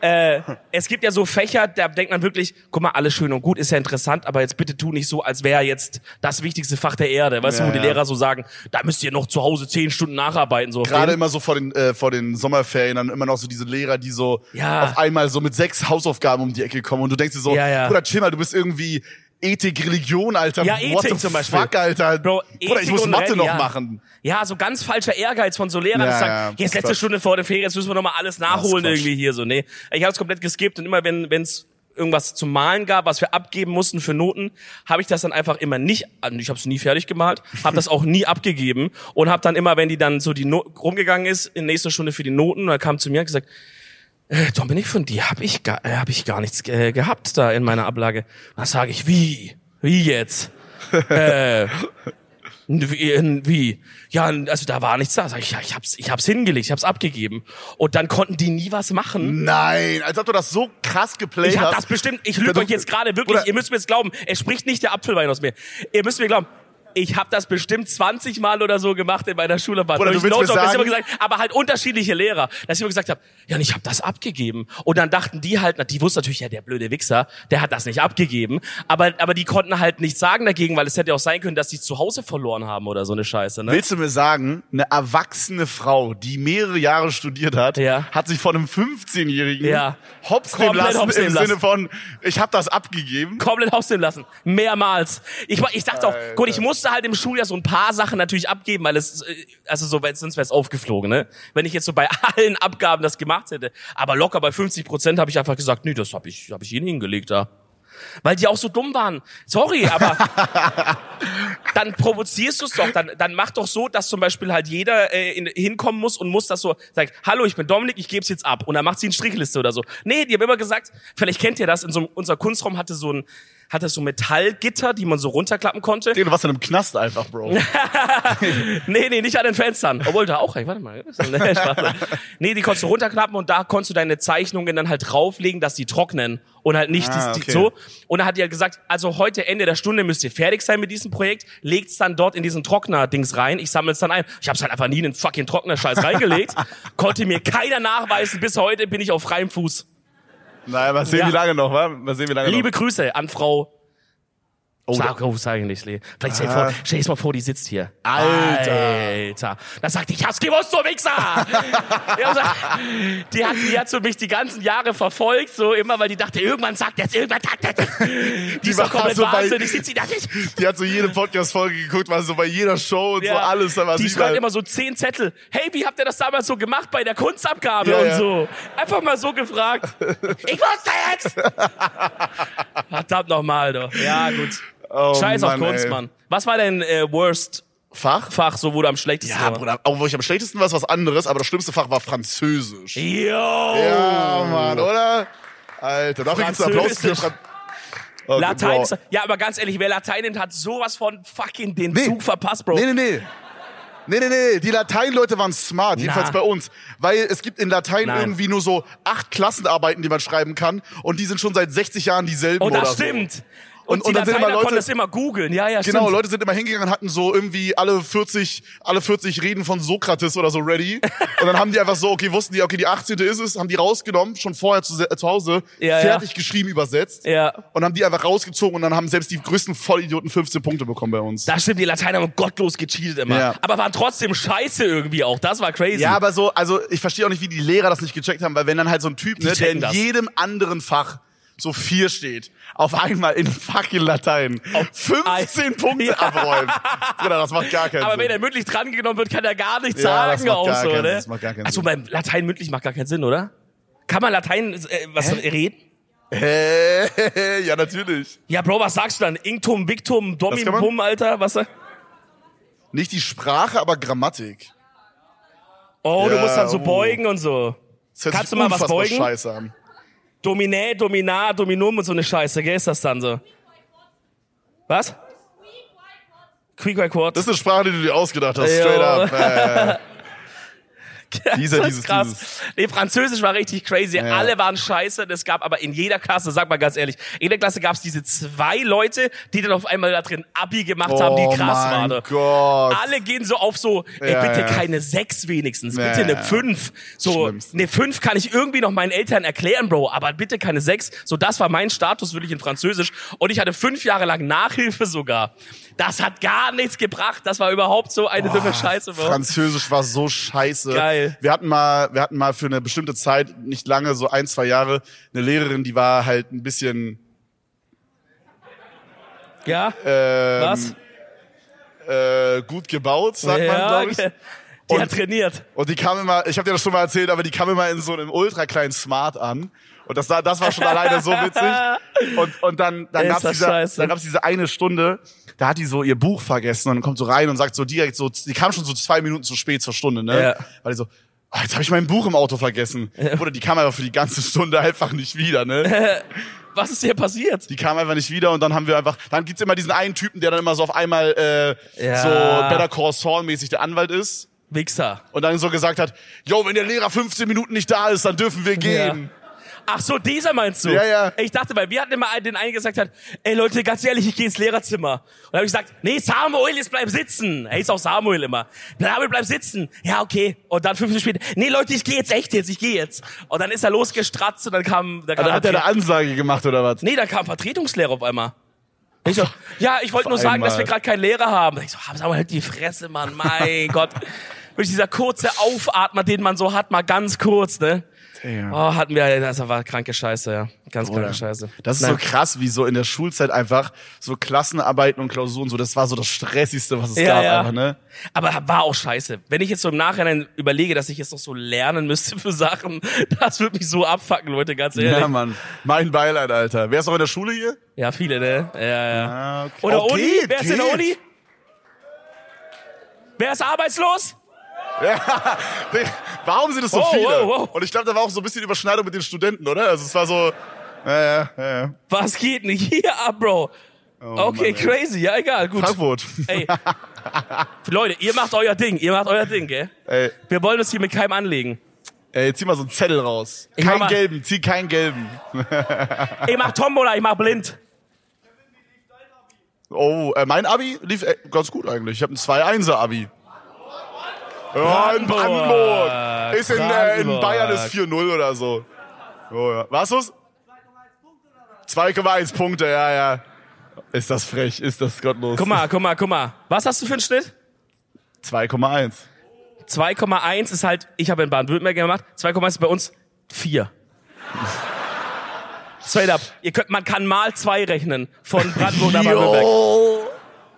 [SPEAKER 2] Äh, es gibt ja so Fächer, da denkt man wirklich, guck mal, alles schön und gut, ist ja interessant, aber jetzt bitte tu nicht so, als wäre jetzt das wichtigste Fach der Erde. Weißt du,
[SPEAKER 1] Ja,
[SPEAKER 2] wo die
[SPEAKER 1] ja.
[SPEAKER 2] Lehrer so sagen, da müsst ihr noch zu Hause zehn Stunden nacharbeiten. So auf
[SPEAKER 1] Gerade
[SPEAKER 2] den-
[SPEAKER 1] immer so vor den, äh, vor den Sommerferien dann immer noch so diese Lehrer, die so
[SPEAKER 2] Ja.
[SPEAKER 1] auf einmal so mit sechs Hausaufgaben um die Ecke kommen und du denkst dir so,
[SPEAKER 2] Ja, ja.
[SPEAKER 1] Bruder, chill mal, du bist irgendwie Ethik, Religion, Alter.
[SPEAKER 2] Ja,
[SPEAKER 1] What
[SPEAKER 2] Ethik
[SPEAKER 1] the
[SPEAKER 2] zum Beispiel.
[SPEAKER 1] fuck, Alter.
[SPEAKER 2] Bro,
[SPEAKER 1] Bruder, ich
[SPEAKER 2] Ethik
[SPEAKER 1] muss
[SPEAKER 2] und
[SPEAKER 1] Mathe
[SPEAKER 2] Rallye,
[SPEAKER 1] noch
[SPEAKER 2] ja.
[SPEAKER 1] machen.
[SPEAKER 2] Ja, so ganz falscher Ehrgeiz von so Lehrern,
[SPEAKER 1] Ja,
[SPEAKER 2] die
[SPEAKER 1] ja,
[SPEAKER 2] sagen, jetzt letzte
[SPEAKER 1] Quatsch.
[SPEAKER 2] Stunde vor der Ferien, jetzt müssen wir nochmal alles nachholen
[SPEAKER 1] Das ist Quatsch.
[SPEAKER 2] irgendwie hier so. Nee, ich habe es komplett geskippt und immer wenn es irgendwas zum Malen gab, was wir abgeben mussten für Noten, habe ich das dann einfach immer nicht, also ich habe es nie fertig gemalt, habe das auch nie abgegeben und habe dann immer, wenn die dann so die no rumgegangen ist, in nächster Stunde für die Noten, dann kam zu mir und gesagt, äh, Dominik, von dir habe ich, gar- äh, hab ich gar nichts äh, gehabt da in meiner Ablage. Was sage ich, wie? Wie jetzt? Äh, N- Wie? n- wie? Ja, n- also da war nichts da. Sag ich, ja, ich hab's, ich hab's hingelegt, ich hab's abgegeben. Und dann konnten die nie was machen.
[SPEAKER 1] Nein, als ob du das so krass geplayt
[SPEAKER 2] Ich hab
[SPEAKER 1] hast.
[SPEAKER 2] das bestimmt, ich lüge
[SPEAKER 1] Oder-
[SPEAKER 2] euch jetzt gerade wirklich,
[SPEAKER 1] Oder-
[SPEAKER 2] ihr müsst mir jetzt glauben, es spricht nicht der Apfelwein aus mir. Ihr müsst mir glauben, ich hab das bestimmt 20 Mal oder so gemacht in meiner Schule.
[SPEAKER 1] Oder du willst
[SPEAKER 2] ich
[SPEAKER 1] mir
[SPEAKER 2] dass ich immer
[SPEAKER 1] sagen-
[SPEAKER 2] gesagt, aber halt unterschiedliche Lehrer, dass ich immer gesagt habe, ja, und ich hab das abgegeben. Und dann dachten die halt, na, die wussten natürlich, ja, der blöde Wichser, der hat das nicht abgegeben. Aber, aber die konnten halt nichts sagen dagegen, weil es hätte auch sein können, dass die zu Hause verloren haben oder so eine Scheiße. Ne?
[SPEAKER 1] Willst du mir sagen, eine erwachsene Frau, die mehrere Jahre studiert hat,
[SPEAKER 2] Ja.
[SPEAKER 1] hat sich von einem 15-Jährigen
[SPEAKER 2] Ja.
[SPEAKER 1] hops nehmen
[SPEAKER 2] Komplett
[SPEAKER 1] lassen
[SPEAKER 2] hops
[SPEAKER 1] im
[SPEAKER 2] nehmen
[SPEAKER 1] Sinne
[SPEAKER 2] lassen.
[SPEAKER 1] von, ich habe das abgegeben.
[SPEAKER 2] Mhm. komplett ausnehmen lassen. Mehrmals. Ich, war- ich dachte auch,
[SPEAKER 1] Alter.
[SPEAKER 2] gut, ich musste halt im Schuljahr so ein paar Sachen natürlich abgeben, weil es, äh, also so, weil sonst wäre es aufgeflogen, ne? Wenn ich jetzt so bei allen Abgaben das gemacht hätte. Aber locker bei 50 Prozent habe ich einfach gesagt, nee, das habe ich, hab ich ihnen hingelegt da. Weil die auch so dumm waren. Sorry, aber dann provozierst du es doch. Dann, dann mach doch so, dass zum Beispiel halt jeder äh, in, hinkommen muss und muss das so sagt, hallo, ich bin Dominik, ich gebe es jetzt ab. Und dann macht sie eine Strichliste oder so. Nee, die haben immer gesagt, vielleicht kennt ihr das, in so einem, unser Kunstraum hatte so ein hatte so Metallgitter, die man so runterklappen konnte.
[SPEAKER 1] Digga, Du warst in einem Knast einfach, Bro.
[SPEAKER 2] Nee, nee, nicht an den Fenstern. Obwohl da auch, ey, warte mal. Nee, Spaß. nee, die konntest du runterklappen und da konntest du deine Zeichnungen dann halt drauflegen, dass die trocknen und halt nicht
[SPEAKER 1] Ah,
[SPEAKER 2] die, die,
[SPEAKER 1] okay.
[SPEAKER 2] so. Und dann hat die halt gesagt, also heute Ende der Stunde müsst ihr fertig sein mit diesem Projekt, legt's dann dort in diesen Trockner-Dings rein, ich sammel's dann ein. Ich hab's halt einfach nie in den fucking Trockner-Scheiß reingelegt, konnte mir keiner nachweisen, bis heute bin ich auf freiem Fuß.
[SPEAKER 1] Naja, mal sehen,
[SPEAKER 2] Ja.
[SPEAKER 1] wie lange noch, wa? Mal sehen, wie lange
[SPEAKER 2] Liebe
[SPEAKER 1] noch.
[SPEAKER 2] Grüße an Frau
[SPEAKER 1] Oh,
[SPEAKER 2] Sag, oh, sag ich nicht. Lee. Vielleicht stell dir
[SPEAKER 1] Ah.
[SPEAKER 2] vor, stell dir mal vor, die sitzt hier.
[SPEAKER 1] Alter.
[SPEAKER 2] Alter. Dann sagt die, ich hab's gewusst, du Wichser! die, haben gesagt, die hat, die hat so mich die ganzen Jahre verfolgt, so immer, weil die dachte, irgendwann sagt er irgendwann sagt er Die, ist
[SPEAKER 1] war
[SPEAKER 2] doch komplett
[SPEAKER 1] so bei-
[SPEAKER 2] wahnsinnig, sitzt sie da nicht.
[SPEAKER 1] die hat so jede Podcast-Folge geguckt, war so bei jeder Show und so
[SPEAKER 2] Ja.
[SPEAKER 1] alles. halt Da war
[SPEAKER 2] die
[SPEAKER 1] sie
[SPEAKER 2] schreibt
[SPEAKER 1] mal-
[SPEAKER 2] immer so zehn Zettel. Hey, wie habt ihr das damals so gemacht bei der Kunstabgabe
[SPEAKER 1] Ja,
[SPEAKER 2] und
[SPEAKER 1] ja.
[SPEAKER 2] so? Einfach mal so gefragt. ich wusste jetzt! Verdammt nochmal, doch. Ja, gut.
[SPEAKER 1] Oh,
[SPEAKER 2] Scheiß
[SPEAKER 1] Mann,
[SPEAKER 2] auf Kunst,
[SPEAKER 1] ey.
[SPEAKER 2] Mann. Was war dein äh, Worst
[SPEAKER 1] Fach?
[SPEAKER 2] Fach, so wo du am schlechtesten
[SPEAKER 1] Ja,
[SPEAKER 2] warst?
[SPEAKER 1] Bruder, auch wo ich am schlechtesten war, ist was anderes, aber das schlimmste Fach war Französisch.
[SPEAKER 2] Yo!
[SPEAKER 1] Ja, Mann, oder? Alter, dafür gibt's einen Applaus für
[SPEAKER 2] Französisch.
[SPEAKER 1] Fran Okay,
[SPEAKER 2] Latein
[SPEAKER 1] wow.
[SPEAKER 2] ist, ja, aber ganz ehrlich, wer Latein nimmt, hat sowas von fucking den
[SPEAKER 1] Nee.
[SPEAKER 2] Zug verpasst, Bro.
[SPEAKER 1] Nee, nee, nee. Nee, nee, nee, die Lateinleute waren smart, jedenfalls bei uns. Weil es gibt in Latein
[SPEAKER 2] Nein.
[SPEAKER 1] irgendwie nur so acht Klassenarbeiten, die man schreiben kann und die sind schon seit 60 Jahren dieselben
[SPEAKER 2] Und
[SPEAKER 1] oder
[SPEAKER 2] Oh, das
[SPEAKER 1] so.
[SPEAKER 2] stimmt.
[SPEAKER 1] Und-
[SPEAKER 2] Und,
[SPEAKER 1] und
[SPEAKER 2] die
[SPEAKER 1] dann sind
[SPEAKER 2] Lateiner
[SPEAKER 1] immer Leute-
[SPEAKER 2] konnten das immer googeln. Ja, ja,
[SPEAKER 1] Genau,
[SPEAKER 2] stimmt.
[SPEAKER 1] Leute sind immer hingegangen und hatten so irgendwie alle 40, alle 40 Reden von Sokrates oder so ready. Und dann haben die einfach so, okay, wussten die, okay, die 18. ist es, haben die rausgenommen, schon vorher zu, se- äh, zu Hause,
[SPEAKER 2] Ja, ja.
[SPEAKER 1] fertig geschrieben, übersetzt.
[SPEAKER 2] Ja.
[SPEAKER 1] Und haben die einfach rausgezogen und dann haben selbst die größten Vollidioten 15 Punkte bekommen bei uns.
[SPEAKER 2] Das stimmt, die Lateiner haben gottlos gecheatet immer.
[SPEAKER 1] Ja.
[SPEAKER 2] Aber waren trotzdem scheiße irgendwie auch. Das war crazy.
[SPEAKER 1] Ja, aber so, also ich verstehe auch nicht, wie die Lehrer das nicht gecheckt haben, weil wenn dann halt so ein Typ, ne, der
[SPEAKER 2] checken
[SPEAKER 1] in
[SPEAKER 2] das.
[SPEAKER 1] jedem anderen Fach so vier steht, auf einmal in fucking Latein 15 Punkte abräumt. Bruder, das macht gar keinen
[SPEAKER 2] Aber wenn
[SPEAKER 1] Sinn.
[SPEAKER 2] er mündlich drangenommen wird, kann er gar nichts
[SPEAKER 1] Ja, das
[SPEAKER 2] sagen
[SPEAKER 1] macht
[SPEAKER 2] auch
[SPEAKER 1] gar
[SPEAKER 2] so,
[SPEAKER 1] keinen-
[SPEAKER 2] ne?
[SPEAKER 1] das macht gar keinen
[SPEAKER 2] also
[SPEAKER 1] Sinn.
[SPEAKER 2] beim Latein mündlich macht gar keinen Sinn, oder? Kann man Latein äh, was reden?
[SPEAKER 1] Hey, ja, natürlich.
[SPEAKER 2] Ja, Bro, was sagst du dann? Inktum, Victum,
[SPEAKER 1] kann
[SPEAKER 2] Dominum,
[SPEAKER 1] man-
[SPEAKER 2] Bum, Alter, was? da-
[SPEAKER 1] Nicht die Sprache, aber Grammatik.
[SPEAKER 2] Oh, du
[SPEAKER 1] Ja,
[SPEAKER 2] musst dann so
[SPEAKER 1] oh.
[SPEAKER 2] beugen und so.
[SPEAKER 1] Das hört
[SPEAKER 2] Kannst
[SPEAKER 1] sich
[SPEAKER 2] du mal was
[SPEAKER 1] unfassbar
[SPEAKER 2] beugen?
[SPEAKER 1] scheiße an.
[SPEAKER 2] Dominä, Dominar, Dominum und so eine Scheiße, gell, ist das dann so? Was? Quick Quack Quad.
[SPEAKER 1] Das ist eine Sprache, die du dir ausgedacht hast.
[SPEAKER 2] Ja.
[SPEAKER 1] Straight up. Äh, dieser,
[SPEAKER 2] Das
[SPEAKER 1] dieses,
[SPEAKER 2] ist krass.
[SPEAKER 1] dieses.
[SPEAKER 2] Nee, Französisch war richtig crazy.
[SPEAKER 1] Ja.
[SPEAKER 2] Alle waren scheiße. Es gab aber in jeder Klasse, sag mal ganz ehrlich, in jeder Klasse gab es diese zwei Leute, die dann auf einmal da drin Abi gemacht haben,
[SPEAKER 1] oh
[SPEAKER 2] die krass
[SPEAKER 1] mein
[SPEAKER 2] waren.
[SPEAKER 1] Gott.
[SPEAKER 2] Alle gehen so auf so, ey,
[SPEAKER 1] Ja,
[SPEAKER 2] bitte
[SPEAKER 1] ja.
[SPEAKER 2] keine sechs wenigstens,
[SPEAKER 1] Ja,
[SPEAKER 2] bitte
[SPEAKER 1] ja.
[SPEAKER 2] eine fünf. So,
[SPEAKER 1] Schlimmsten.
[SPEAKER 2] eine fünf kann ich irgendwie noch meinen Eltern erklären, Bro, aber bitte keine sechs. So, das war mein Status wirklich in Französisch. Und ich hatte fünf Jahre lang Nachhilfe sogar. Das hat gar nichts gebracht. Das war überhaupt so eine dumme Scheiße, Bro.
[SPEAKER 1] Französisch war so scheiße.
[SPEAKER 2] Geil.
[SPEAKER 1] Wir hatten mal, wir hatten mal für eine bestimmte Zeit, nicht lange, so ein, zwei Jahre, eine Lehrerin, die war halt ein bisschen
[SPEAKER 2] ja?
[SPEAKER 1] Ähm,
[SPEAKER 2] Was?
[SPEAKER 1] äh, gut gebaut, sagt man, glaube ich.
[SPEAKER 2] ge- Die
[SPEAKER 1] Und-
[SPEAKER 2] hat trainiert.
[SPEAKER 1] Und die kam immer, ich habe dir das schon mal erzählt, aber die kam immer in so einem ultra kleinen Smart an. Und das, war- das war schon alleine so witzig. Und, und dann, dann
[SPEAKER 2] Ist
[SPEAKER 1] gab's
[SPEAKER 2] das
[SPEAKER 1] diese,
[SPEAKER 2] scheiße.
[SPEAKER 1] dann gab's diese eine Stunde, da hat die so ihr Buch vergessen und kommt so rein und sagt so direkt so, die kam schon so zwei Minuten zu spät zur Stunde, ne?
[SPEAKER 2] Ja.
[SPEAKER 1] Weil die so, ah, jetzt habe ich mein Buch im Auto vergessen. Oder die kam einfach für die ganze Stunde einfach nicht wieder, ne?
[SPEAKER 2] Was ist hier passiert?
[SPEAKER 1] Die kam einfach nicht wieder und dann haben wir einfach, dann gibt's immer diesen einen Typen, der dann immer so auf einmal äh,
[SPEAKER 2] Ja.
[SPEAKER 1] so Better Call Saul mäßig der Anwalt ist
[SPEAKER 2] Wichser.
[SPEAKER 1] und dann so gesagt hat, yo, wenn der Lehrer 15 Minuten nicht da ist, dann dürfen wir gehen.
[SPEAKER 2] Ach so, dieser meinst du?
[SPEAKER 1] Ja, ja.
[SPEAKER 2] Ich dachte, weil wir hatten immer einen, den einen gesagt hat, ey Leute, ganz ehrlich, ich gehe ins Lehrerzimmer. Und dann habe ich gesagt, nee, Samuel, jetzt bleib sitzen. Er ist auch Samuel immer. Samuel, bleib sitzen. Ja, okay. Und dann fünf Minuten später, nee Leute, ich gehe jetzt echt jetzt, ich gehe jetzt. Und dann ist er losgestratzt und dann kam... Dann kam
[SPEAKER 1] Da Ah, hat er eine
[SPEAKER 2] Vertre-
[SPEAKER 1] Ansage gemacht oder was?
[SPEAKER 2] Nee, Oh, da kam Vertretungslehrer auf einmal. Ich so, ja, ich wollte nur sagen, dass wir
[SPEAKER 1] einmal.
[SPEAKER 2] gerade keinen Lehrer haben. Ich so, haben Sie mal halt die Fresse, Mann, mein Gott. Wirklich dieser kurze Aufatmer, den man so hat, mal ganz kurz, ne? Oh, hatten wir, das war kranke Scheiße, ja. Ganz
[SPEAKER 1] Bruder.
[SPEAKER 2] kranke Scheiße.
[SPEAKER 1] Das ist
[SPEAKER 2] Nein.
[SPEAKER 1] so krass, wie so in der Schulzeit einfach so Klassenarbeiten und Klausuren so. Das war so das Stressigste, was es
[SPEAKER 2] Ja,
[SPEAKER 1] gab,
[SPEAKER 2] ja.
[SPEAKER 1] einfach, ne?
[SPEAKER 2] Aber war auch scheiße. Wenn ich jetzt so im Nachhinein überlege, dass ich jetzt noch so lernen müsste für Sachen, das würde mich so abfacken, Leute, ganz ehrlich.
[SPEAKER 1] Ja,
[SPEAKER 2] Ja,
[SPEAKER 1] Mann. Mein Beileid, Alter. Wer ist noch in der Schule hier?
[SPEAKER 2] viele, ne? Ja, ja.
[SPEAKER 1] Ah, okay.
[SPEAKER 2] Oder
[SPEAKER 1] Oh,
[SPEAKER 2] Uni?
[SPEAKER 1] geht,
[SPEAKER 2] Wer ist in der
[SPEAKER 1] geht.
[SPEAKER 2] Uni? Wer ist arbeitslos?
[SPEAKER 1] Warum sind es so
[SPEAKER 2] Oh, Wow,
[SPEAKER 1] viele?
[SPEAKER 2] wow, wow.
[SPEAKER 1] Und ich glaube, da war auch so ein bisschen Überschneidung mit den Studenten, oder? Also es war so. Äh, äh,
[SPEAKER 2] Was geht denn hier ab, Bro? okay,
[SPEAKER 1] Oh Mann, ey.
[SPEAKER 2] crazy. Ja, egal, gut.
[SPEAKER 1] Frankfurt.
[SPEAKER 2] Ey. Leute, ihr macht euer Ding. Ihr macht euer Ding, gell?
[SPEAKER 1] Ey,
[SPEAKER 2] Wir wollen uns hier mit keinem anlegen.
[SPEAKER 1] ey, zieh mal so einen Zettel raus.
[SPEAKER 2] Ich mach
[SPEAKER 1] Keinen
[SPEAKER 2] mal-
[SPEAKER 1] gelben, zieh keinen gelben.
[SPEAKER 2] Ich mach Tombola, ich mach blind.
[SPEAKER 1] Oh, äh, mein Abi lief äh, ganz gut eigentlich. Ich habe ein 2-1er-Abi. Ja, in
[SPEAKER 2] Brandenburg.
[SPEAKER 1] Brandenburg. Ist in, äh, in
[SPEAKER 2] Brandenburg.
[SPEAKER 1] Bayern ist 4-0 oder so. Oh, ja. Was ist? 2,1 Punkte, ja, ja. Ist das frech, ist das gottlos.
[SPEAKER 2] Guck mal, guck mal, guck mal. Was hast du für einen Schnitt?
[SPEAKER 1] 2,1.
[SPEAKER 2] 2,1 ist halt, ich habe in Baden-Württemberg gemacht, 2,1 ist bei uns 4. Straight up. Ihr könnt, man kann mal 2 rechnen von Brandenburg nach Baden-Württemberg.
[SPEAKER 1] Jo.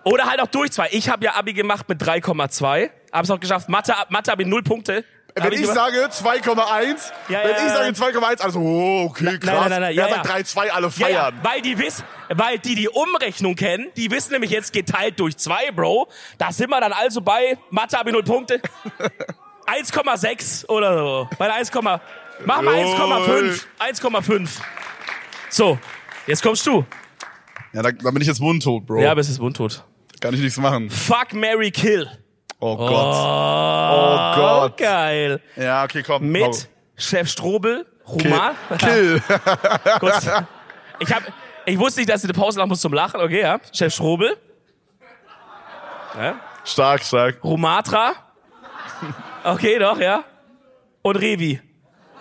[SPEAKER 2] Oder halt auch durch 2. Ich habe ja Abi gemacht mit 3,2. Hab's auch geschafft. Mathe, Mathe habe ich 0 Punkte. Hab
[SPEAKER 1] Wenn ich
[SPEAKER 2] gemacht.
[SPEAKER 1] sage 2,1,
[SPEAKER 2] Ja,
[SPEAKER 1] wenn
[SPEAKER 2] ja,
[SPEAKER 1] ich sage
[SPEAKER 2] ja.
[SPEAKER 1] 2,1, also oh, okay, krass.
[SPEAKER 2] nein, nein, nein,
[SPEAKER 1] Wer
[SPEAKER 2] ja,
[SPEAKER 1] sagt
[SPEAKER 2] ja.
[SPEAKER 1] 3,2, alle
[SPEAKER 2] Ja, ja,
[SPEAKER 1] feiern.
[SPEAKER 2] weil die wissen, weil die die Umrechnung kennen, die wissen nämlich jetzt geteilt durch zwei, Bro. Da sind wir dann also bei Mathe habe ich null Punkte. 1,6 oder so. Bei der 1, mach mal
[SPEAKER 1] Jawohl.
[SPEAKER 2] 1,5. 1,5. So, jetzt kommst du.
[SPEAKER 1] Ja, da, da bin ich jetzt mundtot, Bro.
[SPEAKER 2] Ja, bist jetzt mundtot.
[SPEAKER 1] Kann ich nichts machen.
[SPEAKER 2] Fuck, Mary Kill.
[SPEAKER 1] Oh
[SPEAKER 2] Oh,
[SPEAKER 1] Gott. Oh Gott.
[SPEAKER 2] Geil.
[SPEAKER 1] Ja, okay, komm.
[SPEAKER 2] Mit
[SPEAKER 1] hau.
[SPEAKER 2] Chef Strobel, Roman.
[SPEAKER 1] Kill.
[SPEAKER 2] Kurz. Ich, hab, ich wusste nicht, dass ich eine Pause machen muss zum Lachen. Okay, ja. Chef Strobel. Ja.
[SPEAKER 1] Stark, stark.
[SPEAKER 2] Romatra. Okay, doch, ja. Und Revi.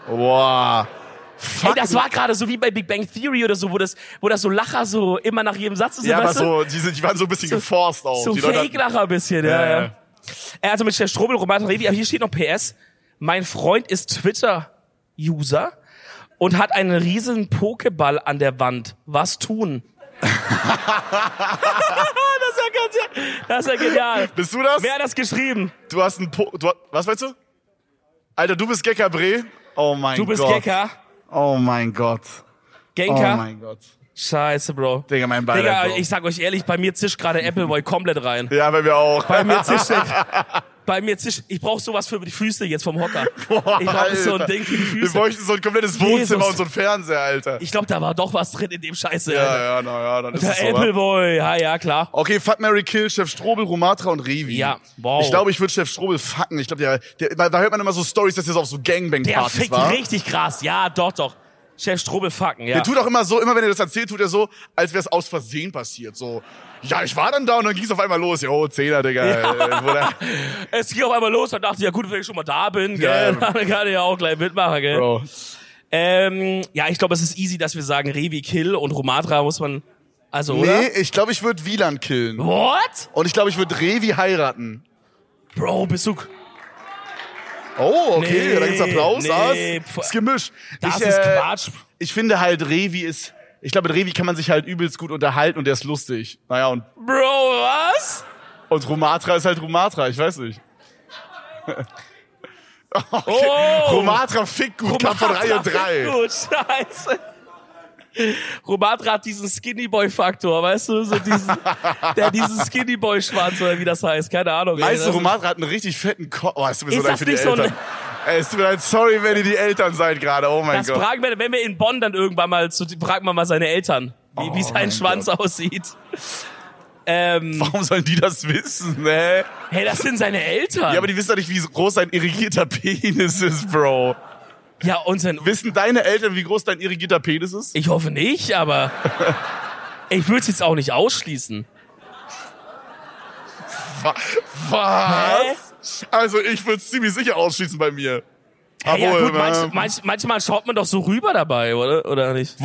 [SPEAKER 1] Wow.
[SPEAKER 2] Ey, das war gerade so wie bei Big Bang Theory oder so, wo das, wo das so Lacher so immer nach jedem Satz ist.
[SPEAKER 1] Ja, aber
[SPEAKER 2] weißt du?
[SPEAKER 1] so, die, sind, die waren so ein bisschen geforst auch.
[SPEAKER 2] So
[SPEAKER 1] die Leute hatten-
[SPEAKER 2] Fake-Lacher ein bisschen, ja,
[SPEAKER 1] Ja,
[SPEAKER 2] ja.
[SPEAKER 1] ja.
[SPEAKER 2] Äh, Also mit der Strobel, Romatra Revi. Aber hier steht noch PS. Mein Freund ist Twitter-User und hat einen riesen Pokéball an der Wand. Was tun? das, ist ja ganz, das ist ja genial.
[SPEAKER 1] Bist du das?
[SPEAKER 2] Wer hat das geschrieben?
[SPEAKER 1] Du hast einen po du, Was meinst du? Alter, du bist Gecker Bre. Oh mein Gott.
[SPEAKER 2] Du bist Gecker,
[SPEAKER 1] Oh mein Gott. Oh
[SPEAKER 2] Genker.
[SPEAKER 1] mein Gott.
[SPEAKER 2] Scheiße, Bro.
[SPEAKER 1] Digga, mein Beileid,
[SPEAKER 2] Digga,
[SPEAKER 1] Bro.
[SPEAKER 2] ich sag euch ehrlich, bei mir zischt gerade Appleboy komplett rein.
[SPEAKER 1] Ja, bei mir auch.
[SPEAKER 2] Bei mir zischt er- Bei mir zischt, ich brauche sowas für die Füße jetzt vom Hocker.
[SPEAKER 1] Boah,
[SPEAKER 2] ich brauche so ein
[SPEAKER 1] Alter.
[SPEAKER 2] Ding für die
[SPEAKER 1] Wir
[SPEAKER 2] Füße.
[SPEAKER 1] bräuchten so ein komplettes Wohnzimmer
[SPEAKER 2] Jesus.
[SPEAKER 1] und so ein Fernseher, Alter.
[SPEAKER 2] Ich glaube, da war doch was drin in dem Scheiße. Alter.
[SPEAKER 1] ja, ja, naja, dann ist
[SPEAKER 2] Der
[SPEAKER 1] es so. wa?
[SPEAKER 2] Appleboy, ja, ja, klar.
[SPEAKER 1] Okay, fuck Mary Kill, Chef Strobel, Romatra und Revi.
[SPEAKER 2] Ja, wow.
[SPEAKER 1] Ich glaube, ich würde Chef Strobel fucken. Ich glaube, der, der, da da hört man immer so Stories, dass er so auf so
[SPEAKER 2] Der
[SPEAKER 1] Gangbang-Partys
[SPEAKER 2] fickt
[SPEAKER 1] war.
[SPEAKER 2] richtig krass, ja, doch, doch. Chef Strobel fucken, ja.
[SPEAKER 1] Der tut auch immer so, immer wenn er das erzählt, tut er so, als wäre es aus Versehen passiert. So, ja, ich war dann da und dann ging es auf einmal los. Jo, Zehner, Digga. Äh, Bruder.
[SPEAKER 2] es ging auf einmal los und dachte, ja gut, wenn ich schon mal da bin,
[SPEAKER 1] Ja,
[SPEAKER 2] gell,
[SPEAKER 1] ja.
[SPEAKER 2] dann kann ich ja auch gleich mitmachen, gell.
[SPEAKER 1] Bro.
[SPEAKER 2] Ähm, ja, ich glaube, es ist easy, dass wir sagen, Revi Kill und Romatra muss man, also,
[SPEAKER 1] Nee,
[SPEAKER 2] oder?
[SPEAKER 1] ich glaube, ich würde Wieland killen.
[SPEAKER 2] What?
[SPEAKER 1] Und ich glaube, ich würde Revi heiraten.
[SPEAKER 2] Bro, bist du,
[SPEAKER 1] Oh, okay,
[SPEAKER 2] Nee,
[SPEAKER 1] da gibt's Applaus.
[SPEAKER 2] nee,
[SPEAKER 1] Nee,
[SPEAKER 2] pf-
[SPEAKER 1] ist gemischt.
[SPEAKER 2] das
[SPEAKER 1] ich,
[SPEAKER 2] ist
[SPEAKER 1] äh,
[SPEAKER 2] Quatsch.
[SPEAKER 1] Ich finde halt, Revi ist, ich glaube, mit Revi kann man sich halt übelst gut unterhalten und der ist lustig. Naja, und,
[SPEAKER 2] Bro, was?
[SPEAKER 1] und Romatra ist halt Romatra, ich weiß nicht.
[SPEAKER 2] Oh!
[SPEAKER 1] Romatra fickt gut, Kampf von Reihe
[SPEAKER 2] Romatra,
[SPEAKER 1] 3.
[SPEAKER 2] Gut, oh, scheiße. Romatra hat diesen Skinny Boy Faktor, weißt du, so diesen, der hat diesen Skinny Boy Schwanz oder wie das heißt, keine Ahnung. ey.
[SPEAKER 1] Weißt du,
[SPEAKER 2] Das ist-
[SPEAKER 1] Romatra hat einen richtig fetten Kopf. Oh, es tut mir so
[SPEAKER 2] Ist
[SPEAKER 1] leid
[SPEAKER 2] das
[SPEAKER 1] für die
[SPEAKER 2] nicht so ein-
[SPEAKER 1] Eltern. Ey, es tut mir leid, sorry, wenn ihr die Eltern seid gerade, oh mein
[SPEAKER 2] Das
[SPEAKER 1] Gott.
[SPEAKER 2] fragen wir, wenn wir in Bonn dann irgendwann mal zu, fragen wir mal seine Eltern, wie, wie sein
[SPEAKER 1] Oh, mein
[SPEAKER 2] Schwanz aussieht. Ähm,
[SPEAKER 1] Warum sollen die das wissen, ne?
[SPEAKER 2] hey, das sind seine Eltern.
[SPEAKER 1] Ja, aber die wissen doch nicht, wie groß dein irrigierter Penis ist, Bro.
[SPEAKER 2] ja und sein,
[SPEAKER 1] Wissen deine Eltern, wie groß dein irrigierter Penis ist?
[SPEAKER 2] ich hoffe nicht, aber ich würde es jetzt auch nicht ausschließen.
[SPEAKER 1] Wa- Was? Also ich würde es ziemlich sicher ausschließen bei mir.
[SPEAKER 2] Hey, Ah, ja,
[SPEAKER 1] Obwohl,
[SPEAKER 2] gut, manch,
[SPEAKER 1] ähm,
[SPEAKER 2] manch, manchmal schaut man doch so rüber dabei, oder? Oder nicht?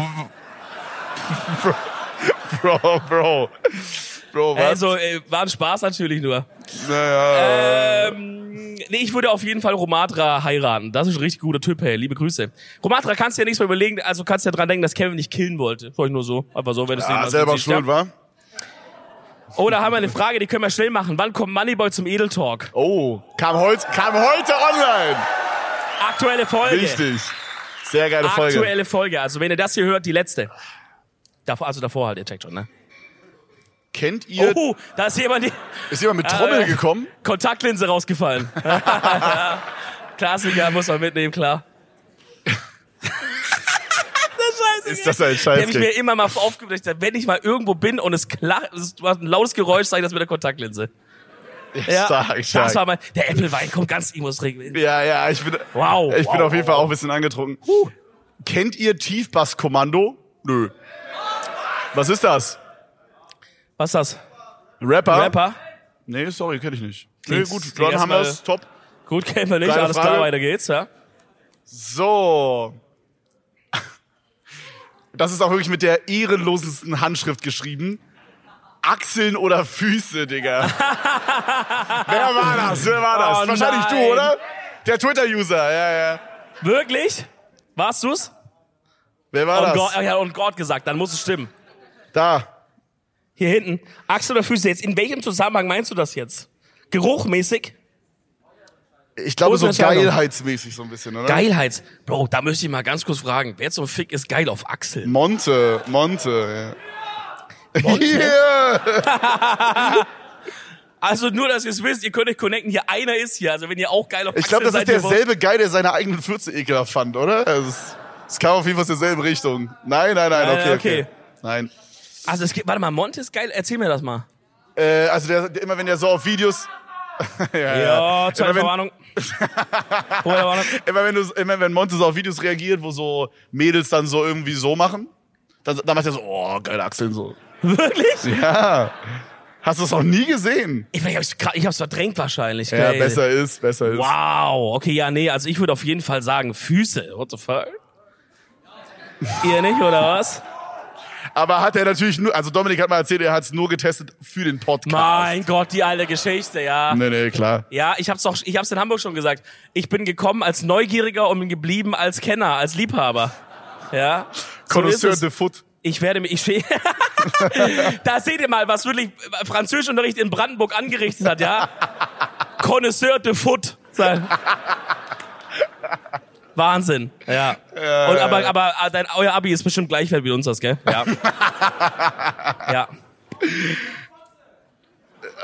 [SPEAKER 1] Bro, Bro. Bro, was?
[SPEAKER 2] Also, äh, war ein Spaß natürlich nur.
[SPEAKER 1] naja.
[SPEAKER 2] Ähm, nee, ich würde auf jeden Fall Romatra heiraten. Das ist ein richtig guter Typ, hey. Liebe Grüße. Romatra kannst du ja nichts mehr überlegen, also kannst du ja dran denken, dass Kevin nicht killen wollte. Wollte ich nur so. Einfach so, wenn es
[SPEAKER 1] ah, selber schuld, war?
[SPEAKER 2] Oh, da haben wir eine Frage, die können wir schnell machen. Wann kommt Moneyboy zum Edel Talk?
[SPEAKER 1] Oh, kam heute, kam heute online.
[SPEAKER 2] Aktuelle Folge.
[SPEAKER 1] Richtig. Sehr geile Folge.
[SPEAKER 2] Aktuelle Folge. Also, wenn ihr das hier hört, die letzte. Davor, also davor halt, ihr checkt schon, ne?
[SPEAKER 1] Kennt ihr,
[SPEAKER 2] Oh, da ist jemand, die
[SPEAKER 1] ist jemand mit Trommel
[SPEAKER 2] äh,
[SPEAKER 1] gekommen?
[SPEAKER 2] Kontaktlinse rausgefallen. Klassiker muss man mitnehmen, klar. das
[SPEAKER 1] Ist das ein
[SPEAKER 2] Der habe ich mir
[SPEAKER 1] Scheißkick?
[SPEAKER 2] immer mal aufgebracht, wenn ich mal irgendwo bin und es klar, es war ein lautes Geräusch, sag ich das mit der Kontaktlinse.
[SPEAKER 1] Stark,
[SPEAKER 2] Das war
[SPEAKER 1] stark.
[SPEAKER 2] mal, der Applewein kommt ganz, ich muss trinken.
[SPEAKER 1] Ja, ja, ich bin,
[SPEAKER 2] Wow.
[SPEAKER 1] ich bin
[SPEAKER 2] wow,
[SPEAKER 1] auf jeden Fall auch ein bisschen angetrunken. Kennt ihr Tiefbasskommando? Nö. Was ist das?
[SPEAKER 2] Was ist das?
[SPEAKER 1] Rapper?
[SPEAKER 2] Rapper?
[SPEAKER 1] Nee, sorry, kenne ich nicht. Nee,
[SPEAKER 2] Klingt-
[SPEAKER 1] gut,
[SPEAKER 2] klingt
[SPEAKER 1] dann haben wir
[SPEAKER 2] erstmal-
[SPEAKER 1] es. Top.
[SPEAKER 2] Gut, kennen wir nicht,
[SPEAKER 1] Kleine
[SPEAKER 2] alles
[SPEAKER 1] Frage.
[SPEAKER 2] klar, weiter geht's, ja?
[SPEAKER 1] So. Das ist auch wirklich mit der ehrenlosesten Handschrift geschrieben. Achseln oder Füße, Digga. Wer war das? Wer war das?
[SPEAKER 2] Oh
[SPEAKER 1] Wahrscheinlich
[SPEAKER 2] nein.
[SPEAKER 1] du, oder? Der Twitter-User, ja, ja.
[SPEAKER 2] Wirklich? Warst du's?
[SPEAKER 1] Wer war
[SPEAKER 2] Und
[SPEAKER 1] das?
[SPEAKER 2] Oh Gott, ja, und Gott gesagt, dann muss es stimmen.
[SPEAKER 1] Da.
[SPEAKER 2] Hier hinten. Achsel oder Füße jetzt? In welchem Zusammenhang meinst du das jetzt? Geruchmäßig?
[SPEAKER 1] Ich glaube, so
[SPEAKER 2] Große Entscheidung.
[SPEAKER 1] geilheitsmäßig so ein bisschen, oder?
[SPEAKER 2] Geilheits. Bro, da möchte ich mal ganz kurz fragen. Wer zum Fick ist geil auf Achsel?
[SPEAKER 1] Monte, Monte, ja.
[SPEAKER 2] Monte?
[SPEAKER 1] Yeah.
[SPEAKER 2] Also nur, dass ihr es wisst, ihr könnt euch connecten. Hier einer ist hier. Also wenn ihr auch geil auf
[SPEAKER 1] Ich
[SPEAKER 2] Achsel
[SPEAKER 1] glaube, das
[SPEAKER 2] seid,
[SPEAKER 1] ist
[SPEAKER 2] ihr wollt-
[SPEAKER 1] derselbe Guy, der seine eigenen Fürze ekelhaft fand, oder? Also, Es es kam auf jeden Fall aus derselben Richtung. Nein, nein, nein,
[SPEAKER 2] Nein,
[SPEAKER 1] okay, okay.
[SPEAKER 2] okay.
[SPEAKER 1] Nein.
[SPEAKER 2] Also es gibt, warte mal, Monte ist geil. Erzähl mir das mal.
[SPEAKER 1] Äh, also der, der, immer wenn der so auf Videos... ja, ja.
[SPEAKER 2] Ja, zweite
[SPEAKER 1] Immer, wenn,
[SPEAKER 2] Verwarnung. Hohe Verwarnung.
[SPEAKER 1] immer, wenn du, immer wenn Monte so auf Videos reagiert, wo so Mädels dann so irgendwie so machen, dann, dann macht er so, oh, geile Achseln so.
[SPEAKER 2] Wirklich?
[SPEAKER 1] Ja. Hast du es noch nie gesehen?
[SPEAKER 2] Ich, ich, hab's, gra- ich hab's verdrängt wahrscheinlich.
[SPEAKER 1] Ja,
[SPEAKER 2] Geil.
[SPEAKER 1] besser ist, besser ist.
[SPEAKER 2] Wow, okay, ja, nee, also ich würde auf jeden Fall sagen, Füße, what the fuck? Ihr nicht, oder was?
[SPEAKER 1] Aber hat er natürlich nur, also Dominik hat mal erzählt, er hat es nur getestet für den Podcast.
[SPEAKER 2] Mein Gott, die alte Geschichte, ja.
[SPEAKER 1] Nee, nee, klar.
[SPEAKER 2] Ja, ich hab's doch, ich hab's in Hamburg schon gesagt. Ich bin gekommen als Neugieriger und bin geblieben als Kenner, als Liebhaber. Ja. So ist
[SPEAKER 1] Connoisseur
[SPEAKER 2] es.
[SPEAKER 1] de Foot.
[SPEAKER 2] Ich werde mich, ich steh- Da seht ihr mal, was wirklich Französischunterricht in Brandenburg angerichtet hat, ja. Connoisseur de Foot. Sein. Wahnsinn, ja. Und aber, aber ah, dein, euer Abi ist bestimmt gleich wert wie uns das, gell? Ja. ja.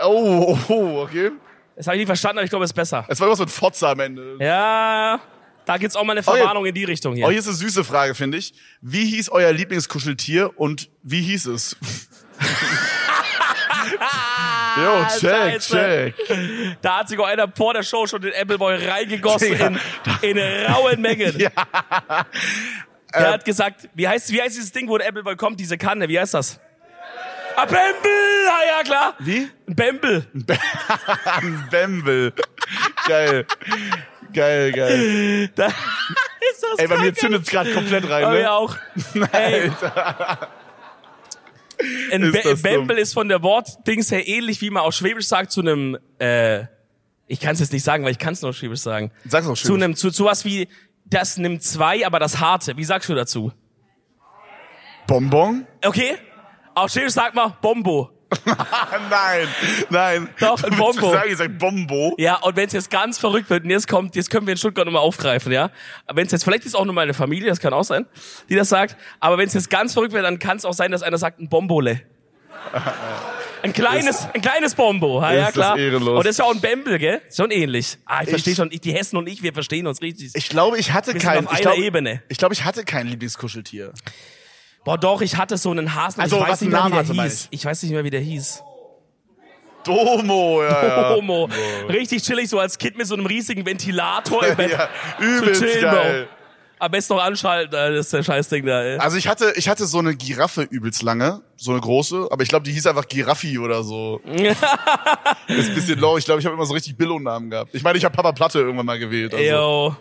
[SPEAKER 1] Oh, oh, oh, okay.
[SPEAKER 2] Das habe ich nicht verstanden, aber ich glaube, es ist besser.
[SPEAKER 1] Es war irgendwas mit Fotze am Ende.
[SPEAKER 2] Ja, da gibt's auch mal eine
[SPEAKER 1] Oh, ja.
[SPEAKER 2] Verwarnung in die Richtung hier.
[SPEAKER 1] Oh, hier ist eine süße Frage, finde ich. Wie hieß euer Lieblingskuscheltier und wie hieß es? Jo, check,
[SPEAKER 2] Ah, Scheiße.
[SPEAKER 1] check.
[SPEAKER 2] Da hat sich auch einer vor der Show schon den Appleboy reingegossen
[SPEAKER 1] Digga.
[SPEAKER 2] in, in rauen Mengen.
[SPEAKER 1] Ja. Ähm.
[SPEAKER 2] Der hat gesagt, wie heißt, wie heißt dieses Ding, wo der Appleboy kommt, diese Kanne, wie heißt das? Ah, Bembel! Ah, ja, klar.
[SPEAKER 1] Wie?
[SPEAKER 2] Ein Bembel.
[SPEAKER 1] Ein Bembel. geil. Geil, geil.
[SPEAKER 2] Da ist das
[SPEAKER 1] Ey, bei mir
[SPEAKER 2] krank,
[SPEAKER 1] zündet's grad komplett rein,
[SPEAKER 2] Alter. Bei mir
[SPEAKER 1] ne?
[SPEAKER 2] auch. Ey. Ein
[SPEAKER 1] Ist
[SPEAKER 2] Be
[SPEAKER 1] das dumm.
[SPEAKER 2] Bembel ist von der Wortdings her ähnlich, wie man auf Schwäbisch sagt, zu einem, äh, ich kann es jetzt nicht sagen, weil ich kann es nur auf Schwäbisch sagen.
[SPEAKER 1] Sag's auch schön.
[SPEAKER 2] Zu einem, zu, zu was wie, das nimmt zwei, aber das harte. Wie sagst du dazu?
[SPEAKER 1] Bonbon?
[SPEAKER 2] Okay? Auf Schwäbisch sagt man Bombo.
[SPEAKER 1] Ah, nein, nein.
[SPEAKER 2] Doch, ein
[SPEAKER 1] Du willst
[SPEAKER 2] Bombo.
[SPEAKER 1] mir Sagen, ich sag Bombo.
[SPEAKER 2] Ja, und wenn es jetzt ganz verrückt wird und jetzt kommt, jetzt können wir in Stuttgart nochmal aufgreifen, ja. Wenn es jetzt, vielleicht ist auch nur meine Familie, das kann auch sein, die das sagt, aber wenn es jetzt ganz verrückt wird, dann kann es auch sein, dass einer sagt, ein Bombole. Ein kleines, ein kleines Bombo, Ah, ja,
[SPEAKER 1] Ist
[SPEAKER 2] ja
[SPEAKER 1] das
[SPEAKER 2] klar.
[SPEAKER 1] ehrenlos.
[SPEAKER 2] Und das ist ja auch ein Bembel, gell? Schon ähnlich. Ah, ich
[SPEAKER 1] Ich-
[SPEAKER 2] verstehe schon, ich, die Hessen und ich, wir verstehen uns richtig.
[SPEAKER 1] Ich glaube, ich hatte
[SPEAKER 2] Wir sind
[SPEAKER 1] kein.
[SPEAKER 2] auf
[SPEAKER 1] ich
[SPEAKER 2] einer
[SPEAKER 1] glaube,
[SPEAKER 2] Ebene.
[SPEAKER 1] Ich glaube, ich hatte kein Lieblingskuscheltier.
[SPEAKER 2] Boah, doch, ich hatte so einen Hasen,
[SPEAKER 1] Also,
[SPEAKER 2] ich weiß
[SPEAKER 1] was einen
[SPEAKER 2] nicht mehr,
[SPEAKER 1] Namen
[SPEAKER 2] wie
[SPEAKER 1] hatte,
[SPEAKER 2] der
[SPEAKER 1] meine
[SPEAKER 2] hieß. Ich weiß nicht mehr, wie der hieß.
[SPEAKER 1] Domo, ja, ja.
[SPEAKER 2] Homo. Richtig chillig, so als Kind mit so einem riesigen Ventilator im Bett.
[SPEAKER 1] ja übelst
[SPEAKER 2] Zu chillen,
[SPEAKER 1] geil.
[SPEAKER 2] Am besten noch anschalten, Alter, das ist der Scheißding da, ey.
[SPEAKER 1] Also ich hatte, ich hatte so eine Giraffe übelst lange, so eine große, aber ich glaube, die hieß einfach Giraffi oder so. ist ein bisschen low. Ich glaube, ich habe immer so richtig Billo-Namen gehabt. Ich meine, ich habe Papa Platte irgendwann mal gewählt. Also.
[SPEAKER 2] Yo.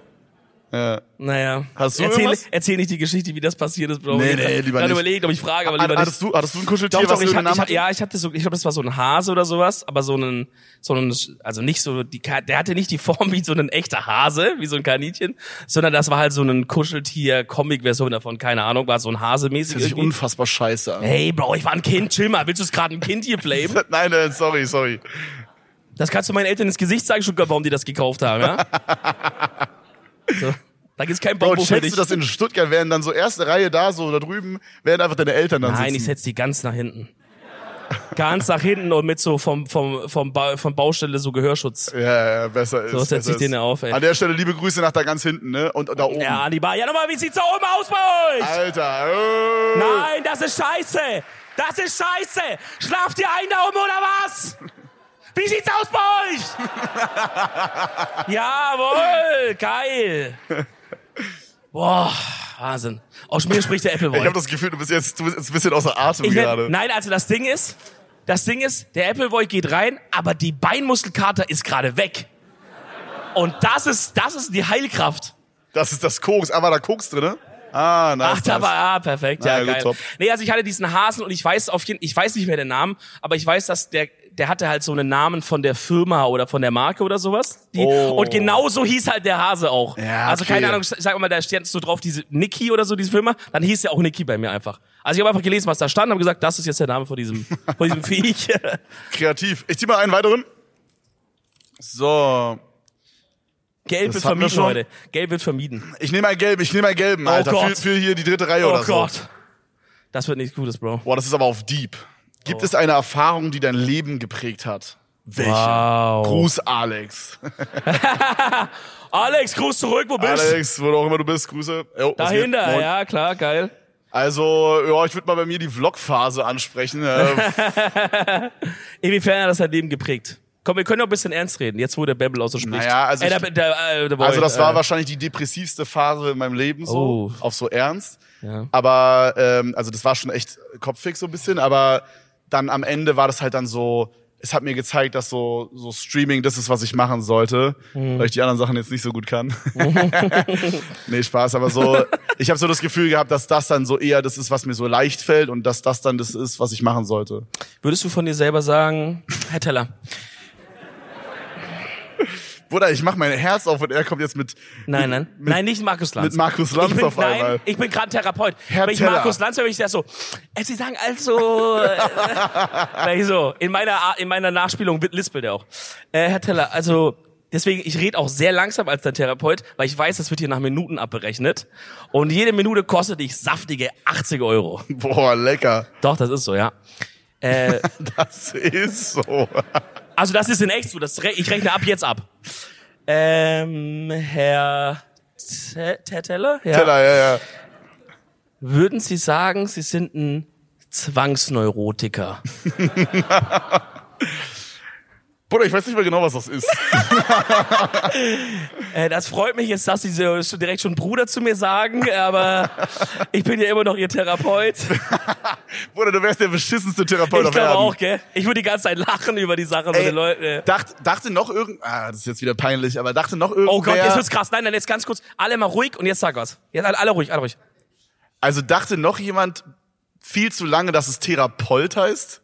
[SPEAKER 1] Ja.
[SPEAKER 2] Naja.
[SPEAKER 1] Hast du
[SPEAKER 2] erzähl,
[SPEAKER 1] irgendwas?
[SPEAKER 2] erzähl nicht die Geschichte, wie das passiert ist, Bro.
[SPEAKER 1] Nee,
[SPEAKER 2] Ich
[SPEAKER 1] nee,
[SPEAKER 2] hab
[SPEAKER 1] lieber
[SPEAKER 2] grad
[SPEAKER 1] nicht.
[SPEAKER 2] überlegt, ob ich frage, aber
[SPEAKER 1] Hat,
[SPEAKER 2] lieber nicht.
[SPEAKER 1] hattest, du, hattest du ein Kuscheltier,
[SPEAKER 2] Doch, doch,
[SPEAKER 1] was
[SPEAKER 2] ich,
[SPEAKER 1] irgendeinen
[SPEAKER 2] hatte- ich,
[SPEAKER 1] Namen
[SPEAKER 2] hatte- ja, ich hatte so, ich glaube, das war so ein Hase oder sowas, aber so einen, so einen, also nicht so, die, Ka- der hatte nicht die Form wie so ein echter Hase, wie so ein Kaninchen, sondern das war halt so ein Kuscheltier-Comic-Version davon, keine Ahnung, war so ein Hase-mäßig.
[SPEAKER 1] Das hört sich
[SPEAKER 2] irgendwie.
[SPEAKER 1] unfassbar scheiße an.
[SPEAKER 2] Hey, Bro, ich war ein Kind, chill mal, willst du es gerade ein Kind hier blamen?
[SPEAKER 1] Nein, nein, sorry, sorry.
[SPEAKER 2] Das kannst du meinen Eltern ins Gesicht sagen, Stuttgart, warum die das gekauft haben, ja? so. Da gibt's kein
[SPEAKER 1] Bro,
[SPEAKER 2] Bombo für
[SPEAKER 1] schätzt
[SPEAKER 2] dich.
[SPEAKER 1] du, dass in Stuttgart wären dann so erste Reihe da, so da drüben, wären einfach deine Eltern dann
[SPEAKER 2] Nein, ich
[SPEAKER 1] sitzen?
[SPEAKER 2] setz die ganz nach hinten. Ganz nach hinten und mit so vom, vom, vom, ba vom Baustelle so Gehörschutz.
[SPEAKER 1] Ja, ja, ja, besser ist.
[SPEAKER 2] So setz
[SPEAKER 1] besser
[SPEAKER 2] ich den
[SPEAKER 1] ist.
[SPEAKER 2] ja auf, ey.
[SPEAKER 1] An der Stelle liebe Grüße nach da ganz hinten, ne? Und da oben.
[SPEAKER 2] Ja, an die Bar. Ja, nochmal, wie sieht's da oben aus bei euch?
[SPEAKER 1] Alter. Äh.
[SPEAKER 2] Nein, das ist scheiße. Das ist scheiße. Schlaft ihr ein da oben oder was? Wie sieht's aus bei euch? Jawohl, geil. Boah, Wahnsinn. Aus mir spricht der Appleboy.
[SPEAKER 1] Ich habe das Gefühl, du bist jetzt, du bist jetzt ein bisschen außer Atem
[SPEAKER 2] Ich werd-
[SPEAKER 1] gerade.
[SPEAKER 2] Nein, also das Ding ist, das Ding ist, der Appleboy geht rein, aber die Beinmuskelkater ist gerade weg. Und das ist, das ist die Heilkraft.
[SPEAKER 1] Das ist das Koks. Ah, war da Koks drin, ne? Ah, nice.
[SPEAKER 2] Ach, da
[SPEAKER 1] nice.
[SPEAKER 2] war, ah, perfekt,
[SPEAKER 1] Na
[SPEAKER 2] ja,
[SPEAKER 1] ja, gut,
[SPEAKER 2] geil.
[SPEAKER 1] top.
[SPEAKER 2] Nee, also ich hatte diesen Hasen und ich weiß auf jeden, ich weiß nicht mehr den Namen, aber ich weiß, dass der, der hatte halt so einen Namen von der Firma oder von der Marke oder sowas. Die,
[SPEAKER 1] Oh.
[SPEAKER 2] Und genau so hieß halt der Hase auch.
[SPEAKER 1] Ja,
[SPEAKER 2] also
[SPEAKER 1] okay.
[SPEAKER 2] keine Ahnung, ich sag mal, da stand so drauf diese Niki oder so, diese Firma, dann hieß ja auch Niki bei mir einfach. Also ich habe einfach gelesen, was da stand, habe gesagt, das ist jetzt der Name von diesem, von diesem Viech.
[SPEAKER 1] Kreativ. Ich zieh mal einen weiteren. So.
[SPEAKER 2] Gelb wird
[SPEAKER 1] Das hatten wir
[SPEAKER 2] vermieden
[SPEAKER 1] schon.
[SPEAKER 2] heute. Gelb wird vermieden.
[SPEAKER 1] Ich nehme einen gelben, ich nehme einen gelben, Alter.
[SPEAKER 2] Oh Gott.
[SPEAKER 1] Für, für hier die dritte Reihe
[SPEAKER 2] Oh
[SPEAKER 1] oder so.
[SPEAKER 2] Gott. Das wird nichts Gutes, Bro.
[SPEAKER 1] Boah, das ist aber auf Deep. Gibt
[SPEAKER 2] Oh.
[SPEAKER 1] es eine Erfahrung, die dein Leben geprägt hat? Welche?
[SPEAKER 2] Wow.
[SPEAKER 1] Gruß, Alex.
[SPEAKER 2] Alex, Gruß zurück, wo bist du?
[SPEAKER 1] Alex, wo du auch immer du bist, Grüße. Jo, was geht?
[SPEAKER 2] Dahinter,
[SPEAKER 1] Moin.
[SPEAKER 2] ja klar, geil.
[SPEAKER 1] Also, ja, ich würde mal bei mir die Vlog-Phase ansprechen. Äh,
[SPEAKER 2] Inwiefern hat das dein Leben geprägt? Komm, wir können noch ein bisschen ernst reden, jetzt wo der Bebel aus so spricht.
[SPEAKER 1] Naja, also
[SPEAKER 2] Ey,
[SPEAKER 1] ich-
[SPEAKER 2] da, da, äh, da,
[SPEAKER 1] also, das war
[SPEAKER 2] äh,
[SPEAKER 1] wahrscheinlich die depressivste Phase in meinem Leben, so,
[SPEAKER 2] Oh.
[SPEAKER 1] auf so ernst.
[SPEAKER 2] Ja.
[SPEAKER 1] Aber ähm, also das war schon echt kopfig so ein bisschen, aber dann am Ende war das halt dann so, es hat mir gezeigt, dass so, so Streaming das ist, was ich machen sollte,
[SPEAKER 2] Mhm.
[SPEAKER 1] weil ich die anderen Sachen jetzt nicht so gut kann. nee, Spaß, aber so, ich habe so das Gefühl gehabt, dass das dann so eher das ist, was mir so leicht fällt und dass das dann das ist, was ich machen sollte.
[SPEAKER 2] Würdest du von dir selber sagen, Herr Teller,
[SPEAKER 1] Bruder, ich mache mein Herz auf und er kommt jetzt mit
[SPEAKER 2] nein, nein, nein, nicht Markus Lanz.
[SPEAKER 1] mit Markus Lanz
[SPEAKER 2] ich bin,
[SPEAKER 1] auf einmal.
[SPEAKER 2] Nein, ich bin gerade Therapeut.
[SPEAKER 1] Herr
[SPEAKER 2] wenn ich
[SPEAKER 1] Teller.
[SPEAKER 2] Markus Lanz höre, bin ich das so, äh, Sie sagen also, äh, weil ich so, in meiner, Ar- in meiner Nachspielung wird- lispelt er auch. Äh, Herr Teller, also, deswegen, ich rede auch sehr langsam als dein Therapeut, weil ich weiß, das wird hier nach Minuten abberechnet. Und jede Minute kostet dich saftige 80 Euro.
[SPEAKER 1] boah, lecker.
[SPEAKER 2] Doch, das ist so, ja. Äh,
[SPEAKER 1] Das ist so.
[SPEAKER 2] Also das ist in echt so. Das re ich rechne ab jetzt ab. Ähm, Herr Te- Teteller? Ja.
[SPEAKER 1] Teller, ja, ja.
[SPEAKER 2] Würden Sie sagen, Sie sind ein Zwangsneurotiker?
[SPEAKER 1] Bruder, ich weiß nicht mehr genau, was das ist.
[SPEAKER 2] Äh, das freut mich jetzt, dass Sie so so direkt schon Bruder zu mir sagen, aber ich bin ja immer noch Ihr Therapeut.
[SPEAKER 1] Bruder, du wärst der beschissenste Therapeut
[SPEAKER 2] Ich
[SPEAKER 1] auf Erden.
[SPEAKER 2] glaube auch, gell? Ich würde die ganze Zeit lachen über die Sache mit
[SPEAKER 1] Ey,
[SPEAKER 2] den Leuten. äh.
[SPEAKER 1] Dacht, dachte noch irgend... Ah, das ist jetzt wieder peinlich, aber dachte noch irgendwer...
[SPEAKER 2] Oh Gott, jetzt wird's krass. Nein, nein, jetzt ganz kurz. Alle mal ruhig und jetzt sag was. Jetzt alle, alle ruhig, alle ruhig.
[SPEAKER 1] Also dachte noch jemand viel zu lange, dass es Therapeut heißt?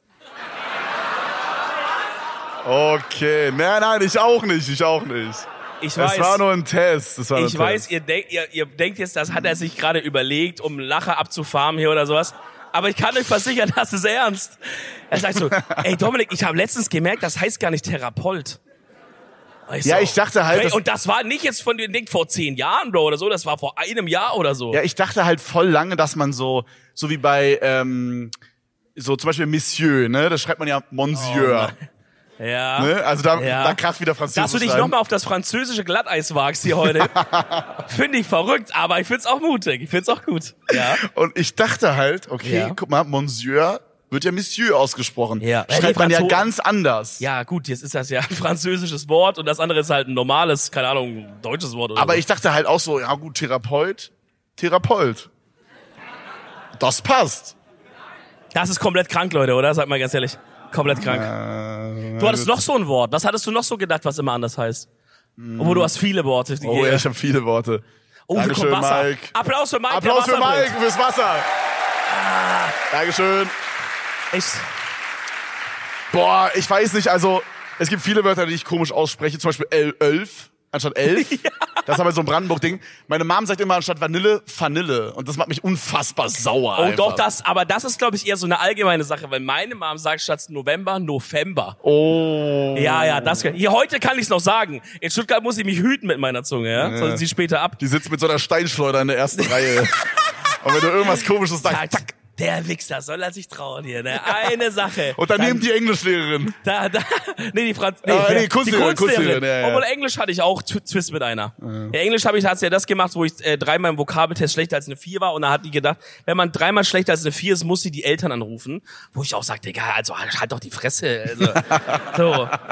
[SPEAKER 1] Okay, nein, nein, ich auch nicht, ich auch nicht.
[SPEAKER 2] Ich
[SPEAKER 1] Es war
[SPEAKER 2] weiß,
[SPEAKER 1] nur ein Test. Es war nur
[SPEAKER 2] ich
[SPEAKER 1] ein
[SPEAKER 2] weiß, ihr, denk, ihr, ihr denkt jetzt, das hat er sich gerade überlegt, um Lacher abzufarmen hier oder sowas. Aber ich kann euch versichern, das ist ernst. Er sagt so, ey Dominik, ich habe letztens gemerkt, das heißt gar nicht Therapeut. Und
[SPEAKER 1] Ja,
[SPEAKER 2] so,
[SPEAKER 1] ich dachte halt,
[SPEAKER 2] "Hey,
[SPEAKER 1] das-
[SPEAKER 2] Und das war nicht jetzt von dir, denkt vor zehn Jahren, Bro, oder so, das war vor einem Jahr oder so.
[SPEAKER 1] Ja, ich dachte halt voll lange, dass man so, so wie bei, ähm, so zum Beispiel Monsieur, ne? Da schreibt man ja
[SPEAKER 2] Oh
[SPEAKER 1] Monsieur.
[SPEAKER 2] ja.
[SPEAKER 1] ne? Also da,
[SPEAKER 2] Ja.
[SPEAKER 1] da krass wieder Französisch.
[SPEAKER 2] Dass du dich
[SPEAKER 1] rein.
[SPEAKER 2] nochmal auf das französische Glatteis wagst hier heute. finde ich verrückt, aber ich find's auch mutig. Ich find's auch gut. Ja.
[SPEAKER 1] Und ich dachte halt, okay,
[SPEAKER 2] Ja.
[SPEAKER 1] guck mal, Monsieur wird ja Monsieur ausgesprochen.
[SPEAKER 2] Ja. Weil die
[SPEAKER 1] Schreibt man ja
[SPEAKER 2] Franzosen-
[SPEAKER 1] ganz anders.
[SPEAKER 2] Ja, gut, jetzt ist das ja ein französisches Wort und das andere ist halt ein normales, keine Ahnung, deutsches Wort oder
[SPEAKER 1] Aber
[SPEAKER 2] so.
[SPEAKER 1] ich dachte halt auch so, ja gut, Therapeut, Therapeut. Das passt.
[SPEAKER 2] Das ist komplett krank, Leute, oder? Sag mal ganz ehrlich. Komplett krank.
[SPEAKER 1] Äh,
[SPEAKER 2] du hattest noch so ein Wort. Was hattest du noch so gedacht, was immer anders heißt? Obwohl du hast viele Worte. die-
[SPEAKER 1] Mhm. Oh ja, ich habe viele Worte.
[SPEAKER 2] oh hier kommt
[SPEAKER 1] Dankeschön,
[SPEAKER 2] Wasser.
[SPEAKER 1] Mike.
[SPEAKER 2] Applaus für Mike.
[SPEAKER 1] Applaus
[SPEAKER 2] der Ah.
[SPEAKER 1] für
[SPEAKER 2] Wasser
[SPEAKER 1] Mike fürs Wasser. Dankeschön.
[SPEAKER 2] Ich,
[SPEAKER 1] Boah, ich weiß nicht, also es gibt viele Wörter, die ich komisch ausspreche, zum Beispiel L11 anstatt elf. Das ist aber so ein Brandenburg-Ding. Meine Mom sagt immer anstatt Vanille, Vanille. Und das macht mich unfassbar sauer.
[SPEAKER 2] oh
[SPEAKER 1] einfach.
[SPEAKER 2] doch, das, aber das ist, glaube ich, eher so eine allgemeine Sache, weil meine Mom sagt statt November, November.
[SPEAKER 1] Oh.
[SPEAKER 2] Ja, ja, das kann, hier heute kann ich's noch sagen. In Stuttgart muss ich mich hüten mit meiner Zunge, ja? Sonst sie später ab.
[SPEAKER 1] Die sitzt mit so einer Steinschleuder in der ersten Reihe. Und wenn du irgendwas komisches
[SPEAKER 2] Zack,
[SPEAKER 1] sagst,
[SPEAKER 2] zack. Der Wichser soll er sich trauen hier, ne? Eine Sache.
[SPEAKER 1] und daneben die Englischlehrerin.
[SPEAKER 2] Da, da, nee, die Franz, nee,
[SPEAKER 1] Ah, nee,
[SPEAKER 2] die
[SPEAKER 1] Kunstlehrerin, Kunstlehrerin, ja, ja.
[SPEAKER 2] Obwohl Englisch hatte ich auch Tw- Twist mit einer. Ja. Englisch habe ich hat's ja das gemacht, wo ich äh, dreimal im Vokabeltest schlechter als eine vier war und da hat die gedacht, wenn man dreimal schlechter als eine vier ist, muss sie die Eltern anrufen, wo ich auch sagte, Digga, also halt doch die Fresse. Also, so,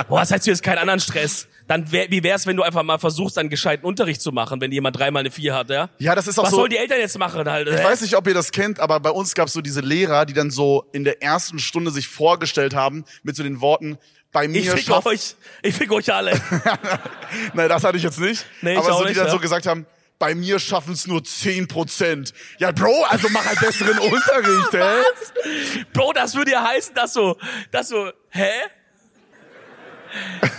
[SPEAKER 2] boah, was heißt du jetzt keinen anderen Stress? Dann wär, wie wär's, wenn du einfach mal versuchst, einen gescheiten Unterricht zu machen, wenn jemand dreimal eine vier hat, ja?
[SPEAKER 1] Ja, das ist auch
[SPEAKER 2] Was
[SPEAKER 1] so.
[SPEAKER 2] sollen die Eltern jetzt machen halt?
[SPEAKER 1] Ich weiß nicht, ob ihr das kennt, aber bei uns gab's so diese Lehrer, die dann so in der ersten Stunde sich vorgestellt haben mit so den Worten, bei mir
[SPEAKER 2] ich fick
[SPEAKER 1] schafft-
[SPEAKER 2] euch, ich fick euch alle.
[SPEAKER 1] Nein, das hatte ich jetzt nicht.
[SPEAKER 2] Nee, ich
[SPEAKER 1] aber
[SPEAKER 2] auch
[SPEAKER 1] so, die
[SPEAKER 2] nicht,
[SPEAKER 1] dann
[SPEAKER 2] ja.
[SPEAKER 1] so gesagt haben, bei mir schaffen es nur 10%. Ja, Bro, also mach halt besseren Unterricht, hä?
[SPEAKER 2] Bro, das würde ja heißen, dass so, dass so, hä?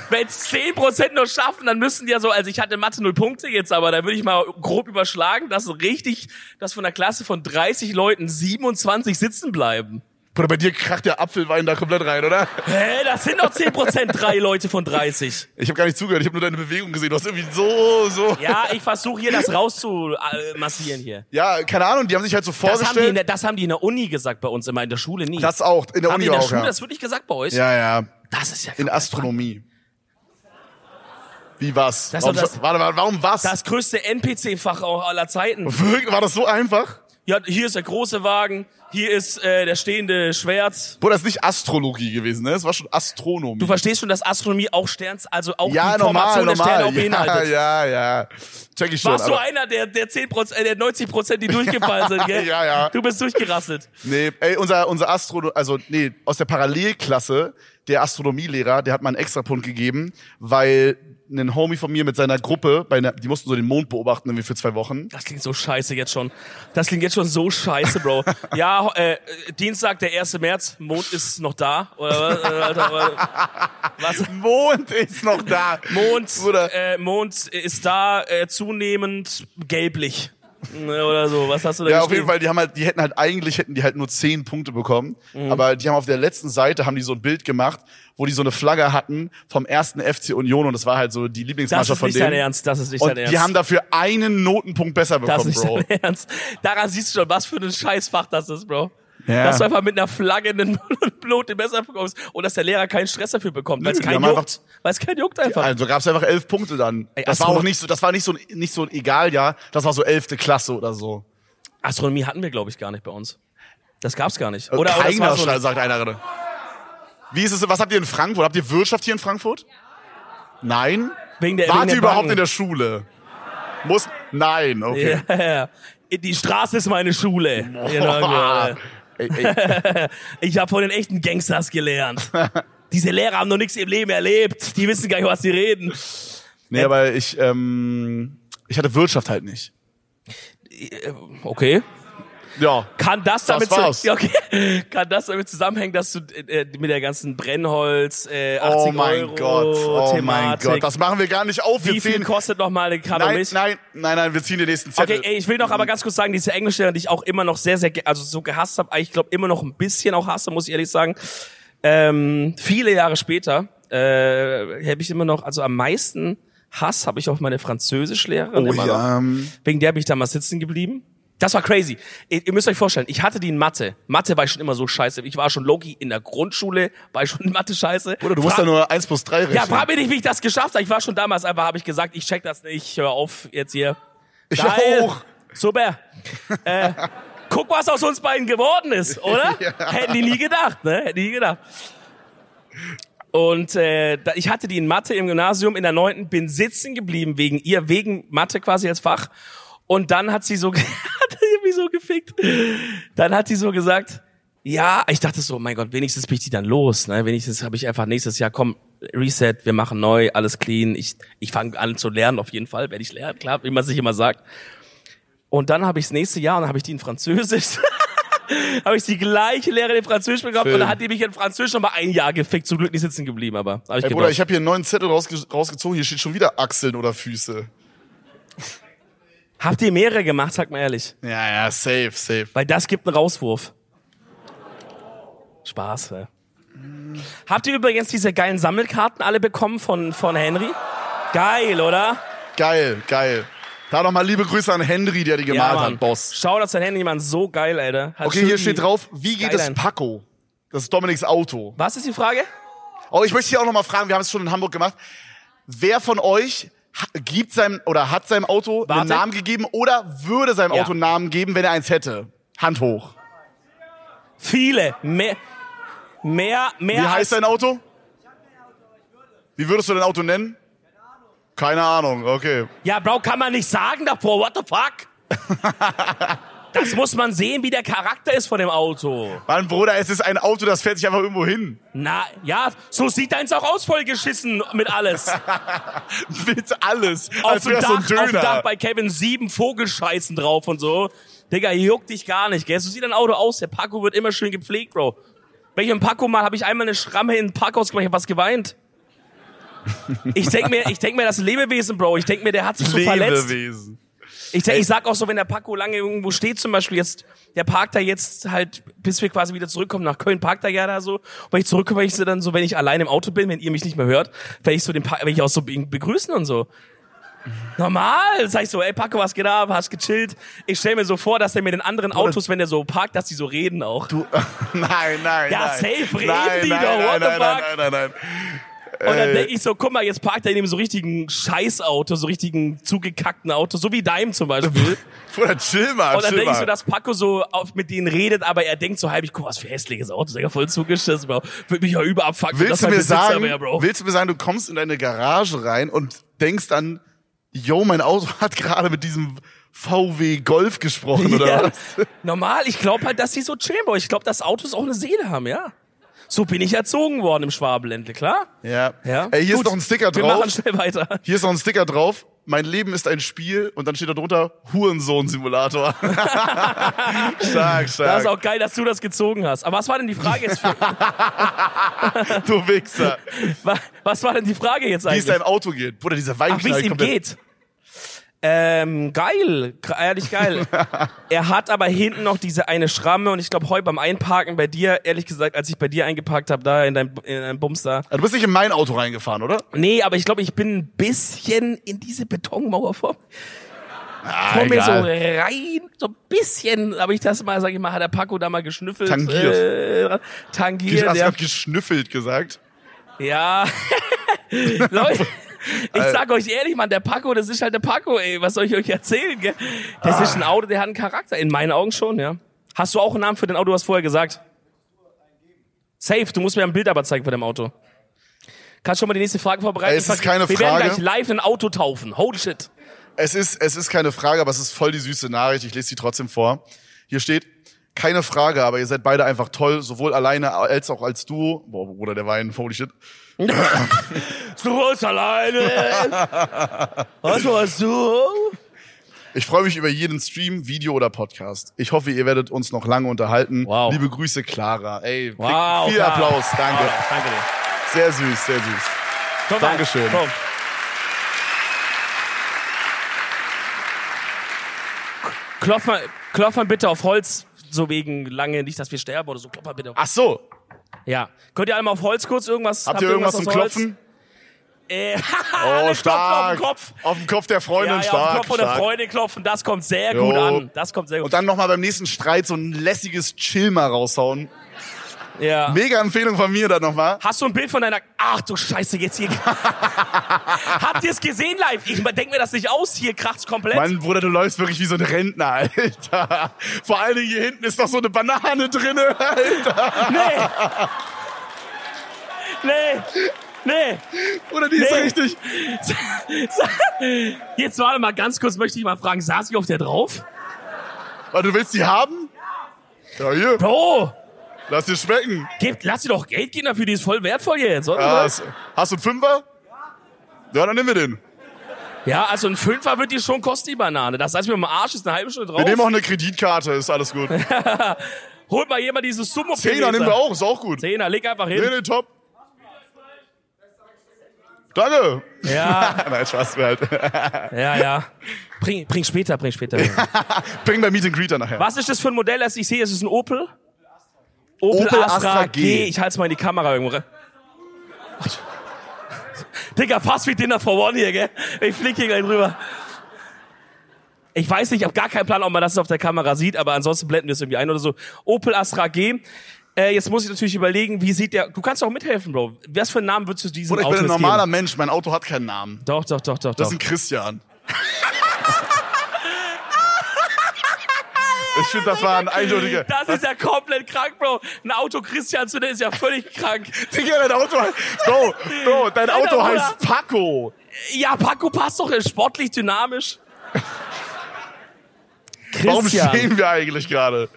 [SPEAKER 2] Wenn 10% nur schaffen, dann müssen die ja so, also ich hatte Mathe null Punkte jetzt, aber da würde ich mal grob überschlagen, dass so richtig, dass von einer Klasse von 30 Leuten 27 sitzen bleiben.
[SPEAKER 1] Bruder, bei dir kracht der Apfelwein da komplett rein, oder?
[SPEAKER 2] Hä? Das sind doch 10% drei Leute von 30.
[SPEAKER 1] Ich habe gar nicht zugehört, ich habe nur deine Bewegung gesehen. Du hast irgendwie so, so.
[SPEAKER 2] Ja, ich versuche hier das rauszumassieren hier.
[SPEAKER 1] Ja, keine Ahnung, die haben sich halt so
[SPEAKER 2] Das haben, die in
[SPEAKER 1] vorgestellt.
[SPEAKER 2] der, das haben die in der Uni gesagt bei uns immer, in der Schule nie.
[SPEAKER 1] Das auch, in der
[SPEAKER 2] haben
[SPEAKER 1] Uni
[SPEAKER 2] die in der
[SPEAKER 1] auch,
[SPEAKER 2] Schule
[SPEAKER 1] ja.
[SPEAKER 2] das wirklich gesagt bei euch?
[SPEAKER 1] Ja, ja,
[SPEAKER 2] Das ist ja
[SPEAKER 1] in Astronomie. Wie was?
[SPEAKER 2] Das ist
[SPEAKER 1] warum,
[SPEAKER 2] doch das-
[SPEAKER 1] scha- warte mal, warum was?
[SPEAKER 2] das größte NPC-Fach aller Zeiten.
[SPEAKER 1] Wirklich? War das so einfach?
[SPEAKER 2] Ja, hier ist der große Wagen, hier ist äh, der stehende Schwert.
[SPEAKER 1] Bruder, das ist nicht Astrologie gewesen, ne? Das war schon Astronomie.
[SPEAKER 2] Du verstehst schon, dass Astronomie auch Sterns, also auch
[SPEAKER 1] ja,
[SPEAKER 2] die Formation
[SPEAKER 1] normal,
[SPEAKER 2] der Sterne auch
[SPEAKER 1] normal. Ja,
[SPEAKER 2] beinhaltet.
[SPEAKER 1] ja, ja. Check ich schon.
[SPEAKER 2] Warst du
[SPEAKER 1] aber-
[SPEAKER 2] einer der, der 10%, äh, der 90%, die durchgefallen sind, gell?
[SPEAKER 1] Ja, ja.
[SPEAKER 2] Du bist durchgerasselt.
[SPEAKER 1] Nee, ey, unser, unser Astro, also nee, aus der Parallelklasse, der Astronomielehrer, der hat mal einen Extrapunkt gegeben, weil ein Homie von mir mit seiner Gruppe, bei einer, die mussten so den Mond beobachten irgendwie für zwei Wochen.
[SPEAKER 2] Das klingt so scheiße jetzt schon. Das klingt jetzt schon so scheiße, Bro. ja, äh, Dienstag, der 1. März, Mond ist noch da. Oder was? Äh, Alter, was? was?
[SPEAKER 1] Mond ist noch da.
[SPEAKER 2] Mond,
[SPEAKER 1] Bruder.
[SPEAKER 2] äh, Mond ist da äh, zunehmend gelblich. Ne, Oder so, was hast du da
[SPEAKER 1] Ja, auf
[SPEAKER 2] geschrieben?
[SPEAKER 1] jeden Fall, die haben halt, die hätten halt, eigentlich hätten die halt nur zehn Punkte bekommen.
[SPEAKER 2] Mhm.
[SPEAKER 1] Aber die haben auf der letzten Seite, haben die so ein Bild gemacht, wo die so eine Flagge hatten vom ersten FC Union und das war halt so die
[SPEAKER 2] Das
[SPEAKER 1] Lieblingsmannschaft
[SPEAKER 2] ist
[SPEAKER 1] von
[SPEAKER 2] nicht
[SPEAKER 1] denen.
[SPEAKER 2] dein Ernst, das ist nicht
[SPEAKER 1] Und
[SPEAKER 2] dein Ernst.
[SPEAKER 1] die haben dafür einen Notenpunkt besser
[SPEAKER 2] das ist
[SPEAKER 1] bekommen, Bro.
[SPEAKER 2] nicht dein Ernst. Daran siehst du schon, was für ein Scheißfach das ist, Bro.
[SPEAKER 1] Ja.
[SPEAKER 2] Dass du einfach mit einer Flagge einen Note besser bekommst und dass der Lehrer keinen Stress dafür bekommt, weil es
[SPEAKER 1] Nö, die
[SPEAKER 2] kein
[SPEAKER 1] haben einfach-
[SPEAKER 2] juckt. Weil es kein juckt einfach.
[SPEAKER 1] Also gab's einfach elf Punkte dann.
[SPEAKER 2] Ey, also
[SPEAKER 1] das war
[SPEAKER 2] Astro-
[SPEAKER 1] auch nicht so, das war nicht so, ein- nicht so ein egal, ja. Das war so elfte Klasse oder so.
[SPEAKER 2] Astronomie hatten wir, glaube ich, gar nicht bei uns. Das gab's gar nicht. Oder, oder das
[SPEAKER 1] Äh, Keiner
[SPEAKER 2] war so
[SPEAKER 1] sagt einer gerade. Wie ist es, was habt ihr in Frankfurt? Habt ihr Wirtschaft hier in Frankfurt? Nein?
[SPEAKER 2] wegen der
[SPEAKER 1] Wart
[SPEAKER 2] Äh, wegen
[SPEAKER 1] ihr
[SPEAKER 2] der
[SPEAKER 1] überhaupt
[SPEAKER 2] Banken.
[SPEAKER 1] in der Schule? Muss, nein, okay.
[SPEAKER 2] Ja. Die Straße ist meine Schule. Genau,
[SPEAKER 1] Boah. Ey, ey,
[SPEAKER 2] ich habe von den echten Gangsters gelernt. Diese Lehrer haben noch nichts im Leben erlebt. Die wissen gar nicht, was sie reden.
[SPEAKER 1] nee, aber ich, ähm, ich hatte Wirtschaft halt nicht.
[SPEAKER 2] Okay.
[SPEAKER 1] Ja.
[SPEAKER 2] Kann das damit,
[SPEAKER 1] war's.
[SPEAKER 2] zu, Ja, okay. Kann das damit zusammenhängen, dass du äh, mit der ganzen Brennholz, äh, 80
[SPEAKER 1] Oh mein
[SPEAKER 2] Euro
[SPEAKER 1] Gott, oh mein
[SPEAKER 2] Thematik.
[SPEAKER 1] Gott. Das machen wir gar nicht auf. Wir
[SPEAKER 2] Wie viel
[SPEAKER 1] ziehen,
[SPEAKER 2] kostet nochmal eine Kanne
[SPEAKER 1] nein, also- Mhm.
[SPEAKER 2] Milch?
[SPEAKER 1] nein, nein, nein, wir ziehen den nächsten Zettel.
[SPEAKER 2] Okay, ey, ich will noch aber ganz kurz sagen, diese Englischlehrerin, die ich auch immer noch sehr, sehr, ge- also so gehasst habe, ich glaube immer noch ein bisschen auch hasse, muss ich ehrlich sagen. Ähm, viele Jahre später äh, habe ich immer noch, also am meisten Hass habe ich auf meine Französischlehrerin
[SPEAKER 1] oh,
[SPEAKER 2] immer noch.
[SPEAKER 1] ja. ähm,
[SPEAKER 2] Wegen der bin ich da mal sitzen geblieben. Das war crazy. Ihr, ihr müsst euch vorstellen, ich hatte die in Mathe. Mathe war ich schon immer so scheiße. Ich war schon Loki in der Grundschule, war ich schon in Mathe scheiße.
[SPEAKER 1] Oder du musst
[SPEAKER 2] Fra-
[SPEAKER 1] da nur 1 plus 3 rechnen.
[SPEAKER 2] ja, frag mich nicht, wie ich das geschafft habe. Ich war schon damals einfach, habe ich gesagt, ich check das nicht, hör auf jetzt hier.
[SPEAKER 1] Ich auch.
[SPEAKER 2] Super. äh, guck, was aus uns beiden geworden ist, oder? Hätten die nie gedacht, ne? Hätten die nie gedacht. Und äh, da, ich hatte die in Mathe im Gymnasium in der neunten, bin sitzen geblieben wegen ihr, wegen Mathe quasi als Fach. Und dann hat sie so, ge- hat sie mich so gefickt. Dann hat sie so gesagt, ja, ich dachte so, mein Gott, wenigstens bin ich die dann los. Ne? Wenigstens habe ich einfach nächstes Jahr, komm, Reset, wir machen neu, alles clean. Ich, ich fange an zu lernen, auf jeden Fall, werde ich lernen, klar, wie man sich immer sagt. Und dann habe ich das nächste Jahr und dann habe ich die in Französisch. habe ich die gleiche Lehrerin in Französisch bekommen
[SPEAKER 1] Film.
[SPEAKER 2] und dann hat die mich in Französisch nochmal ein Jahr gefickt. Zum Glück nicht sitzen geblieben, aber habe ich
[SPEAKER 1] Ey,
[SPEAKER 2] gedacht.
[SPEAKER 1] Bruder, ich habe hier einen neuen Zettel rausge rausgezogen. Hier steht schon wieder Achseln oder Füße.
[SPEAKER 2] Habt ihr mehrere gemacht, sag mal ehrlich?
[SPEAKER 1] Ja, ja, safe, safe.
[SPEAKER 2] Weil das gibt einen Rauswurf. Spaß, ne? Habt ihr übrigens diese geilen Sammelkarten alle bekommen von, von Henry? Geil, oder?
[SPEAKER 1] Geil, geil. Da nochmal liebe Grüße an Henry, der die gemalt
[SPEAKER 2] Mann.
[SPEAKER 1] hat, Boss.
[SPEAKER 2] Schau, dass dein Henry, Mann, so geil, Alter. Hat
[SPEAKER 1] Okay, hier
[SPEAKER 2] schön-
[SPEAKER 1] steht drauf, wie geht es
[SPEAKER 2] Skyline.
[SPEAKER 1] Paco? Das ist Dominiks Auto.
[SPEAKER 2] Was ist die Frage?
[SPEAKER 1] Oh, ich möchte hier auch nochmal fragen, wir haben es schon in Hamburg gemacht. Wer von euch ha- gibt seinem oder hat seinem Auto
[SPEAKER 2] Warte.
[SPEAKER 1] einen Namen gegeben oder würde seinem
[SPEAKER 2] Ja.
[SPEAKER 1] Auto einen Namen geben, wenn er eins hätte? Hand hoch.
[SPEAKER 2] Viele. Mehr, mehr, mehr
[SPEAKER 1] Wie heißt
[SPEAKER 2] als
[SPEAKER 1] dein Auto? Wie würdest du dein Auto nennen? Keine Ahnung, okay.
[SPEAKER 2] Ja, Bro, kann man nicht sagen davor. What the fuck? das muss man sehen, wie der Charakter ist von dem Auto.
[SPEAKER 1] Mann, Bruder, es ist ein Auto, das fährt sich einfach irgendwo hin.
[SPEAKER 2] Na, ja, so sieht deins auch aus, voll geschissen mit alles.
[SPEAKER 1] Mit alles.
[SPEAKER 2] auf,
[SPEAKER 1] als
[SPEAKER 2] dem
[SPEAKER 1] wäre
[SPEAKER 2] Dach,
[SPEAKER 1] so ein Döner.
[SPEAKER 2] auf dem Dach bei Kevin sieben Vogelscheißen drauf und so. Digga, juckt dich gar nicht, gell? So sieht ein Auto aus. Der Paco wird immer schön gepflegt, Bro. Wenn ich im Paco mal, habe ich einmal eine Schramme in den Parkhaus gemacht, ich hab was geweint. Ich denk mir, ich denk mir, das ist ein Lebewesen, Bro. Ich denk mir, der hat sich so verletzt.
[SPEAKER 1] Lebewesen.
[SPEAKER 2] Ich, sag- ich sag auch so, wenn der Paco lange irgendwo steht, zum Beispiel jetzt, der parkt da jetzt halt, bis wir quasi wieder zurückkommen nach Köln, parkt er ja da so. Und wenn ich zurückkomme, wenn ich so dann so, wenn ich allein im Auto bin, wenn ihr mich nicht mehr hört, werde ich so den Paco, werde ich auch so ihn begrüßen und so. Normal, sag ich so, ey Paco, was geht ab, hast gechillt. Ich stell mir so vor, dass er mit den anderen Autos, wenn der so parkt, dass die so reden auch.
[SPEAKER 1] Du, nein, nein,
[SPEAKER 2] Ja,
[SPEAKER 1] nein.
[SPEAKER 2] safe, reden
[SPEAKER 1] nein,
[SPEAKER 2] die
[SPEAKER 1] nein,
[SPEAKER 2] doch,
[SPEAKER 1] Nein,
[SPEAKER 2] what the
[SPEAKER 1] nein, nein,
[SPEAKER 2] fuck?
[SPEAKER 1] nein, nein, nein.
[SPEAKER 2] Und dann denk ich so, guck mal, jetzt parkt er in dem so richtigen Scheißauto, so richtigen zugekackten Auto, so wie deinem zum Beispiel.
[SPEAKER 1] Bruder, chill mal,
[SPEAKER 2] Und dann
[SPEAKER 1] chill
[SPEAKER 2] denke ich
[SPEAKER 1] mal.
[SPEAKER 2] so, dass Paco so auf, mit denen redet, aber er denkt so halb, ich guck, was für hässliches Auto, Digga, voll zugeschissen, Bro. Würde mich ja über abfucken. wenn
[SPEAKER 1] willst,
[SPEAKER 2] das
[SPEAKER 1] du
[SPEAKER 2] mein
[SPEAKER 1] mir
[SPEAKER 2] Besitzer
[SPEAKER 1] sagen,
[SPEAKER 2] wär, Bro.
[SPEAKER 1] willst du mir sagen, du kommst in deine Garage rein und denkst an, yo, mein Auto hat gerade mit diesem VW Golf gesprochen, oder
[SPEAKER 2] Ja.
[SPEAKER 1] was?
[SPEAKER 2] Normal, ich glaube halt, dass die so chillen, Bro. Ich glaube, dass Autos auch eine Seele haben, ja. So bin ich erzogen worden im Schwabenländle, klar?
[SPEAKER 1] Ja.
[SPEAKER 2] Ja.
[SPEAKER 1] Ey, hier ist
[SPEAKER 2] Gut,
[SPEAKER 1] noch ein Sticker
[SPEAKER 2] Wir machen
[SPEAKER 1] drauf.
[SPEAKER 2] schnell weiter.
[SPEAKER 1] Hier ist noch ein Sticker drauf. Mein Leben ist ein Spiel und dann steht da drunter Hurensohn-Simulator. stark,
[SPEAKER 2] Das ist
[SPEAKER 1] stark.
[SPEAKER 2] auch geil, dass du das gezogen hast. Aber was war denn die Frage jetzt?
[SPEAKER 1] Du Wichser.
[SPEAKER 2] Wa- was war denn die Frage jetzt
[SPEAKER 1] Wie
[SPEAKER 2] eigentlich?
[SPEAKER 1] es deinem Auto geht. Bruder, dieser
[SPEAKER 2] Ach, wie
[SPEAKER 1] Weinknall
[SPEAKER 2] es ihm
[SPEAKER 1] kommt ja-
[SPEAKER 2] geht. Ähm, geil, Gra- ehrlich geil. er hat aber hinten noch diese eine Schramme und ich glaube heute beim Einparken bei dir, ehrlich gesagt, als ich bei dir eingeparkt habe, da in deinem in deinem Bumster.
[SPEAKER 1] Ah, Du bist nicht in mein Auto reingefahren, oder?
[SPEAKER 2] Nee, aber ich glaube, ich bin ein bisschen in diese Betonmauer vor.
[SPEAKER 1] Ah,
[SPEAKER 2] vor mir so
[SPEAKER 1] egal.
[SPEAKER 2] rein, so ein bisschen, habe ich das mal, sag ich mal, hat der Paco da mal geschnüffelt.
[SPEAKER 1] Tangiert.
[SPEAKER 2] Äh,
[SPEAKER 1] Ich
[SPEAKER 2] tangiert,
[SPEAKER 1] hast
[SPEAKER 2] ja.
[SPEAKER 1] grad geschnüffelt gesagt.
[SPEAKER 2] ja. Leute, ich
[SPEAKER 1] Also-
[SPEAKER 2] sag euch ehrlich, Mann, der Paco, das ist halt der Paco, ey. Was soll ich euch erzählen, gell? Das ist
[SPEAKER 1] Ah.
[SPEAKER 2] ein Auto, der hat einen Charakter. In meinen Augen schon, ja. Hast du auch einen Namen für den Auto, du hast vorher gesagt? Safe, du musst mir ein Bild aber zeigen von dem Auto. Kannst schon mal die nächste Frage vorbereiten?
[SPEAKER 1] Ey, es ist keine
[SPEAKER 2] Wir
[SPEAKER 1] Frage.
[SPEAKER 2] werden gleich live ein Auto taufen. Holy shit.
[SPEAKER 1] Es ist, es ist keine Frage, aber es ist voll die süße Nachricht. Ich lese sie trotzdem vor. Hier steht, keine Frage, aber ihr seid beide einfach toll, sowohl alleine als auch als Duo. Boah, Bruder, der Wein, holy shit.
[SPEAKER 2] Du bist alleine. Was warst du?
[SPEAKER 1] Ich freue mich über jeden Stream, Video oder Podcast. Ich hoffe, ihr werdet uns noch lange unterhalten.
[SPEAKER 2] Wow.
[SPEAKER 1] Liebe Grüße, Clara. Ey,
[SPEAKER 2] Wow,
[SPEAKER 1] viel
[SPEAKER 2] Clara.
[SPEAKER 1] Applaus, danke.
[SPEAKER 2] Wow, danke dir.
[SPEAKER 1] Sehr süß, sehr süß.
[SPEAKER 2] Komm,
[SPEAKER 1] Dankeschön.
[SPEAKER 2] Komm. Klopf mal, klopf mal bitte auf Holz, so wegen lange, nicht, dass wir sterben oder so. Klopf mal bitte auf.
[SPEAKER 1] Ach so,
[SPEAKER 2] Ja. Könnt ihr alle mal auf Holz kurz irgendwas?
[SPEAKER 1] habt ihr irgendwas zum
[SPEAKER 2] aus Holz?
[SPEAKER 1] Klopfen?
[SPEAKER 2] Äh,
[SPEAKER 1] Oh,
[SPEAKER 2] alle klopfen
[SPEAKER 1] stark.
[SPEAKER 2] auf den Kopf.
[SPEAKER 1] Auf den Kopf der Freundin,
[SPEAKER 2] Ja, ja,
[SPEAKER 1] stark.
[SPEAKER 2] auf den Kopf von der
[SPEAKER 1] stark.
[SPEAKER 2] Freundin klopfen, das kommt sehr
[SPEAKER 1] Jo.
[SPEAKER 2] gut an. Das kommt sehr gut
[SPEAKER 1] Und dann nochmal beim nächsten Streit so ein lässiges Chill mal raushauen.
[SPEAKER 2] Ja.
[SPEAKER 1] Mega Empfehlung von mir da nochmal.
[SPEAKER 2] Hast du ein Bild von deiner... Ach du Scheiße, jetzt hier... Habt ihr es gesehen live? Ich denke mir das nicht aus, hier kracht's komplett.
[SPEAKER 1] Mann, Bruder, du läufst wirklich wie so ein Rentner, Alter. Vor allen Dingen hier hinten ist noch so eine Banane drinne, Alter.
[SPEAKER 2] Nee. Nee.
[SPEAKER 1] Oder die ist
[SPEAKER 2] Nee.
[SPEAKER 1] richtig.
[SPEAKER 2] Nee. Jetzt warte mal ganz kurz, möchte ich mal fragen, saß ich auf der drauf?
[SPEAKER 1] Warte, du willst die haben? Ja, hier,
[SPEAKER 2] Bro,
[SPEAKER 1] lass dir schmecken.
[SPEAKER 2] gebt, lass dir doch Geld gehen dafür, die ist voll wertvoll jetzt,
[SPEAKER 1] Ja,
[SPEAKER 2] oder?
[SPEAKER 1] hast, hast du einen Fünfer? Ja, dann nehmen wir den.
[SPEAKER 2] Ja, also ein Fünfer wird die schon kosten, die Banane. Das heißt, mit dem Arsch ist eine halbe Stunde
[SPEAKER 1] Wir
[SPEAKER 2] drauf.
[SPEAKER 1] nehmen auch eine Kreditkarte, ist alles gut.
[SPEAKER 2] Holt mal jemand dieses sumo
[SPEAKER 1] Zehner nehmen wir auch, ist auch gut.
[SPEAKER 2] Zehner, leg einfach
[SPEAKER 1] Nee,
[SPEAKER 2] hin.
[SPEAKER 1] nee, top. Danke.
[SPEAKER 2] Ja,
[SPEAKER 1] Nein, Spaß mir halt.
[SPEAKER 2] ja, ja. Bring, bring später, bring später.
[SPEAKER 1] Bring bei Meet and Greeter nachher.
[SPEAKER 2] Was ist das für ein Modell, das ich sehe? Ist es ein Opel? Opel, Astra, G. Ich halte mal in die Kamera irgendwo rein. Digga, fast wie Dinner for One hier, gell? Ich flieg hier gleich drüber. Ich weiß nicht, ich habe gar keinen Plan, ob man das auf der Kamera sieht, aber ansonsten blenden wir es irgendwie ein oder so. Opel Astra G. Äh, jetzt muss ich natürlich überlegen, wie sieht der... Du kannst auch mithelfen, Bro. Was für einen Namen würdest du diesem
[SPEAKER 1] Bruder, ich bin
[SPEAKER 2] Auto
[SPEAKER 1] ein
[SPEAKER 2] jetzt
[SPEAKER 1] normaler
[SPEAKER 2] geben?
[SPEAKER 1] Mensch, mein Auto hat keinen Namen.
[SPEAKER 2] Doch, doch, doch, doch,
[SPEAKER 1] Das
[SPEAKER 2] doch.
[SPEAKER 1] ist ein Christian. ich finde, das war ein eindeutiger.
[SPEAKER 2] Das ist ja komplett krank, Bro. Ein Auto Christian zu nennen ist ja völlig krank.
[SPEAKER 1] Digga, dein Auto heißt. Bro, Bro, dein
[SPEAKER 2] Alter,
[SPEAKER 1] Auto
[SPEAKER 2] Bruder.
[SPEAKER 1] heißt Paco.
[SPEAKER 2] Ja, Paco passt doch äh, sportlich dynamisch.
[SPEAKER 1] Warum
[SPEAKER 2] Christian.
[SPEAKER 1] stehen wir eigentlich gerade?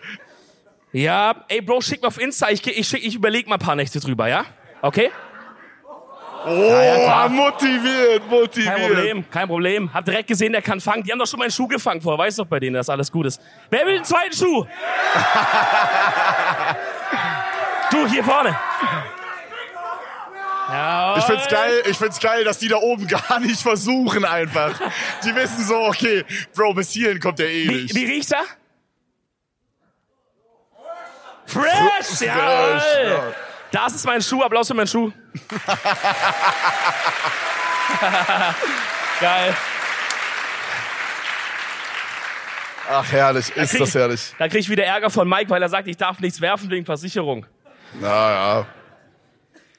[SPEAKER 2] Ja, ey Bro, schick mir auf Insta. Ich, geh- ich, schick, ich überleg mal ein paar Nächte drüber, ja? Okay?
[SPEAKER 1] Oh,
[SPEAKER 2] ja, klar.
[SPEAKER 1] motiviert, motiviert.
[SPEAKER 2] Kein Problem, kein Problem. Hab direkt gesehen, der kann fangen. Die haben doch schon meinen Schuh gefangen vorher. Weiß doch bei denen, dass alles gut ist. Wer will den zweiten Schuh? du, hier vorne. Ja,
[SPEAKER 1] Ich find's geil, ich find's geil, dass die da oben gar nicht versuchen einfach. Die wissen so, okay, Bro, bis hierhin kommt der eh
[SPEAKER 2] Wie,
[SPEAKER 1] nicht.
[SPEAKER 2] wie riecht's da? Fresh! Ja,
[SPEAKER 1] ja.
[SPEAKER 2] Das ist mein Schuh. Applaus für meinen Schuh. Geil.
[SPEAKER 1] Ach, herrlich, ist das herrlich.
[SPEAKER 2] Da krieg ich wieder Ärger von Mike, weil er sagt, ich darf nichts werfen wegen Versicherung.
[SPEAKER 1] Naja.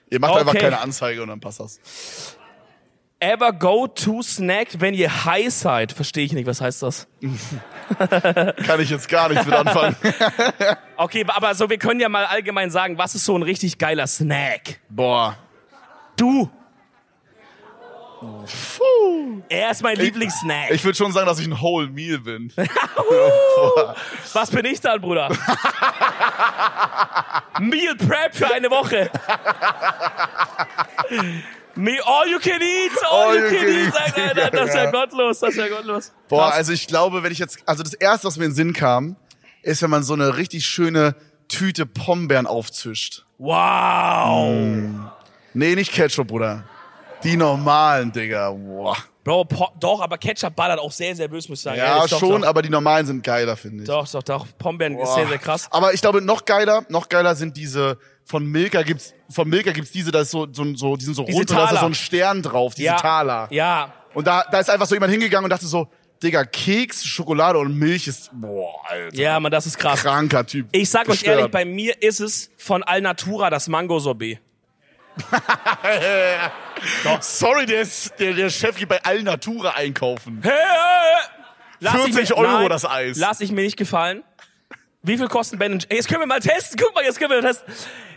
[SPEAKER 1] Ihr macht einfach
[SPEAKER 2] Okay.
[SPEAKER 1] keine Anzeige und dann passt das.
[SPEAKER 2] Ever go to snack, wenn ihr high seid? Verstehe ich nicht, was heißt das?
[SPEAKER 1] Kann ich jetzt gar nichts mit anfangen.
[SPEAKER 2] Okay, aber so, wir können ja mal allgemein sagen, was ist so ein richtig geiler Snack?
[SPEAKER 1] Boah.
[SPEAKER 2] Du,
[SPEAKER 1] Puh.
[SPEAKER 2] er ist mein Lieblingssnack.
[SPEAKER 1] Ich würde schon sagen, dass ich ein Whole Meal bin.
[SPEAKER 2] Was bin ich dann, Bruder? Meal Prep für eine Woche. Me all you can eat, all, you can eat. Alter, Alter, das ist ja gottlos, das ist ja gottlos.
[SPEAKER 1] Boah,
[SPEAKER 2] Krass.
[SPEAKER 1] also ich glaube, wenn ich jetzt, also das erste, was mir in den Sinn kam, ist, wenn man so eine richtig schöne Tüte Pombeeren aufzischt.
[SPEAKER 2] Wow.
[SPEAKER 1] Nee, nicht Ketchup, Bruder. Die normalen, Digga. Boah.
[SPEAKER 2] Bro, po doch, aber Ketchup ballert auch sehr, sehr böse, muss ich sagen.
[SPEAKER 1] Ja,
[SPEAKER 2] Ehrlich, doch,
[SPEAKER 1] schon,
[SPEAKER 2] Doch,
[SPEAKER 1] aber die normalen sind geiler, finde ich.
[SPEAKER 2] doch, doch, doch. Pombeeren ist
[SPEAKER 1] Boah.
[SPEAKER 2] sehr, sehr krass.
[SPEAKER 1] Aber ich glaube, noch geiler, noch geiler sind diese von Milka gibt's, von Milka gibt's diese, da ist so, so, so die sind so
[SPEAKER 2] Diese
[SPEAKER 1] rund und da ist
[SPEAKER 2] Taler.
[SPEAKER 1] so ein Stern drauf, diese
[SPEAKER 2] ja.
[SPEAKER 1] Taler.
[SPEAKER 2] Ja.
[SPEAKER 1] Und da, da ist einfach so jemand hingegangen und dachte so, Digga, Keks, Schokolade und Milch ist, boah, Alter.
[SPEAKER 2] Ja, man, das ist krass.
[SPEAKER 1] Kranker Typ.
[SPEAKER 2] Ich sag euch
[SPEAKER 1] Gestört.
[SPEAKER 2] ehrlich, bei mir ist es von Alnatura das Mango-Sorbet.
[SPEAKER 1] Sorry, der, ist, der, der Chef geht bei Alnatura einkaufen.
[SPEAKER 2] Hey, Äh, lass ich
[SPEAKER 1] 40
[SPEAKER 2] mir-
[SPEAKER 1] Euro das Eis.
[SPEAKER 2] Lass ich mir nicht gefallen. Wie viel kosten Ben Jerry's? Jetzt können wir mal testen. Guck mal, jetzt können wir testen.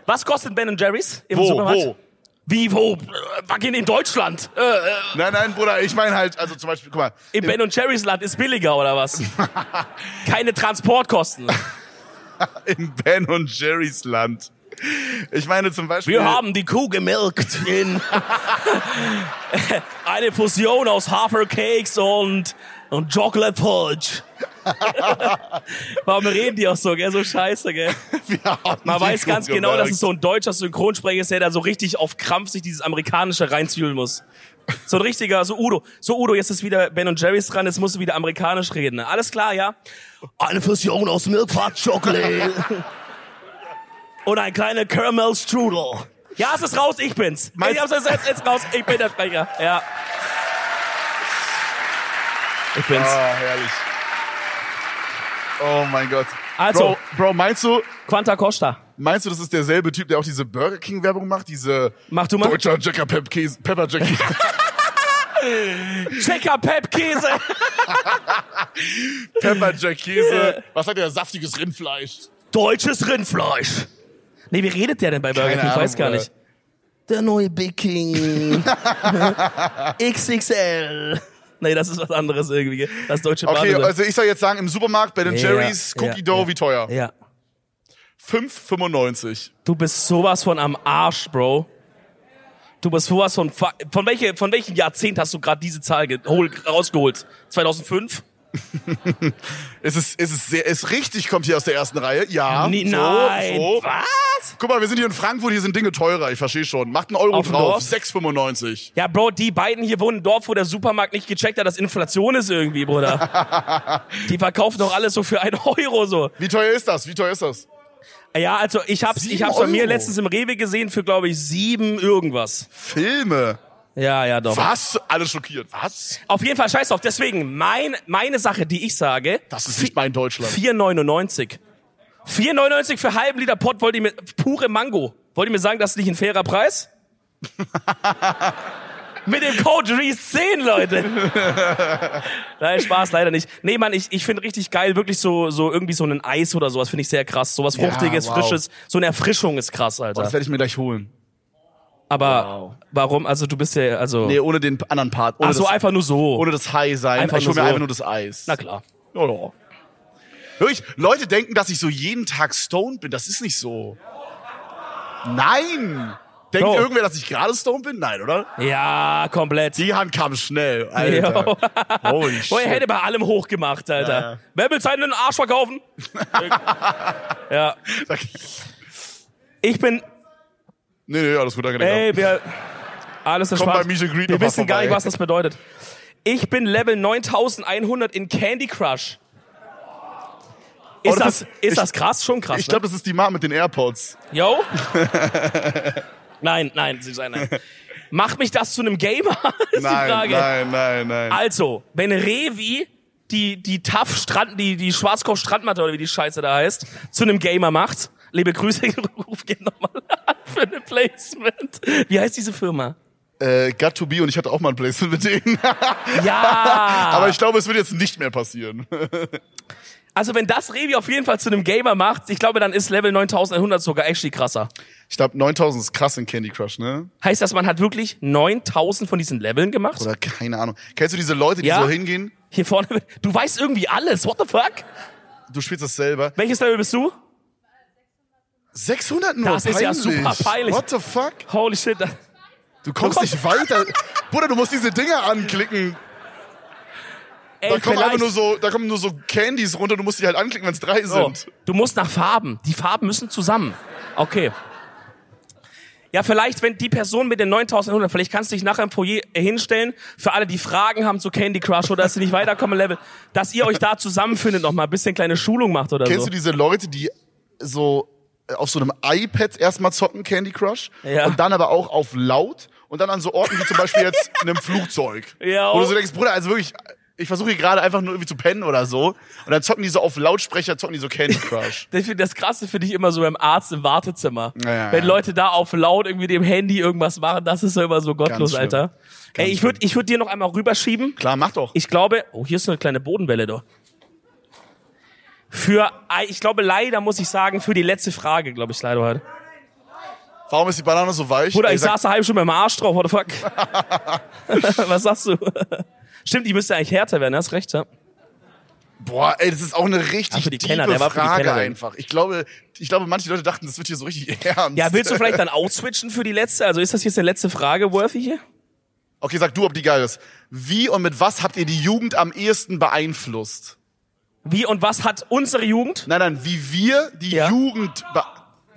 [SPEAKER 2] Was kostet Ben Jerry's im
[SPEAKER 1] Wo,
[SPEAKER 2] Supermarkt?
[SPEAKER 1] wo?
[SPEAKER 2] Wie, wo? Äh, Fucking in Deutschland. Äh, äh,
[SPEAKER 1] Nein, nein, Bruder, ich meine halt, also zum Beispiel, guck mal.
[SPEAKER 2] Im Ben Jerry's Land ist billiger oder was? Keine Transportkosten.
[SPEAKER 1] in Ben und Jerry's Land. Ich meine zum Beispiel.
[SPEAKER 2] Wir haben die Kuh gemilkt in eine Fusion aus Hafercakes und, und Chocolate Fudge. Warum reden die auch so, gell? So scheiße, gell?
[SPEAKER 1] wir haben
[SPEAKER 2] Man
[SPEAKER 1] die
[SPEAKER 2] weiß
[SPEAKER 1] Kuh
[SPEAKER 2] ganz genau, dass
[SPEAKER 1] gemerkt.
[SPEAKER 2] es so ein deutscher Synchronsprecher ist, der da so richtig auf Krampf sich dieses Amerikanische reinzwiebeln muss. So ein richtiger, so Udo. So Udo, jetzt ist wieder Ben und Jerry's dran, jetzt musst du wieder amerikanisch reden. ne? Alles klar, ja? Eine Fusion aus Milk Fudge Chocolate und ein kleiner Caramel Strudel. Ja, es ist raus, ich bin's.
[SPEAKER 1] Meinst-
[SPEAKER 2] ich hab's jetzt, jetzt, jetzt raus, ich bin der Sprecher. Ja. Ich bin's.
[SPEAKER 1] Ah, herrlich. Oh mein Gott.
[SPEAKER 2] Also-
[SPEAKER 1] Bro, Bro, meinst du,
[SPEAKER 2] Quanta Costa.
[SPEAKER 1] meinst du, das ist derselbe Typ, der auch diese Burger King Werbung macht? Diese
[SPEAKER 2] Mach du mal.
[SPEAKER 1] Deutscher Jacker Pep Käse, Pepper Jack Käse.
[SPEAKER 2] Checker Pep Käse.
[SPEAKER 1] Pepper Jack Käse. Was sagt der? Saftiges Rindfleisch.
[SPEAKER 2] Deutsches Rindfleisch. Nee, wie redet der denn bei Burger
[SPEAKER 1] Keine
[SPEAKER 2] King? Ich
[SPEAKER 1] Ahnung,
[SPEAKER 2] weiß gar
[SPEAKER 1] Bruder.
[SPEAKER 2] nicht. Der neue Big King. XXL. Nee, das ist was anderes irgendwie. Das deutsche
[SPEAKER 1] Okay,
[SPEAKER 2] Badesalz.
[SPEAKER 1] also ich soll jetzt sagen, im Supermarkt bei den
[SPEAKER 2] Ja,
[SPEAKER 1] Jerry's
[SPEAKER 2] ja,
[SPEAKER 1] Cookie Dough,
[SPEAKER 2] ja.
[SPEAKER 1] wie teuer?
[SPEAKER 2] Ja.
[SPEAKER 1] 5,95.
[SPEAKER 2] Du bist sowas von am Arsch, Bro. Du bist sowas von... fa- Von, welche, von welchem Jahrzehnt hast du gerade diese Zahl ge- hol- rausgeholt? 2005?
[SPEAKER 1] Es ist, es ist sehr, es richtig kommt hier aus der ersten Reihe. Ja.
[SPEAKER 2] Nee,
[SPEAKER 1] so,
[SPEAKER 2] nein.
[SPEAKER 1] So.
[SPEAKER 2] Was?
[SPEAKER 1] Guck mal, wir sind hier in Frankfurt, hier sind Dinge teurer, ich verstehe schon. Macht einen Euro
[SPEAKER 2] Auf dem
[SPEAKER 1] drauf,
[SPEAKER 2] Dorf?
[SPEAKER 1] 6,95.
[SPEAKER 2] Ja, Bro, die beiden hier wohnen im Dorf, wo der Supermarkt nicht gecheckt hat, dass Inflation ist irgendwie, Bruder. die verkaufen doch alles so für einen Euro so.
[SPEAKER 1] Wie teuer ist das? Wie teuer ist das?
[SPEAKER 2] Ja, also ich hab's, ich
[SPEAKER 1] Sieben
[SPEAKER 2] hab's bei mir
[SPEAKER 1] Euro?
[SPEAKER 2] letztens im Rewe gesehen für, glaube ich, sieben irgendwas.
[SPEAKER 1] Filme.
[SPEAKER 2] Ja, ja, doch.
[SPEAKER 1] Was? Alle schockiert. Was?
[SPEAKER 2] Auf jeden Fall, scheiß drauf. Deswegen, mein, meine Sache, die ich sage,
[SPEAKER 1] Das ist nicht mein Deutschland.
[SPEAKER 2] 4,99. 4,99 für halben Liter Pott wollt ihr mir, pure Mango. Wollt ihr mir sagen, das ist nicht ein fairer Preis? Mit dem Code REESE10, Leute. Nein, Spaß, leider nicht. Nee, Mann, ich, ich finde richtig geil, wirklich so, so irgendwie so ein Eis oder sowas finde ich sehr krass. Sowas
[SPEAKER 1] Ja,
[SPEAKER 2] Fruchtiges,
[SPEAKER 1] wow.
[SPEAKER 2] Frisches, so eine Erfrischung ist krass, Alter.
[SPEAKER 1] Das werde ich mir gleich holen.
[SPEAKER 2] Aber warum? Also du bist ja, also.
[SPEAKER 1] Nee, ohne den anderen Part. Ohne
[SPEAKER 2] ach so,
[SPEAKER 1] das,
[SPEAKER 2] einfach nur so.
[SPEAKER 1] ohne das High sein.
[SPEAKER 2] Einfach
[SPEAKER 1] ich hole mir
[SPEAKER 2] nur so.
[SPEAKER 1] einfach nur das Eis.
[SPEAKER 2] Na oh, klar.
[SPEAKER 1] Ja, ja. Wirklich, Leute denken, dass ich so jeden Tag stoned bin. Das ist nicht so. Nein! Denkt
[SPEAKER 2] Bro.
[SPEAKER 1] irgendwer, dass ich gerade stoned bin? Nein, oder?
[SPEAKER 2] Ja, komplett.
[SPEAKER 1] Die Hand kam schnell, Alter. Holy
[SPEAKER 2] Boah, er
[SPEAKER 1] shit.
[SPEAKER 2] hätte bei allem hochgemacht, Alter.
[SPEAKER 1] Ja, ja.
[SPEAKER 2] Wer will seinen Arsch verkaufen? ja. Ich bin,
[SPEAKER 1] Nee, nee, alles gut, danke. Digga.
[SPEAKER 2] ey, wir, alles ist
[SPEAKER 1] Genau. Komm
[SPEAKER 2] Spaß.
[SPEAKER 1] bei Meet and Greet
[SPEAKER 2] Wir
[SPEAKER 1] noch mal
[SPEAKER 2] wissen gar nicht,
[SPEAKER 1] vorbei.
[SPEAKER 2] was das bedeutet. Ich bin Level 9100 in Candy Crush. Ist,
[SPEAKER 1] Oh, das
[SPEAKER 2] das,
[SPEAKER 1] ist-
[SPEAKER 2] ist,
[SPEAKER 1] ich-
[SPEAKER 2] das krass? Schon krass.
[SPEAKER 1] Ich glaube, das ist die Mama mit den AirPods.
[SPEAKER 2] ne? Yo? nein, nein, sie sei nein. Macht mich das zu einem Gamer? ist die
[SPEAKER 1] Nein,
[SPEAKER 2] Frage.
[SPEAKER 1] nein, nein, nein.
[SPEAKER 2] Also, wenn Revi die, die TAF Strand, die, die Schwarzkopf Strandmatte oder wie die Scheiße da heißt, zu einem Gamer macht, liebe Grüße, ruf gehen nochmal an für eine Placement. Wie heißt diese Firma?
[SPEAKER 1] Äh, Got to be und ich hatte auch mal ein Placement mit denen.
[SPEAKER 2] Ja!
[SPEAKER 1] Aber ich glaube, es wird jetzt nicht mehr passieren.
[SPEAKER 2] also wenn das Revi auf jeden Fall zu einem Gamer macht, ich glaube, dann ist Level 9100 sogar actually krasser.
[SPEAKER 1] Ich glaube, 9000 ist krass in Candy Crush, ne?
[SPEAKER 2] Heißt das, man hat wirklich 9000 von diesen Leveln gemacht?
[SPEAKER 1] Oder keine Ahnung. Kennst du diese Leute, die
[SPEAKER 2] Ja.
[SPEAKER 1] so hingehen?
[SPEAKER 2] Hier vorne, du weißt irgendwie alles, what the fuck?
[SPEAKER 1] Du spielst das selber.
[SPEAKER 2] Welches Level bist du?
[SPEAKER 1] 600 nur,
[SPEAKER 2] Das ist ja super peinlich.
[SPEAKER 1] What the fuck?
[SPEAKER 2] Holy shit, das-
[SPEAKER 1] Du kommst
[SPEAKER 2] Du
[SPEAKER 1] nicht weiter. Bruder, du musst diese Dinger anklicken.
[SPEAKER 2] ey,
[SPEAKER 1] Da kommen, einfach
[SPEAKER 2] vielleicht-
[SPEAKER 1] nur so, da kommen nur so Candies runter, du musst die halt anklicken, wenn es drei
[SPEAKER 2] So,
[SPEAKER 1] sind.
[SPEAKER 2] Oh, du musst nach Farben. Die Farben müssen zusammen. Okay. Ja, vielleicht, wenn die Person mit den 9100, vielleicht kannst du dich nachher im Foyer hinstellen, für alle, die Fragen haben zu Candy Crush oder dass sie nicht weiterkommen Level, Also dass ihr euch da zusammenfindet nochmal, ein bisschen kleine Schulung macht oder
[SPEAKER 1] Kennst
[SPEAKER 2] so.
[SPEAKER 1] du diese Leute, die so äh, auf so einem iPad erstmal zocken, Candy Crush,
[SPEAKER 2] Ja.
[SPEAKER 1] und dann aber auch auf laut und dann an so Orten wie zum Beispiel jetzt in einem Flugzeug.
[SPEAKER 2] Ja,
[SPEAKER 1] wo
[SPEAKER 2] oh.
[SPEAKER 1] du so denkst, Bruder, also wirklich, ich versuche hier gerade einfach nur irgendwie zu pennen oder so. Und dann zocken die so auf Lautsprecher, zocken die so Candy Crush.
[SPEAKER 2] Das, das Krasse finde ich immer so beim Arzt im Wartezimmer.
[SPEAKER 1] Ja, ja,
[SPEAKER 2] Wenn
[SPEAKER 1] ja.
[SPEAKER 2] Leute da auf laut irgendwie dem Handy irgendwas machen, das ist ja immer so gottlos,
[SPEAKER 1] schlimm.
[SPEAKER 2] Alter. Ey,
[SPEAKER 1] Ganz
[SPEAKER 2] ich würde ich würd dir noch einmal rüberschieben.
[SPEAKER 1] Klar, mach doch.
[SPEAKER 2] Ich glaube, oh, hier ist so eine kleine Bodenwelle doch. Für, ich glaube, leider muss ich sagen, für die letzte Frage, glaube ich, leider heute.
[SPEAKER 1] Warum ist die Banane so weich?
[SPEAKER 2] Bruder,
[SPEAKER 1] Ey,
[SPEAKER 2] ich
[SPEAKER 1] sag-
[SPEAKER 2] saß da halb schon mit dem Arsch drauf, what the fuck? Was sagst du? Stimmt, die müsste eigentlich härter werden, hast recht, ja.
[SPEAKER 1] Boah, ey, das ist auch eine
[SPEAKER 2] Ah,
[SPEAKER 1] richtig
[SPEAKER 2] für die
[SPEAKER 1] tiefe
[SPEAKER 2] Kenner, der war für die
[SPEAKER 1] Frage
[SPEAKER 2] Kennerin.
[SPEAKER 1] einfach. Ich glaube, ich glaube, manche Leute dachten, das wird hier so richtig ernst.
[SPEAKER 2] Ja, willst du vielleicht dann outswitchen für die letzte? Also ist das jetzt eine letzte Frage, Worthy hier?
[SPEAKER 1] Okay, sag du, ob die geil ist. Wie und mit was habt ihr die Jugend am ehesten beeinflusst?
[SPEAKER 2] Wie und was hat unsere Jugend?
[SPEAKER 1] Nein, nein, wie wir die
[SPEAKER 2] Ja.
[SPEAKER 1] Jugend be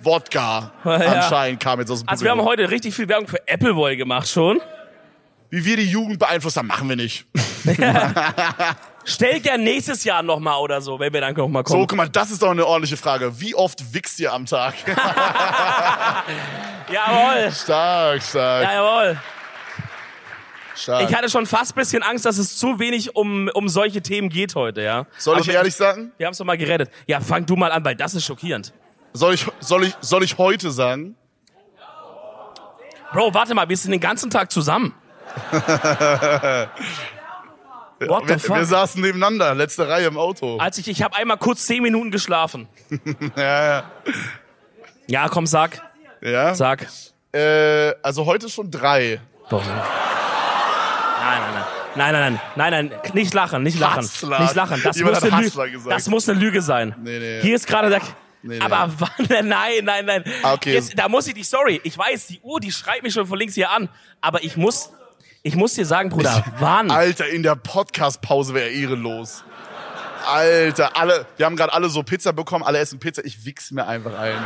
[SPEAKER 1] Wodka
[SPEAKER 2] Ja.
[SPEAKER 1] anscheinend kam jetzt aus dem
[SPEAKER 2] Also wir haben
[SPEAKER 1] Publikum.
[SPEAKER 2] heute richtig viel Werbung für Appleboy gemacht schon.
[SPEAKER 1] Wie wir die Jugend beeinflusst haben, machen wir nicht.
[SPEAKER 2] Stell gern nächstes Jahr nochmal oder so, wenn wir dann nochmal
[SPEAKER 1] So,
[SPEAKER 2] kommen.
[SPEAKER 1] Oh, guck mal, das ist doch eine ordentliche Frage. Wie oft wichst ihr am Tag?
[SPEAKER 2] Jawohl,
[SPEAKER 1] stark, stark,
[SPEAKER 2] jawohl.
[SPEAKER 1] stark.
[SPEAKER 2] Ich hatte schon fast ein bisschen Angst, dass es zu wenig um, um solche Themen geht heute, ja.
[SPEAKER 1] Soll ich
[SPEAKER 2] Aber
[SPEAKER 1] ehrlich sagen?
[SPEAKER 2] Wir, wir haben es doch mal gerettet. Ja, fang du mal an, weil das ist schockierend.
[SPEAKER 1] Soll ich, soll ich, soll ich heute sagen?
[SPEAKER 2] Bro, warte mal, wir sind den ganzen Tag zusammen. What
[SPEAKER 1] Wir,
[SPEAKER 2] the
[SPEAKER 1] wir
[SPEAKER 2] Äh, fuck?
[SPEAKER 1] saßen nebeneinander, letzte Reihe im Auto.
[SPEAKER 2] Als ich, ich habe einmal kurz zehn Minuten geschlafen.
[SPEAKER 1] Ja,
[SPEAKER 2] Ja, komm, sag,
[SPEAKER 1] ja. ja?
[SPEAKER 2] sag.
[SPEAKER 1] Äh, also heute schon drei.
[SPEAKER 2] Doch. Nein, nein, nein. Nein, nein, nein, nein, nein, nicht lachen, nicht lachen,
[SPEAKER 1] Hustler.
[SPEAKER 2] nicht lachen. Das
[SPEAKER 1] Jemand
[SPEAKER 2] muss,
[SPEAKER 1] hat
[SPEAKER 2] eine
[SPEAKER 1] Hustler
[SPEAKER 2] Lüge,
[SPEAKER 1] gesagt.
[SPEAKER 2] das muss eine Lüge sein.
[SPEAKER 1] Nee, nee.
[SPEAKER 2] Hier ist gerade der.
[SPEAKER 1] Nee, nee.
[SPEAKER 2] Aber wann? Nein, nein, nein.
[SPEAKER 1] Ah, okay.
[SPEAKER 2] Jetzt, da muss ich dich, sorry, ich weiß, die Uhr, die schreibt mich schon von links hier an. Aber ich muss, ich muss dir sagen, Bruder, wann?
[SPEAKER 1] Alter, in der Podcast-Pause wäre ehrenlos. Alter, alle, wir haben gerade alle so Pizza bekommen, alle essen Pizza. Ich wichs mir einfach ein.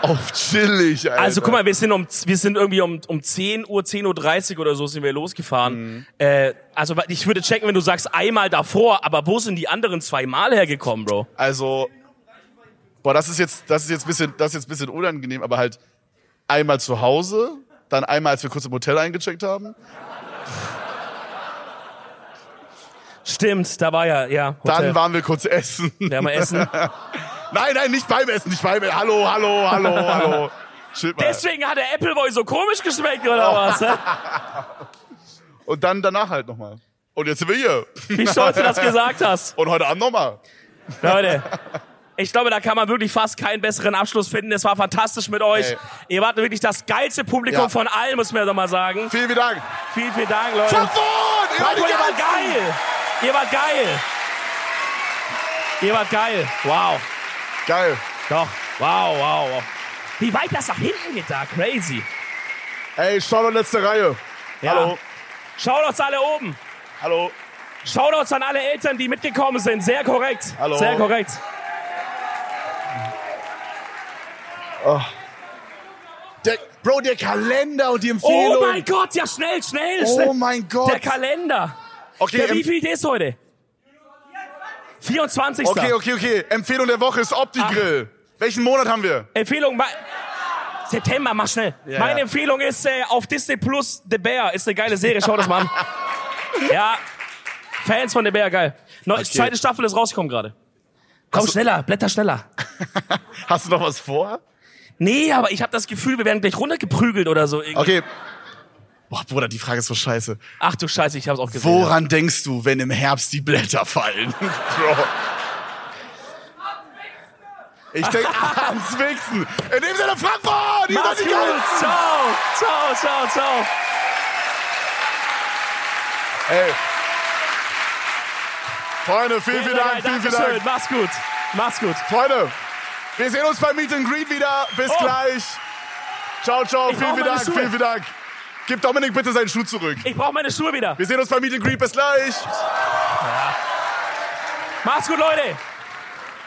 [SPEAKER 1] Auf chillig, Alter.
[SPEAKER 2] Also guck mal, wir sind um, wir sind irgendwie um, um 10 Uhr, 10.30 Uhr oder so sind wir losgefahren.
[SPEAKER 1] Mhm.
[SPEAKER 2] Äh, also ich würde checken, wenn du sagst einmal davor, aber wo sind die anderen zwei Mal hergekommen, Bro?
[SPEAKER 1] Also, boah, das ist jetzt, das ist jetzt bisschen, das ist jetzt bisschen unangenehm, aber halt einmal zu Hause, dann einmal, als wir kurz im Hotel eingecheckt haben,
[SPEAKER 2] Stimmt, da war ja, ja.
[SPEAKER 1] dann
[SPEAKER 2] Hotel.
[SPEAKER 1] waren wir kurz essen.
[SPEAKER 2] Ja, mal essen.
[SPEAKER 1] Nein, nein, nicht beim Essen, nicht beim Essen. Hallo, hallo, hallo, hallo. Chill mal.
[SPEAKER 2] Deswegen hat der Appleboy so komisch geschmeckt, oder was? hä?
[SPEAKER 1] Und dann danach halt nochmal. Und jetzt sind wir hier.
[SPEAKER 2] Wie stolz du das gesagt hast.
[SPEAKER 1] Und heute Abend nochmal.
[SPEAKER 2] Leute, ich glaube, da kann man wirklich fast keinen besseren Abschluss finden. Es war fantastisch mit euch.
[SPEAKER 1] Ey.
[SPEAKER 2] Ihr wart wirklich das geilste Publikum
[SPEAKER 1] Ja.
[SPEAKER 2] von allen, muss man doch mal sagen.
[SPEAKER 1] Vielen Dank.
[SPEAKER 2] Vielen, vielen Dank, Leute.
[SPEAKER 1] Davon! Ihr
[SPEAKER 2] Ihr wart geil. Ihr wart geil. Ihr wart geil. Wow.
[SPEAKER 1] Geil.
[SPEAKER 2] Doch. Wow, wow, wow. Wie weit das nach hinten geht da. Crazy.
[SPEAKER 1] Ey, schau doch letzte Reihe.
[SPEAKER 2] Ja.
[SPEAKER 1] Hallo.
[SPEAKER 2] Shoutouts alle oben.
[SPEAKER 1] Hallo.
[SPEAKER 2] Shoutouts an alle Eltern, die mitgekommen sind. Sehr korrekt.
[SPEAKER 1] Hallo.
[SPEAKER 2] Sehr korrekt.
[SPEAKER 1] Der, Bro, der Kalender und die Empfehlung.
[SPEAKER 2] Oh mein Gott, ja schnell, schnell, schnell.
[SPEAKER 1] Oh mein Gott.
[SPEAKER 2] Der Kalender.
[SPEAKER 1] okay,
[SPEAKER 2] Der, wie
[SPEAKER 1] em-
[SPEAKER 2] viel ist heute? 24.
[SPEAKER 1] okay, okay, okay. Empfehlung der Woche ist Opti-Grill. Welchen Monat haben wir?
[SPEAKER 2] Empfehlung, ma- September, mach schnell.
[SPEAKER 1] Ja,
[SPEAKER 2] Meine
[SPEAKER 1] ja.
[SPEAKER 2] Empfehlung ist äh, auf Disney Plus The Bear. Ist eine geile Serie, schau das mal an. ja, Fans von The Bear, geil. Neu, Zweite Staffel ist rausgekommen gerade. Komm schneller, blätter schneller.
[SPEAKER 1] Hast du noch was vor?
[SPEAKER 2] Nee, aber ich habe das Gefühl, wir werden gleich runtergeprügelt oder so. irgendwie.
[SPEAKER 1] Okay. Boah, Bruder, die Frage ist so scheiße.
[SPEAKER 2] Ach du Scheiße, ich hab's auch gesehen.
[SPEAKER 1] Woran denkst du, wenn im Herbst die Blätter fallen? Bro. Ich denke ans Wichsen. In dem Sinne, Frankfurt! Ihr seid die
[SPEAKER 2] Martin,
[SPEAKER 1] Geilsten!
[SPEAKER 2] ciao, ciao, ciao, ciao.
[SPEAKER 1] Ey. Freunde, vielen, vielen Dank, vielen, vielen
[SPEAKER 2] Dankeschön.
[SPEAKER 1] Dank.
[SPEAKER 2] Mach's gut. Mach's gut.
[SPEAKER 1] Freunde, wir sehen uns bei Meet and Greet wieder. Bis
[SPEAKER 2] Oh.
[SPEAKER 1] gleich. Ciao, ciao,
[SPEAKER 2] Ich
[SPEAKER 1] vielen,
[SPEAKER 2] brauch
[SPEAKER 1] vielen
[SPEAKER 2] meine
[SPEAKER 1] Dank,
[SPEAKER 2] Schuhe.
[SPEAKER 1] vielen, vielen Dank. Gib Dominik bitte seinen Schuh zurück.
[SPEAKER 2] Ich brauche meine Schuhe wieder.
[SPEAKER 1] Wir sehen uns bei Meet and Greet. Bis gleich.
[SPEAKER 2] Mach's gut, Leute.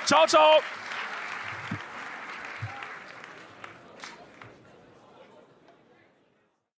[SPEAKER 2] Ciao, ciao.